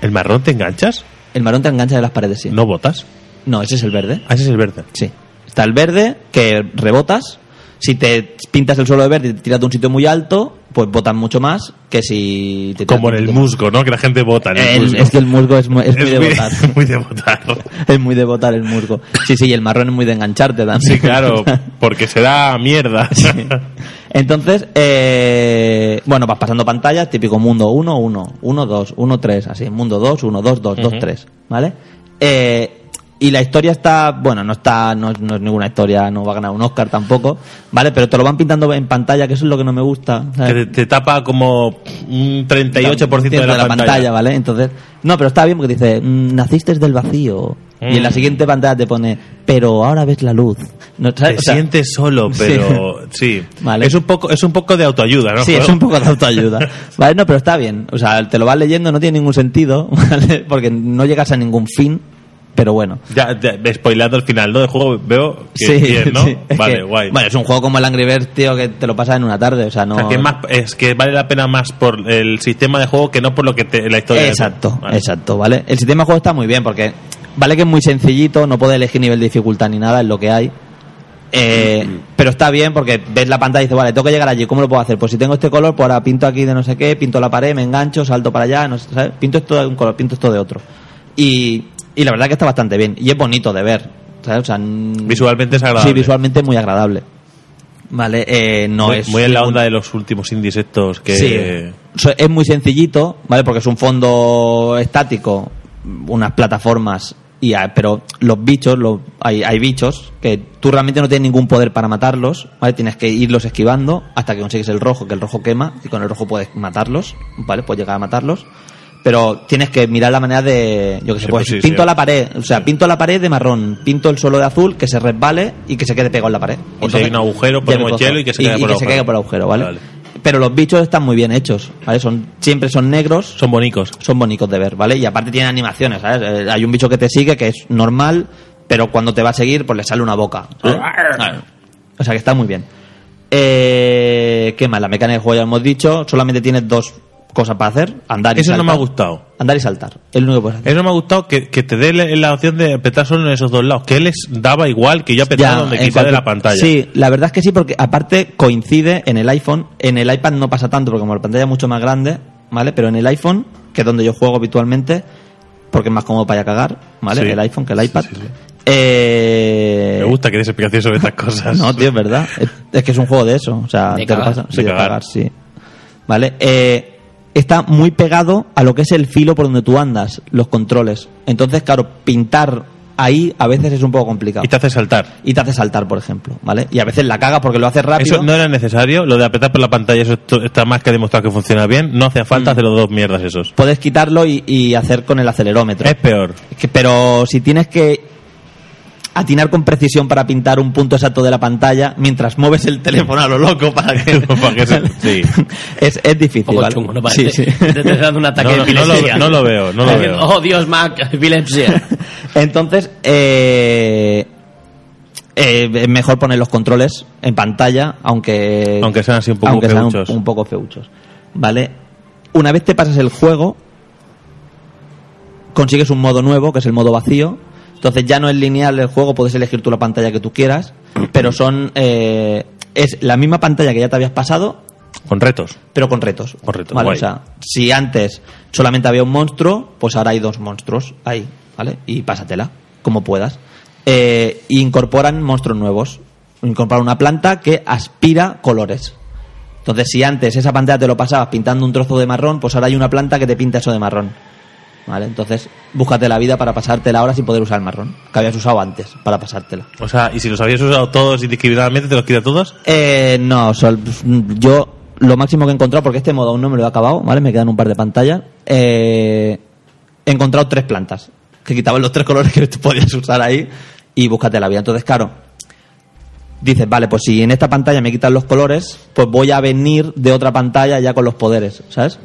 Speaker 1: ¿El marrón te enganchas?
Speaker 2: El marrón te engancha de las paredes, sí.
Speaker 1: ¿No botas?
Speaker 2: No, ese es el verde.
Speaker 1: Ah, ese es el verde.
Speaker 2: Sí. Está el verde que rebotas. Si te pintas el suelo de verde y te tiras de un sitio muy alto, pues botas mucho más que si te tiras
Speaker 1: Como en
Speaker 2: de un
Speaker 1: el
Speaker 2: sitio-
Speaker 1: musgo, ¿no? Que la gente bota en el,
Speaker 2: El-
Speaker 1: musgo.
Speaker 2: es que el musgo es muy, es muy de botar.
Speaker 1: es muy de botar.
Speaker 2: Es muy de botar el musgo. Sí, sí, y el marrón es muy de engancharte también.
Speaker 1: Sí, claro, porque será mierda.
Speaker 2: Entonces, eh, bueno, vas pasando pantallas, típico mundo 1, 1, 1, 2, 1, 3, así, mundo 2, 1, 2, 2, 2, 3, ¿vale? Eh, y la historia está, bueno, no está, no, es- no es ninguna historia, no va a ganar un Oscar tampoco, ¿vale? Pero te lo van pintando en pantalla, que eso es lo que no me gusta. ¿sabes?
Speaker 1: Que te, te tapa como un 38% de la, pantalla.
Speaker 2: ¿vale? Entonces, no, pero está bien porque dice, mm, naciste del vacío. Y en la
Speaker 1: Mm.
Speaker 2: siguiente pantalla te pone, pero ahora ves la luz. No,
Speaker 1: Te
Speaker 2: ¿sabes? O sea,
Speaker 1: sientes solo, pero sí.
Speaker 2: Vale.
Speaker 1: Es un poco es un poco de autoayuda, ¿no?
Speaker 2: Sí,
Speaker 1: Joder.
Speaker 2: es un poco de autoayuda. Vale, no, pero está bien. O sea, te lo vas leyendo, no tiene ningún sentido, ¿vale? Porque no llegas a ningún fin, pero bueno.
Speaker 1: Ya, ya, spoileando el final, ¿no? Del juego veo que
Speaker 2: sí,
Speaker 1: bien, ¿no?
Speaker 2: sí. Es
Speaker 1: Vale,
Speaker 2: que,
Speaker 1: guay.
Speaker 2: Bueno, es un juego como el Angry Birds, tío, que te lo pasas en una tarde. O sea, no.
Speaker 1: O sea, que es, más, es que vale la pena más por el sistema de juego que no por lo que te- la historia.
Speaker 2: Exacto,
Speaker 1: Vale.
Speaker 2: exacto, ¿vale? El sistema de juego está muy bien porque vale que es muy sencillito, no puedes elegir nivel de dificultad ni nada, es lo que hay. Eh,
Speaker 1: Mm,
Speaker 2: pero está bien porque ves la pantalla y dices, vale, tengo que llegar allí, ¿cómo lo puedo hacer? Pues si tengo este color, pues ahora pinto aquí de no sé qué, pinto la pared, me engancho, salto para allá, no sé, ¿sabes? Pinto esto de un color, pinto esto de otro. Y, y la verdad que está bastante bien y es bonito de ver, ¿sabes? O sea, n-
Speaker 1: Visualmente es agradable.
Speaker 2: Sí, visualmente muy agradable. Vale, eh, no
Speaker 1: muy,
Speaker 2: es...
Speaker 1: muy en la onda de los últimos indies estos Pues que
Speaker 2: Sí. So- Es muy sencillito, ¿vale? Porque es un fondo estático, unas plataformas, y a- pero los bichos, los, hay, hay bichos que tú realmente no tienes ningún poder para matarlos, ¿vale? Tienes que irlos esquivando hasta que consigues el rojo, que el rojo quema, y con el rojo puedes matarlos, ¿vale? Puedes llegar a matarlos. Pero tienes que mirar la manera de. Yo que sé,
Speaker 1: Sí,
Speaker 2: pues,
Speaker 1: pues sí,
Speaker 2: pinto
Speaker 1: sí.
Speaker 2: la pared. O sea, pinto la pared de marrón. Pinto el suelo de azul, que se resbale y que se quede pegado en la pared.
Speaker 1: O si hay un agujero,
Speaker 2: ya
Speaker 1: ponemos
Speaker 2: me cojo.
Speaker 1: hielo y que se caiga por el agujero.
Speaker 2: por el agujero, ¿vale?
Speaker 1: Vale.
Speaker 2: Pero los bichos están muy bien hechos, ¿vale? Son, siempre son negros,
Speaker 1: Son bonicos.
Speaker 2: son bonitos de ver, ¿vale? Y aparte tienen animaciones, ¿sabes? Eh, Hay un bicho que te sigue que es normal, pero cuando te va a seguir, pues le sale una boca. ¿sabes?
Speaker 1: Ah.
Speaker 2: Claro. O sea que está muy bien. Eh, ¿Qué más? La mecánica del juego ya lo hemos dicho, solamente tienes dos cosas para hacer, andar y
Speaker 1: Eso no
Speaker 2: saltar.
Speaker 1: me ha gustado.
Speaker 2: Andar y saltar, es lo único que puedes hacer.
Speaker 1: Eso me ha gustado que, que te dé la la opción de apretar solo en esos dos lados. Que él les daba igual que yo apretaba
Speaker 2: Ya,
Speaker 1: donde
Speaker 2: en
Speaker 1: quisiera de
Speaker 2: cualquier-
Speaker 1: la pantalla.
Speaker 2: Sí, la verdad es que sí, porque aparte coincide en el iPhone. En el iPad no pasa tanto, porque como la pantalla es mucho más grande, ¿vale? Pero en el iPhone, que es donde yo juego habitualmente, porque es más cómodo para ir a cagar, ¿vale?
Speaker 1: Sí.
Speaker 2: El iPhone que el
Speaker 1: Sí,
Speaker 2: iPad.
Speaker 1: sí, sí.
Speaker 2: Eh,
Speaker 1: Me gusta que des explicaciones sobre estas cosas.
Speaker 2: No, tío, es verdad. Es, es que es un juego de eso. O sea,
Speaker 3: De
Speaker 2: te lo
Speaker 3: cagar.
Speaker 2: pasas- sí,
Speaker 1: De
Speaker 2: de
Speaker 1: cagar.
Speaker 2: cagar, sí. ¿Vale? Eh, está muy pegado a lo que es el filo por donde tú andas, los controles. Entonces, claro, pintar ahí a veces es un poco complicado
Speaker 1: Y te hace saltar.
Speaker 2: y te hace saltar, por ejemplo, ¿vale? Y a veces la cagas porque lo haces rápido.
Speaker 1: Eso no era necesario. Lo de apretar por la pantalla, eso esto- está más que demostrado que funciona bien. No hace
Speaker 2: Mm.
Speaker 1: falta hacer los dos mierdas esos.
Speaker 2: Puedes quitarlo y, y hacer con el acelerómetro.
Speaker 1: Es peor.
Speaker 2: Que- Pero si tienes que atinar con precisión para pintar un punto exacto de la pantalla mientras mueves el teléfono a lo loco para que...
Speaker 1: Para que se- sí.
Speaker 2: es, es difícil,
Speaker 3: poco
Speaker 2: ¿vale?
Speaker 3: chungo, ¿no?
Speaker 2: Sí,
Speaker 3: Parece.
Speaker 2: sí.
Speaker 3: Te estás dando un ataque
Speaker 1: No, no,
Speaker 3: de
Speaker 1: no lo-
Speaker 3: epilepsia.
Speaker 1: no lo veo, no lo
Speaker 3: Diciendo,
Speaker 1: veo.
Speaker 3: Oh, Dios, Mac, epilepsia.
Speaker 2: Entonces, eh, eh, es mejor poner los controles en pantalla, aunque.
Speaker 1: Aunque sean así un poco
Speaker 2: aunque sean
Speaker 1: feuchos.
Speaker 2: Un, un poco feuchos. ¿Vale? Una vez te pasas el juego, consigues un modo nuevo, que es el modo vacío. Entonces ya no es lineal el juego, puedes elegir tú la pantalla que tú quieras, pero son. eh, es la misma pantalla que ya te habías pasado,
Speaker 1: Con retos.
Speaker 2: pero con retos.
Speaker 1: Con retos,
Speaker 2: ¿vale?
Speaker 1: guay.
Speaker 2: O sea, si antes solamente había un monstruo, pues ahora hay dos monstruos ahí, ¿vale? Y pásatela, como puedas. Eh, incorporan monstruos nuevos. Incorporan una planta que aspira colores. Entonces, si antes esa pantalla te lo pasabas pintando un trozo de marrón, pues ahora hay una planta que te pinta eso de marrón. ¿Vale? Entonces, búscate la vida para pasártela ahora sin poder usar el marrón, que habías usado antes para pasártela.
Speaker 1: O sea, y si los habías usado todos indiscriminadamente, te los quita todos.
Speaker 2: Eh, no, sol- yo lo máximo que he encontrado, porque este modo aún no me lo he acabado, ¿vale? Me quedan un par de pantallas. eh, he encontrado tres plantas que quitaban los tres colores que tú podías usar ahí y búscate la vida. Entonces, claro, dices, vale, pues si en esta pantalla me quitan los colores, pues voy a venir de otra pantalla ya con los poderes, ¿sabes?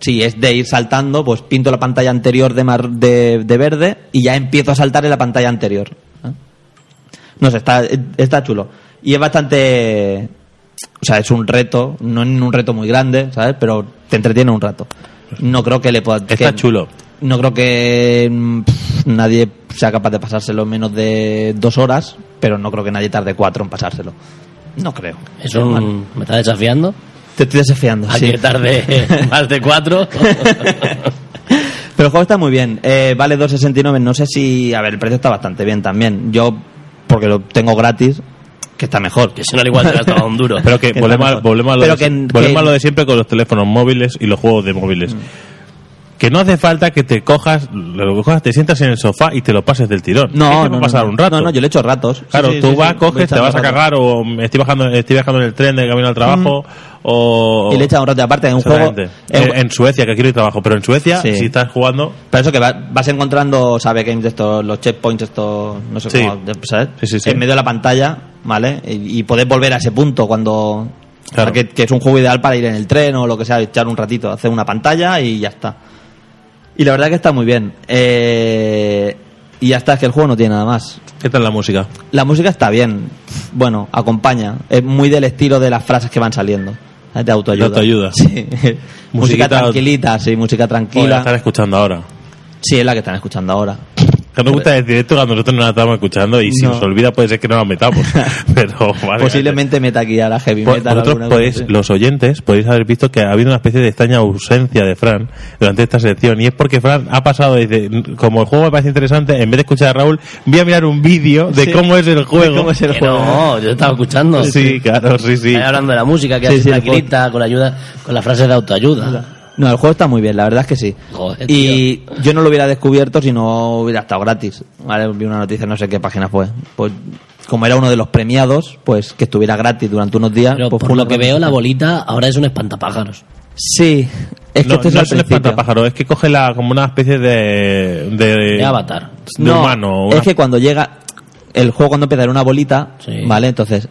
Speaker 2: Si es de ir saltando, pues pinto la pantalla anterior de, mar- de, de verde y ya empiezo a saltar en la pantalla anterior. ¿eh? No sé, está, está chulo. Y es bastante... O sea, es un reto, no es un reto muy grande, ¿sabes? Pero te entretiene un rato. No creo que le pueda...
Speaker 1: Pues Está
Speaker 2: que-
Speaker 1: chulo.
Speaker 2: No creo que mm, pff, nadie sea capaz de pasárselo en menos de dos horas, pero no creo que nadie tarde cuatro en pasárselo. No creo.
Speaker 3: Es un- ¿Me está desafiando?
Speaker 2: Te estoy desafiando,
Speaker 3: Aquí
Speaker 2: sí.
Speaker 3: tarde más de cuatro.
Speaker 2: Pero el juego está muy bien. Eh, vale 2.69. No sé si. A ver, el precio está bastante bien también. Yo, porque lo tengo gratis, que está mejor.
Speaker 3: que si no, al igual te has tomado un duro.
Speaker 1: Pero que,
Speaker 2: Que
Speaker 1: volvemos, a,
Speaker 2: tampoco.
Speaker 1: volvemos a lo
Speaker 2: Pero
Speaker 1: de,
Speaker 2: que-
Speaker 1: volvemos
Speaker 2: que- Mm.
Speaker 1: a lo de siempre con los teléfonos móviles y los juegos de móviles. Que no hace falta que te cojas, lo que cojas, te sientas en el sofá y te lo pases del tirón. Es que
Speaker 2: No,
Speaker 1: va
Speaker 2: no,
Speaker 1: a
Speaker 2: no,
Speaker 1: pasar
Speaker 2: no.
Speaker 1: un rato.
Speaker 2: No, no, yo le he hecho ratos. Sí,
Speaker 1: Claro,
Speaker 2: sí,
Speaker 1: tú
Speaker 2: sí,
Speaker 1: vas,
Speaker 2: sí. Voy
Speaker 1: coges, te
Speaker 2: echando
Speaker 1: vas a
Speaker 2: ratos.
Speaker 1: cagar o me estoy bajando, estoy viajando en el tren de camino al trabajo o...
Speaker 2: Mm. Y le he echado un rato. Y aparte, en un juego.
Speaker 1: Exactamente.
Speaker 2: en-
Speaker 1: En, en Suecia, que aquí no hay trabajo, pero en Suecia,
Speaker 2: Sí.
Speaker 1: si estás jugando...
Speaker 2: Pero eso que va- vas encontrando, sabe games de estos, los checkpoints de estos, no sé
Speaker 1: Sí.
Speaker 2: cómo, de- ¿sabes?
Speaker 1: Sí, sí, sí.
Speaker 2: En medio de la pantalla, ¿vale? Y, y podés volver a ese punto cuando...
Speaker 1: Claro.
Speaker 2: o sea, que, que es un juego ideal para ir en el tren o lo que sea, echar un ratito, hacer una pantalla y ya está. Y la verdad que está muy bien. Eh, y ya está, es que el juego no tiene nada más.
Speaker 1: ¿Qué tal la música?
Speaker 2: La música está bien. Bueno, acompaña. Es muy del estilo de las frases que van saliendo. De autoayuda.
Speaker 1: De autoayuda.
Speaker 2: Sí.
Speaker 1: Musiquita-
Speaker 2: música tranquilita, sí, música
Speaker 1: Joder, la
Speaker 2: tranquila.
Speaker 1: están escuchando ahora.
Speaker 2: Sí, es la que están escuchando ahora.
Speaker 1: Que me gusta decir esto cuando nosotros no la estamos escuchando y si
Speaker 2: No.
Speaker 1: nos olvida puede ser que no la metamos. pero vale,
Speaker 2: Posiblemente meta aquí a la heavy
Speaker 1: Po-
Speaker 2: metal.
Speaker 1: Pues vosotros
Speaker 2: alguna
Speaker 1: podéis,
Speaker 2: cosa así.
Speaker 1: los oyentes, podéis haber visto que ha habido una especie de extraña ausencia de Fran durante esta sección. Y es porque Fran ha pasado, dice, como el juego me parece interesante, en vez de escuchar a Raúl, voy a mirar un vídeo de
Speaker 2: Sí.
Speaker 1: cómo es el juego.
Speaker 2: ¿Cómo es el
Speaker 3: Que
Speaker 2: juego?
Speaker 3: no, yo estaba escuchando.
Speaker 1: Sí, claro, sí, sí.
Speaker 3: Ahí hablando de la música, que
Speaker 2: Sí,
Speaker 3: hace
Speaker 2: sí, el
Speaker 3: tranquilita, con la ayuda, con la frase de autoayuda.
Speaker 2: No, el juego está muy bien, la verdad es que sí.
Speaker 3: Joder,
Speaker 2: y yo no lo hubiera descubierto si no hubiera estado gratis. Vale, vi una noticia, no sé qué página fue. Pues como era uno de los premiados, pues que estuviera gratis durante unos días.
Speaker 3: Pero
Speaker 2: pues,
Speaker 3: por
Speaker 2: fue
Speaker 3: lo
Speaker 2: una
Speaker 3: que veo, la
Speaker 2: noticia.
Speaker 3: bolita ahora es un espantapájaros.
Speaker 2: Sí, es que
Speaker 1: no,
Speaker 2: este es
Speaker 1: no
Speaker 2: al
Speaker 1: es un
Speaker 2: principio.
Speaker 1: espantapájaro, es que coge la, como una especie de. de,
Speaker 3: De Avatar.
Speaker 1: de humano. una-
Speaker 2: Es que cuando llega el juego cuando empieza era una bolita,
Speaker 3: Sí.
Speaker 2: ¿vale? Entonces,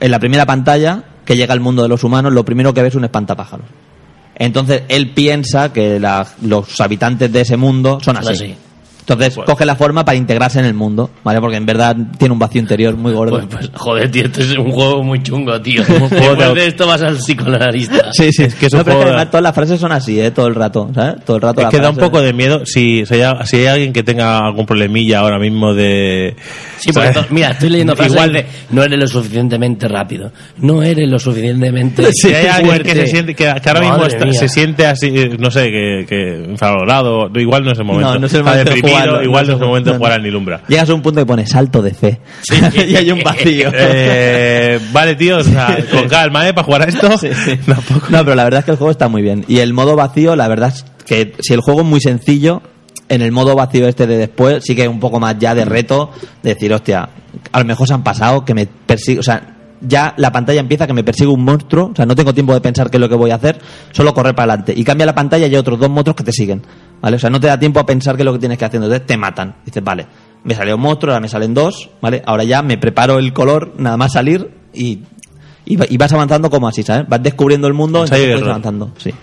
Speaker 2: en la primera pantalla que llega al mundo de los humanos, lo primero que ve es un espantapájaros. Entonces, él piensa que la- los habitantes de ese mundo son
Speaker 3: Son
Speaker 2: así.
Speaker 3: así.
Speaker 2: Entonces,
Speaker 1: Pues-
Speaker 2: coge la forma para integrarse en el mundo, ¿vale? Porque en verdad tiene un vacío interior muy gordo.
Speaker 3: Pues, pues, joder, tío, esto es un juego muy chungo, tío.
Speaker 1: juego de
Speaker 3: Después
Speaker 1: au-
Speaker 3: de esto vas al psicoanalista.
Speaker 1: Sí, sí, es que es un
Speaker 2: No, pero es
Speaker 1: juego
Speaker 2: que
Speaker 1: de-
Speaker 2: además todas las frases son así, ¿eh? Todo el rato, ¿sabes? Todo el rato
Speaker 1: Es
Speaker 2: la
Speaker 1: que da un
Speaker 2: frase-
Speaker 1: poco de miedo si, si, hay, si hay alguien que tenga algún problemilla ahora mismo de...
Speaker 3: Sí, porque
Speaker 1: ¿sabes?
Speaker 3: to- mira, estoy leyendo frases
Speaker 1: Igual-
Speaker 3: de no eres lo suficientemente rápido, no eres lo suficientemente
Speaker 1: Si hay alguien
Speaker 3: fuerte".
Speaker 1: que, se siente, que, que ahora mismo
Speaker 3: Madre
Speaker 1: está-
Speaker 3: mía.
Speaker 1: se siente así, eh, no sé, que, que infravalorado, no, igual no es el momento.
Speaker 2: No, no es el
Speaker 1: Está
Speaker 2: momento de
Speaker 1: deprimido,
Speaker 2: jugarlo,
Speaker 1: igual
Speaker 2: no
Speaker 1: no
Speaker 2: es
Speaker 1: es el momento de
Speaker 2: no,
Speaker 1: jugar
Speaker 2: no.
Speaker 1: al Nilumbra.
Speaker 2: Llegas a un punto que pones salto de fe. y hay un vacío.
Speaker 1: Eh, vale, tío, o sea, con calma, ¿eh? Para jugar a esto.
Speaker 2: Sí, sí.
Speaker 1: Tampoco.
Speaker 2: No, pero la verdad es que el juego está muy bien. Y el modo vacío, la verdad es que si el juego es muy sencillo, en el modo vacío este de después sí que hay un poco más ya
Speaker 1: Mm.
Speaker 2: de reto, de decir, hostia, a lo mejor se han pasado, que me persigue, o sea, ya la pantalla empieza que me persigue un monstruo, o sea, no tengo tiempo de pensar qué es lo que voy a hacer, solo correr para adelante. Y cambia la pantalla y hay otros dos monstruos que te siguen, ¿vale? O sea, no te da tiempo a pensar qué es lo que tienes que hacer, entonces te matan. Dices, vale, me salió un monstruo, ahora me salen dos, ¿vale? Ahora ya me preparo el color, nada más salir y y, va- y vas avanzando como así, ¿sabes? Vas descubriendo el mundo
Speaker 1: Ensayo y
Speaker 2: entonces puedes ir
Speaker 1: error.
Speaker 2: avanzando. Sí. La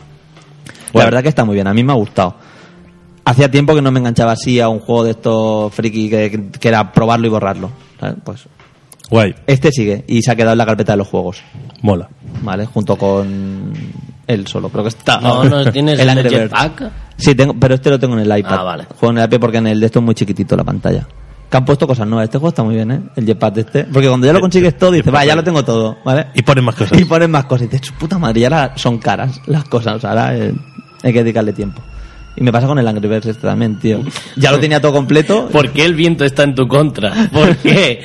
Speaker 1: Bueno.
Speaker 2: verdad que está muy bien, a mí me ha gustado. Hacía tiempo que no me enganchaba así a un juego de estos friki que, que era probarlo y borrarlo. ¿sabes? Pues
Speaker 1: Guay,
Speaker 2: este sigue y se ha quedado en la carpeta de los juegos,
Speaker 1: mola.
Speaker 2: ¿vale? Junto con él solo, creo que está.
Speaker 3: No, no tienes el
Speaker 2: Angry Birds.
Speaker 3: jetpack.
Speaker 2: Sí, tengo, pero este lo tengo en el iPad.
Speaker 3: Ah, vale.
Speaker 2: Juego en el iPad porque en el de esto es muy chiquitito la pantalla. Que han puesto cosas nuevas. Este juego está muy bien, ¿eh? El jetpack de este. Porque cuando ya lo consigues todo, dices, va, ya lo tengo todo, ¿vale?
Speaker 1: Y ponen más cosas.
Speaker 2: Y ponen más cosas. Y dices, "Su puta madre, ya ahora son caras las cosas. O sea, ahora eh, hay que dedicarle tiempo. Y me pasa con el Angry Birds este también, tío. Ya lo tenía todo completo.
Speaker 3: ¿Por qué el viento está en tu contra? ¿Por qué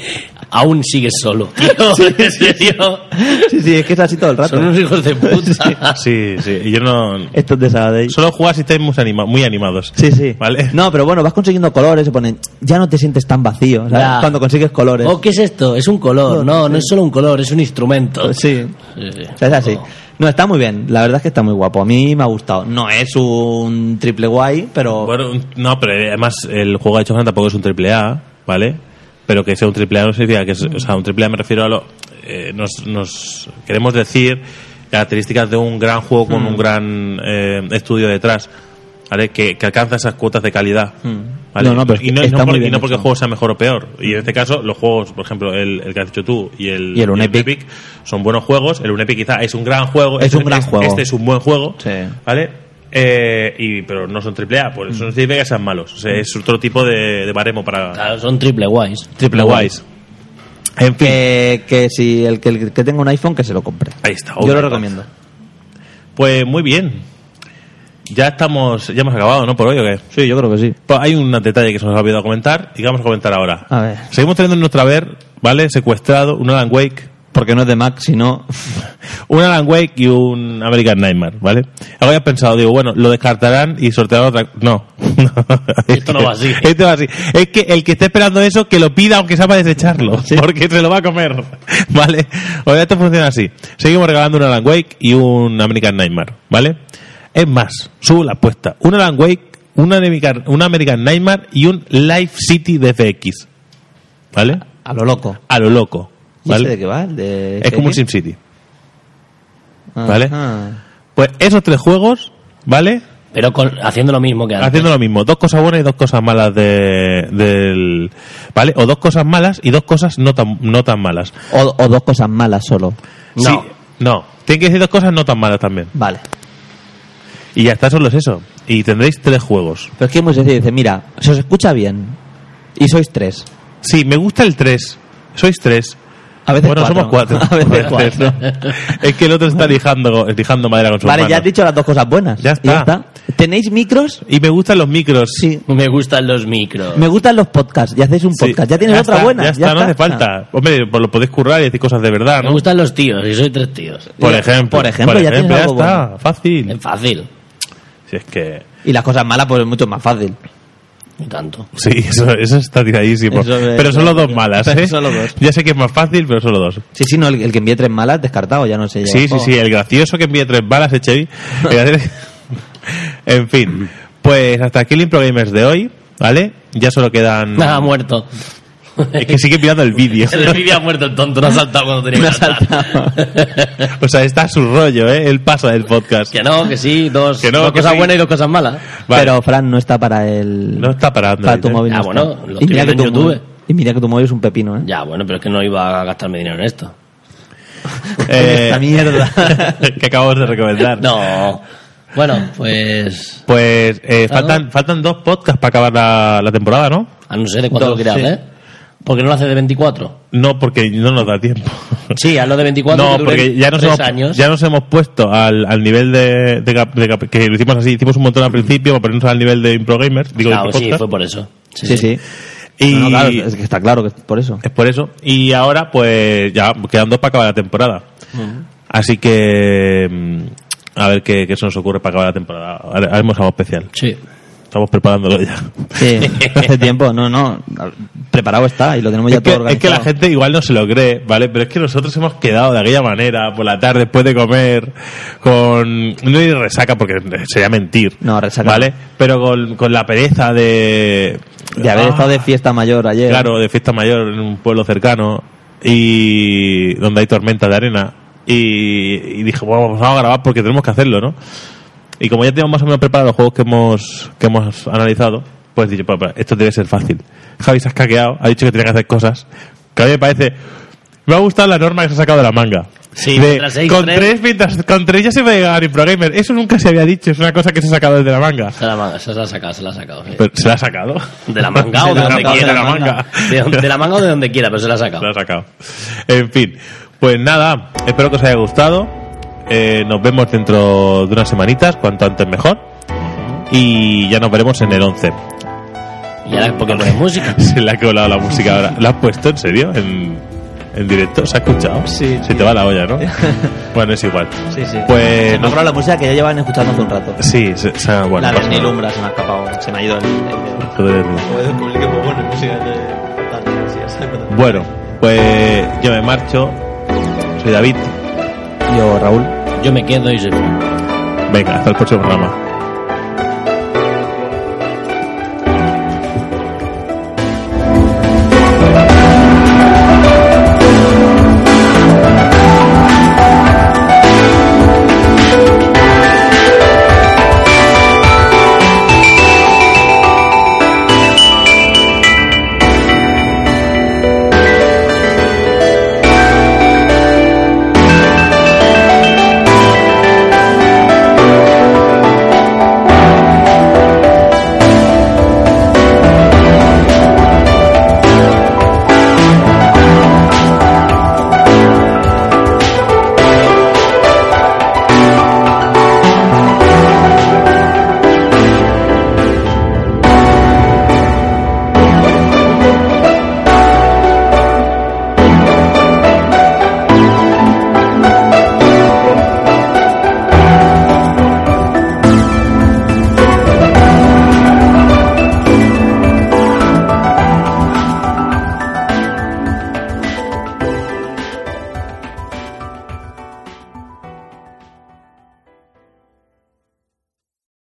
Speaker 3: aún sigues solo? Tío, en serio.
Speaker 1: Pues
Speaker 2: Sí, sí, es que es así todo el rato.
Speaker 3: Son unos hijos de puta.
Speaker 1: Sí, sí, y yo no...
Speaker 2: Estos de Sabadell.
Speaker 1: Solo jugar si estáis muy, anima- muy animados.
Speaker 2: Sí, sí.
Speaker 1: ¿Vale?
Speaker 2: No, pero bueno, vas consiguiendo colores, se ponen, ya no te sientes tan vacío, ¿sabes?
Speaker 3: Ya.
Speaker 2: Cuando consigues colores.
Speaker 3: ¿O Oh, qué es esto? Es un color. No, no es solo un color, es un instrumento.
Speaker 2: Sí.
Speaker 3: Sí, Oh. sí.
Speaker 2: O sea, es así.
Speaker 1: Oh.
Speaker 2: No, está muy bien. La verdad es que está muy guapo. A mí me ha gustado. No es un triple guay, pero...
Speaker 1: Bueno, un- no, pero eh, además el juego de Chohan tampoco es un triple A, ¿vale? Pero que sea un triple A no significa que es, o sea, un triple A me refiero a lo eh, nos, nos queremos decir características de un gran juego con
Speaker 2: Mm.
Speaker 1: un gran eh, estudio detrás, ¿vale? Que, que alcanza esas cuotas de calidad. ¿vale?
Speaker 2: Mm. No, no, pero
Speaker 1: y no,
Speaker 2: está
Speaker 1: no por-
Speaker 2: muy bien
Speaker 1: y no porque
Speaker 2: hecho.
Speaker 1: el juego sea mejor o peor. Y en este caso, los juegos, por ejemplo, el, el que has dicho tú y el,
Speaker 2: Y el Unepic.
Speaker 1: son buenos juegos. El Unepic quizá es un gran juego.
Speaker 2: Es
Speaker 1: Este-
Speaker 2: un gran
Speaker 1: este-
Speaker 2: juego.
Speaker 1: Este es un buen juego.
Speaker 2: Sí.
Speaker 1: ¿Vale? Eh, y, pero no son triple A, por eso no significa que sean malos. O sea, es otro tipo de, de baremo para
Speaker 3: Claro, son triple guays.
Speaker 1: triple wise. En fin,
Speaker 2: que, que si el que, el que tenga un iPhone, que se lo compre.
Speaker 1: ahí está.
Speaker 2: Yo
Speaker 1: Overwatch.
Speaker 2: lo recomiendo.
Speaker 1: Pues muy bien. Ya estamos, ya hemos acabado, ¿no? Por hoy o qué.
Speaker 2: Sí, yo creo que sí.
Speaker 1: Pues hay un detalle que se nos ha olvidado comentar y que vamos a comentar ahora.
Speaker 2: A ver.
Speaker 1: Seguimos teniendo en nuestra ver, ¿vale? Secuestrado, un Alan Wake.
Speaker 2: Porque no es de Mac, sino...
Speaker 1: Un Alan Wake y un American Nightmare, ¿vale? Ahora había pensado, digo, bueno, lo descartarán y sortearán otra. No.
Speaker 3: Esto no va así.
Speaker 1: Esto va así. Es que el que esté esperando eso, que lo pida aunque sea para desecharlo,
Speaker 2: Sí.
Speaker 1: porque se lo va a comer, ¿vale? O sea, esto funciona así. Seguimos regalando un Alan Wake y un American Nightmare, ¿vale? Es más, subo la apuesta. Un Alan Wake, un American, un American Nightmare y un Life City DFX, ¿vale?
Speaker 2: A lo loco.
Speaker 1: A lo loco,
Speaker 2: ¿Y ese de
Speaker 1: ¿vale?
Speaker 2: qué va? ¿El de
Speaker 1: Es como un
Speaker 2: serie?
Speaker 1: SimCity.
Speaker 2: Ajá.
Speaker 1: ¿vale? Pues esos tres juegos, ¿vale?
Speaker 3: Pero con- haciendo lo mismo que antes.
Speaker 1: Haciendo lo mismo, dos cosas buenas y dos cosas malas de, del... ¿Vale? O dos cosas malas y dos cosas no tan, no tan malas.
Speaker 2: O, o dos cosas malas solo.
Speaker 1: Sí,
Speaker 3: No.
Speaker 1: no, tienen que decir dos cosas no tan malas también.
Speaker 2: Vale.
Speaker 1: Y ya está, solo es eso. Y tendréis tres juegos.
Speaker 2: Pero es que es muy sencillo. Dice, mira, se os escucha bien. Y sois tres.
Speaker 1: Sí, me gusta el tres. Sois tres.
Speaker 2: A veces
Speaker 1: bueno, somos cuatro.
Speaker 2: A veces cuatro.
Speaker 1: es que el otro está lijando, lijando madera con su
Speaker 2: Vale,
Speaker 1: mano.
Speaker 2: ya has dicho las dos cosas buenas.
Speaker 1: Ya está.
Speaker 2: ¿Tenéis micros?
Speaker 1: Y me gustan los micros.
Speaker 2: Sí.
Speaker 3: Me gustan los micros.
Speaker 2: Me gustan los podcasts. Ya hacéis un
Speaker 1: Sí.
Speaker 2: podcast. Ya tienes otra
Speaker 1: está,
Speaker 2: buena.
Speaker 1: Ya está, no hace falta. Hombre, pues lo podéis currar y decir cosas de verdad,
Speaker 3: Me
Speaker 1: ¿no?
Speaker 3: gustan los tíos, y soy tres tíos.
Speaker 1: Por
Speaker 2: Ya,
Speaker 1: ejemplo.
Speaker 2: por ejemplo, ya tienes
Speaker 1: ya
Speaker 2: algo
Speaker 1: está.
Speaker 2: bueno. Eh,
Speaker 1: Fácil.
Speaker 3: Es fácil.
Speaker 1: Si es que.
Speaker 2: Ah. Y las cosas malas, pues es mucho más fácil.
Speaker 3: ni tanto.
Speaker 1: Sí, eso, eso está tiradísimo.
Speaker 2: Eso me-
Speaker 1: pero solo dos malas,
Speaker 2: Pero
Speaker 1: ¿eh?
Speaker 2: solo dos.
Speaker 1: Ya sé que es más fácil, pero solo dos.
Speaker 2: Sí, sí, no, el, el que envíe tres malas, descartado, ya no sé.
Speaker 1: Sí, sí, sí, el gracioso que envíe tres balas, eh, Chevy. en fin, pues hasta aquí el Impro Gamers de hoy, ¿vale? Ya solo quedan...
Speaker 3: Me ha
Speaker 2: Ah,
Speaker 3: muerto.
Speaker 1: Es que sigue mirando el vídeo.
Speaker 3: El Envidia ha muerto el tonto, no ha saltado cuando tenía que saltar.
Speaker 1: O sea, está a su rollo, ¿eh? El paso del podcast.
Speaker 3: Que no, que sí, dos,
Speaker 1: Que no,
Speaker 3: dos
Speaker 1: que
Speaker 3: cosas
Speaker 1: sí.
Speaker 3: buenas y dos cosas malas.
Speaker 1: Vale.
Speaker 2: Pero Fran no está para el.
Speaker 1: No está para Android,
Speaker 2: para tu
Speaker 1: ¿eh?
Speaker 2: móvil.
Speaker 3: Ah,
Speaker 2: no
Speaker 3: bueno,
Speaker 2: está.
Speaker 3: lo
Speaker 2: y
Speaker 3: estoy
Speaker 2: mira que
Speaker 3: viendo
Speaker 2: tu
Speaker 3: en YouTube.
Speaker 2: móvil- Y mira que tu móvil es un pepino, ¿eh?
Speaker 3: Ya, bueno, pero es que no iba a gastarme dinero en esto.
Speaker 1: Eh,
Speaker 2: Esta mierda.
Speaker 1: que acabamos de recomendar.
Speaker 3: No. Bueno, pues.
Speaker 1: Pues eh,
Speaker 3: Claro.
Speaker 1: faltan, faltan dos podcasts para acabar la, la temporada, ¿no?
Speaker 3: A no ser de cuánto
Speaker 2: Dos,
Speaker 3: lo quieras
Speaker 2: sí.
Speaker 3: hacer. Porque no lo hace de 24.
Speaker 1: No, porque no nos da tiempo.
Speaker 3: Sí, hazlo de 24.
Speaker 1: No,
Speaker 3: que dure
Speaker 1: porque ya nos,
Speaker 3: tres
Speaker 1: hemos,
Speaker 3: años.
Speaker 1: ya nos hemos puesto al, al nivel de, de cap- de cap- que lo hicimos así, hicimos un montón al principio para ponernos al nivel de Impro Gamers, digo,
Speaker 3: Claro,
Speaker 1: de
Speaker 3: sí,
Speaker 1: podcast,
Speaker 3: fue por eso. Sí,
Speaker 2: sí,
Speaker 3: sí.
Speaker 2: sí.
Speaker 1: y
Speaker 2: No, no, claro, es que está claro que es por eso.
Speaker 1: es por eso. Y ahora pues ya quedan dos para acabar la temporada. Así que mm, a ver qué, qué se nos ocurre para acabar la temporada. Ahora- Haremos algo especial.
Speaker 3: Sí.
Speaker 1: Estamos preparándolo ya.
Speaker 2: Sí, hace tiempo, no, no. Preparado está y lo tenemos ya
Speaker 1: Es que,
Speaker 2: todo organizado.
Speaker 1: es que la gente igual no se lo cree, ¿vale? Pero es que nosotros hemos quedado de aquella manera, por la tarde, después de comer, con... No hay resaca, porque sería mentir.
Speaker 2: No, resaca
Speaker 1: ¿Vale? Pero con, con la pereza de...
Speaker 2: De haber
Speaker 1: Ah,
Speaker 2: estado de fiesta mayor ayer.
Speaker 1: Claro, de fiesta mayor en un pueblo cercano y donde hay tormenta de arena. Y, y dije, bueno, vamos a grabar porque tenemos que hacerlo, ¿no? Y como ya tenemos más o menos preparados los juegos que hemos, que hemos analizado, pues dije, "Pues, pues, esto debe ser fácil. Javi se ha escaqueado, ha dicho que tenía que hacer cosas. Que a mí me parece... Me ha gustado la norma que se ha sacado de la manga.
Speaker 3: Sí,
Speaker 1: De,
Speaker 3: mientras seis,
Speaker 1: con,
Speaker 3: tres.
Speaker 1: tres, mientras- con tres ya se puede ganar Improgamer. Eso nunca se había dicho, es una cosa que se ha sacado desde la manga.
Speaker 3: Se la manga, se la ha sacado, se la ha sacado. sí.
Speaker 1: Pero, ¿Se la ha sacado?
Speaker 3: De la manga o de,
Speaker 1: la
Speaker 3: donde
Speaker 1: manga,
Speaker 3: quiera.
Speaker 1: de la manga.
Speaker 3: De, don- de la manga o de donde quiera, pero se la ha sacado.
Speaker 1: Lo ha sacado. En fin, pues nada, espero que os haya gustado. Eh, nos vemos dentro de unas semanitas, cuanto antes mejor. Y ya nos veremos en el 11.
Speaker 3: Y ahora porque pones música.
Speaker 1: Se le ha colado la música ahora. ¿La has puesto en serio? ¿En, en directo? ¿Se ha escuchado?
Speaker 2: Sí.
Speaker 1: Se te va la olla, ¿no? bueno, es igual.
Speaker 2: Sí, sí.
Speaker 1: Pues.
Speaker 2: No, pero la música que ya llevan escuchando hace un rato.
Speaker 1: Sí, se, se- bueno.
Speaker 2: la
Speaker 1: pasa
Speaker 2: de Neil
Speaker 1: nada.
Speaker 2: Umbra se me ha escapado. Se me ha ido el. el-
Speaker 1: Joder. Bueno, pues yo me marcho. Soy David.
Speaker 2: Yo, Raúl.
Speaker 3: Yo me quedo y soy.
Speaker 1: Venga, hasta el próximo programa.